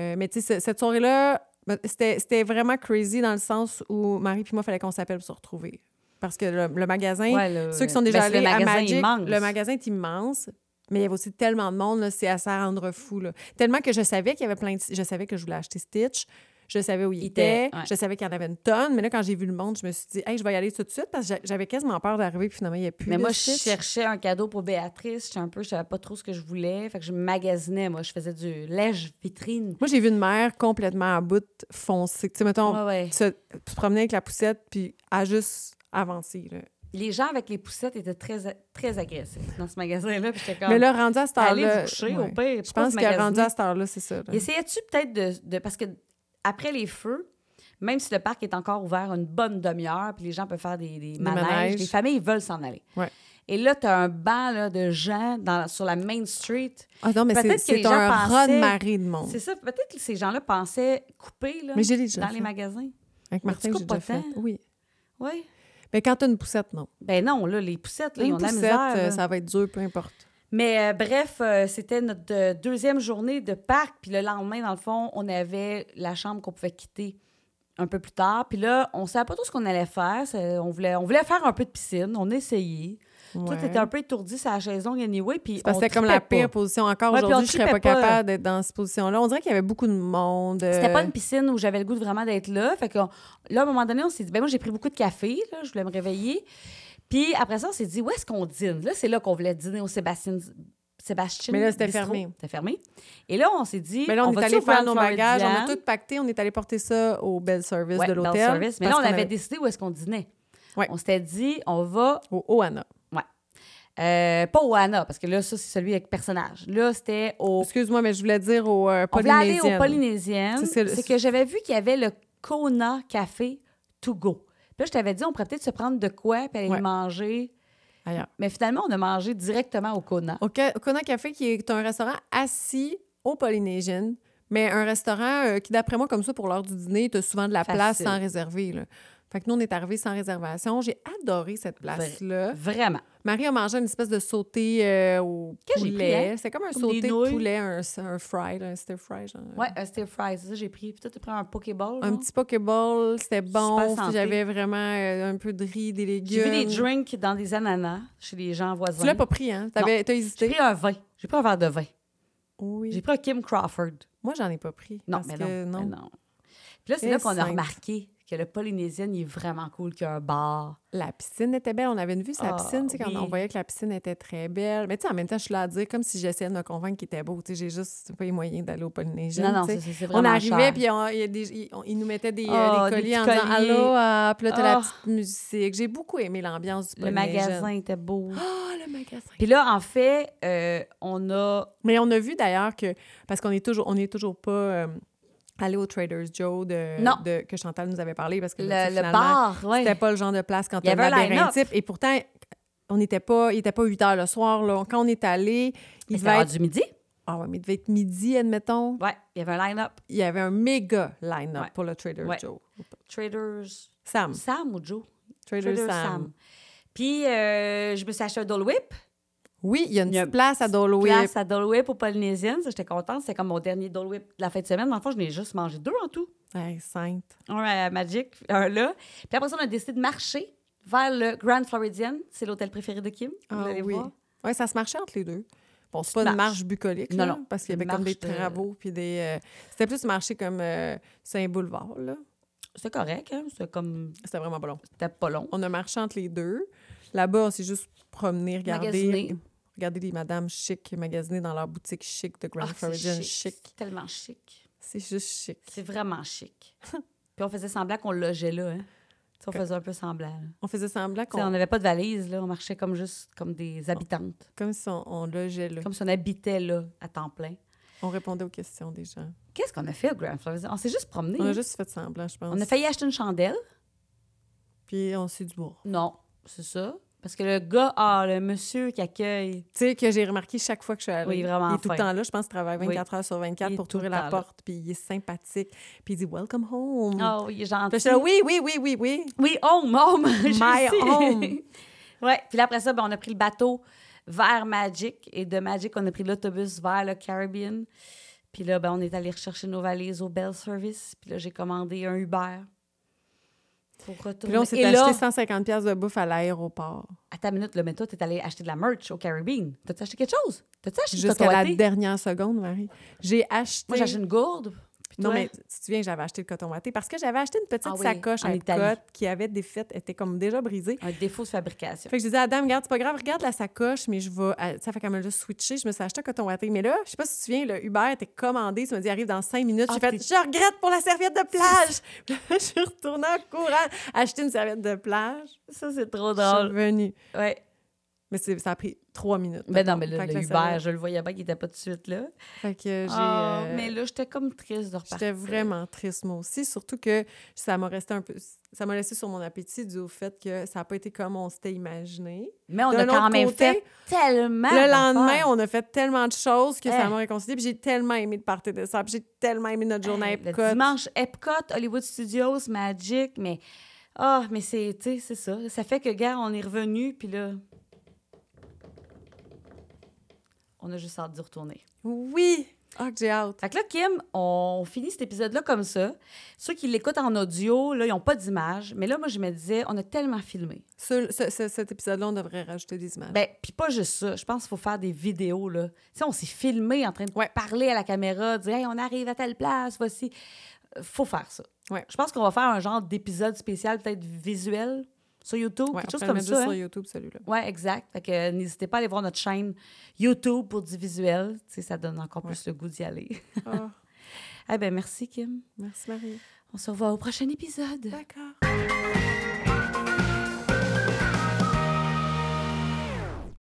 Euh, mais tu sais, ce- cette soirée-là, ben, c'était c'était vraiment crazy dans le sens où Marie puis moi, fallait qu'on s'appelle pour se retrouver. Parce que le, le magasin,
Ouais, le-
ceux qui sont
ben,
déjà
c'est le
allés à
magasin
Magic,
immense.
le magasin est immense. Mais il y avait aussi tellement de monde, là, c'est à s'en rendre fou. là. Tellement que je savais qu'il y avait plein de... Je savais que je voulais acheter Stitch. Je savais où il,
Il
était.
était, ouais.
Je savais qu'il y en avait une tonne. Mais là, quand j'ai vu le monde, je me suis dit, hey, je vais y aller tout de suite parce que j'a- j'avais quasiment peur d'arriver. Puis finalement, il n'y a plus
Mais
de
moi, je
Stitch.
cherchais un cadeau pour Béatrice. J'étais un peu, je savais pas trop ce que je voulais. Fait que je magasinais, moi. Je faisais du lèche vitrine.
Moi, j'ai vu une mère complètement à bout foncée. Tu sais,
Ouais,
mettons,
ouais.
tu, tu te promenais avec la poussette, puis à juste avancer. là.
les gens avec les poussettes étaient très, très agressifs dans ce magasin-là. Puis j'étais comme,
Mais là, rendu à cette
allez
heure-là.
vous coucher
ouais.
au pire.
Je pense que rendu à cette heure-là, c'est ça. là.
Essayais-tu peut-être de, de- Parce que après les feux, même si le parc est encore ouvert une bonne demi-heure, puis les gens peuvent faire des, des manèges,
manèges.
les familles ils veulent s'en aller.
Ouais.
Et là, tu as un banc là, de gens dans- sur la Main Street.
Ah non, mais
Peut-être
c'est
que les
c'est
gens
un raz de
pensaient-
marée de monde.
C'est ça. Peut-être que ces gens-là pensaient couper là,
Mais j'ai déjà
dans
fait.
les magasins.
Avec
Mais
Martin,
tu
j'ai
coupes
déjà
pas
fait.
tant.
Oui.
Oui.
Mais quand t'as une poussette, non.
Ben non, là, les poussettes, là, ils
une
ont de la
poussette,
misère.
euh,
là.
ça va être dur, peu importe.
Mais euh, bref, euh, c'était notre euh, deuxième journée de parc. Puis le lendemain, dans le fond, on avait la chambre qu'on pouvait quitter un peu plus tard. Puis là, on savait pas tout ce qu'on allait faire. C'est- On voulait, on voulait faire un peu de piscine. On essayait. Toi,
Ouais.
t'étais un peu étourdi sur la chaise longue anyway. Puis
Parce que
on
c'était comme la
tripait
pire
pas.
position. Encore
Ouais, puis on
aujourd'hui, je serais pas
tripait pas.
capable d'être dans cette position-là. On dirait qu'il y avait beaucoup de monde. euh,
C'était pas une piscine où j'avais le goût de vraiment d'être là. Fait que là, à un moment donné, on s'est dit, ben moi, j'ai pris beaucoup de café, là, je voulais me réveiller. Puis après ça, on s'est dit, où est-ce qu'on dîne? Là, c'est là qu'on voulait dîner au Sébastien. Sébastien
Mais là, c'était
Bistrot.
fermé.
C'était fermé. Et là, on s'est dit,
Mais là, on, est
va-tu
allé
au Grand
faire nos bagages, on a
Floridian?
tout pacté, on est allé porter ça au bel service
Ouais,
de
dans le
l'hôtel.
service. Mais là,
parce
on
qu'on
avait décidé où est-ce qu'on dînait.
Ouais.
On s'était dit, on va
Au Oana.
euh, pas au Anna, parce que là, ça, c'est celui avec personnage. Là, c'était au.
Excuse-moi, mais je voulais dire au euh,
On voulait aller
Polynésien.
au Polynésien.
C'est- c'est le-
C'est que j'avais vu qu'il y avait le Kona Café To Go. Puis là, je t'avais dit, on pourrait peut-être se prendre de quoi puis aller
Ouais.
manger.
Ailleurs.
Mais finalement, on a mangé directement au Kona.
Au, Ca- au Kona Café, qui est un restaurant assis au Polynesian, mais un restaurant euh, qui, d'après moi, comme ça, pour l'heure du dîner, t'as souvent de la place
Facile.
sans réserver. là. Fait que nous, on est arrivés sans réservation. J'ai adoré cette place-là.
Vraiment.
Marie a mangé une espèce de sauté euh, au
Que j'ai pris, hein?
poulet. C'est comme un
Comme
sauté
des
de
nouilles.
poulet, un, un fry, là, un stir fry. Genre.
Ouais, un stir fry, c'est ça, j'ai pris. Puis toi, tu prends un Pokéball.
Un
genre.
petit pokéball, c'était
Super
bon.
santé.
J'avais vraiment euh, un peu de riz, des
J'ai
légumes.
vu des drinks dans des ananas chez les gens voisins.
Tu l'as pas pris, hein? T'avais- T'as
J'ai
hésité?
pris un vin. J'ai pris un verre de vin.
Oui.
J'ai pris un Kim Crawford.
Moi, j'en ai pas pris.
Non,
parce
mais,
que
non, mais non. Puis là, c'est là
Et
qu'on a
simple.
remarqué que le Polynésien, il est vraiment cool, qu'il y a un bar.
La piscine était belle. On avait une vue sur la
Ah,
piscine, tu sais, quand
oui.
on voyait que la piscine était très belle. Mais tu sais, en même temps, je suis là à dire comme si j'essayais de me convaincre qu'il était beau. Tu sais, j'ai juste pas les moyens d'aller au Polynésien.
non, non,
tu sais.
c'est- c'est c'est
On
vraiment
arrivait,
cher.
puis on- il y a des- ils on- ils nous mettaient des, euh,
Ah,
des
des
colliers en
petits
disant «
colliers.
Allô, ah, puis là, t'as la
Ah.
petite musique. » J'ai beaucoup aimé l'ambiance du
Le
Polynésien.
magasin était beau.
Oh, le magasin!
Puis là, en fait, euh, on a...
Mais on a vu d'ailleurs que, parce qu'on est toujours, on est toujours pas euh, allé au Trader Joe de,
Non.
de- que Chantal nous avait parlé, parce que
Le,
là, tu sais,
le
finalement,
bar, ouais.
C'était pas le genre de place quand
Il y
on
avait un
labyrinthe
line-up.
type. Et pourtant, on n'était pas, il n'était pas 8 heures le soir. Là. Quand on est allé, il
Il
devait être,
du midi?
ah ouais, mais il devait être midi, admettons.
Ouais, il y avait un line-up.
Il y avait un méga line-up
Ouais.
pour le Trader
Ouais.
Joe.
Traders...
Sam.
Sam ou Joe?
Trader,
Trader
Sam.
Puis, euh, je me suis acheté un Dole Whip.
Oui, il y a une
Il y a
petite place à Dole Whip.
Place à Dole Whip au Polynésien. Ça, J'étais contente. C'était comme mon dernier Dole Whip de la fin de semaine. Dans le fond, je n'ai juste mangé deux en tout.
Hey, sainte.
Un à Magic, un là. Puis après ça, on a décidé de marcher vers le Grand Floridian. C'est l'hôtel préféré de Kim. Vous
Ah
allez
oui.
voir.
Ouais, ça se marchait entre les deux. Bon, c'est pas
Petite
une
marche.
marche bucolique,
Non,
là,
non.
parce qu'il y avait
Une
comme des
marche de-
travaux, puis des... euh, C'était plus marché comme euh, Saint-Boulevard, là.
C'était correct, hein? C'était comme.
C'était vraiment pas long.
C'était pas long.
On a marché entre les deux. Là-bas, on s'est juste promené, regardé.
Magasiner.
Regardez les madames chic magasiner dans leur boutique chic de Grand
Ah, c'est
Floridian chic.
C'est Tellement chic.
C'est juste chic.
C'est vraiment chic. Puis on faisait semblant qu'on logeait là, hein? Tu sais, on
Que-
faisait un peu semblant. là.
On faisait semblant
Tu sais, On
qu'on Ah.
n'avait pas de valise, là. On marchait comme juste comme des habitantes.
comme si on, on logeait là.
Comme si on habitait là, à temps plein.
On répondait aux questions des gens.
Qu'est-ce qu'on a fait au Grand Floridian? On s'est juste promené.
On a
hein?
juste fait semblant, je pense.
On a failli acheter une chandelle.
Puis on s'est dit bon.
Non, c'est ça. Parce que le gars, ah, le monsieur qui accueille,
Tu sais que j'ai remarqué chaque fois que je suis allée.
Oui, vraiment
Il est tout le
fin.
temps là, je pense qu'il travaille
Oui.
24 heures sur 24
Il est
pour
tout le
ouvrir la
temps là.
porte, puis il est sympathique, puis il dit welcome home.
oh, il est
Puis
gentil.
j'étais là, oui, oui, oui, oui, oui.
Oui, home, home.
My home.
ouais. Puis là, après ça, ben, on a pris le bateau vers Magic. Et de Magic, on a pris l'autobus vers le Caribbean. Puis là, ben, on est allé rechercher nos valises au Bell Service. Puis là, j'ai commandé un Uber pour
Puis
retourner.
là, on s'est
et
acheté
là,
150 pièces de bouffe à l'aéroport.
à ta minute, là, mais toi, t'es allé acheter de la merch au Caribbean. T'as-tu acheté quelque chose? T'as-tu acheté une
Jusqu'à la
cocotte?
dernière seconde, Marie. J'ai acheté...
Moi, j'ai acheté une gourde. Puis
Non,
Toi?
mais si tu viens, j'avais acheté le coton watté parce que j'avais acheté une petite
Ah oui,
sacoche
en
à
Italie.
Epcot qui avait des fêtes, était comme déjà brisée.
Un défaut de fabrication.
Fait que je disais à Adam, regarde, c'est pas grave, regarde la sacoche, mais je vais. à- Ça fait qu'elle me l'a switché, je me suis acheté un coton watté. Mais là, je sais pas si tu viens, le Uber était commandé, tu m'as dit, arrive dans cinq minutes. J'ai
Ah,
fait,
t'es-
je regrette pour la serviette de plage. je suis retournée en courant acheter une serviette de plage.
Ça, c'est trop
Je suis
drôle.
revenue.
Ouais. Mais
Mais c'est- ça a pris trois minutes.
Ben non, mais
Fait
là,
que
le
la
Uber,
serviette-
je le voyais pas qu'il était pas tout de suite là.
Fait que j'ai.
Ah,
euh,
mais là, j'étais comme triste de repartir.
J'étais vraiment triste, moi aussi. Surtout que ça m'a resté un peu. Ça m'a laissé sur mon appétit dû au fait que ça n'a pas été comme on s'était imaginé.
Mais on
D'un
a quand
autre
même
côté,
fait tellement.
le lendemain,
d'affaires.
on a fait tellement de choses que
Hey.
ça m'a réconcilié. Puis j'ai tellement aimé de partir de ça. Puis j'ai tellement aimé notre journée à
Hey,
Epcot.
Eh, Le dimanche, Epcot, Hollywood Studios, Magic, mais. Ah, mais c'est, tu sais, c'est ça. Ça fait que, gars, on est revenu, puis là. On a juste hâte d'y retourner.
Oui! Ah, que j'ai hâte.
Fait que là, Kim, on finit cet épisode-là comme ça. Ceux qui l'écoutent en audio, là, ils n'ont pas d'image. Mais là, moi, je me disais, on a tellement filmé.
Ce- ce- ce- cet épisode-là, on devrait rajouter des images.
Ben, puis pas juste ça. Je pense qu'il faut faire des vidéos, là. Tu sais, on s'est filmé en train de parler à la caméra, dire « Hey, on arrive à telle place, voici. » Euh, Faut faire ça.
Ouais.
Je pense qu'on va faire un genre d'épisode spécial, peut-être visuel, sur YouTube,
Ouais,
quelque
on
chose
pourrait le
comme
mettre juste
ça.
sur
hein.
YouTube, celui-là.
Ouais, exact. Fait que euh, n'hésitez pas à aller voir notre chaîne YouTube pour du visuel. Tu sais, ça donne encore plus le goût d'y aller.
Ah,
Eh ben merci, Kim.
merci, Marie.
On se revoit au prochain épisode.
D'accord.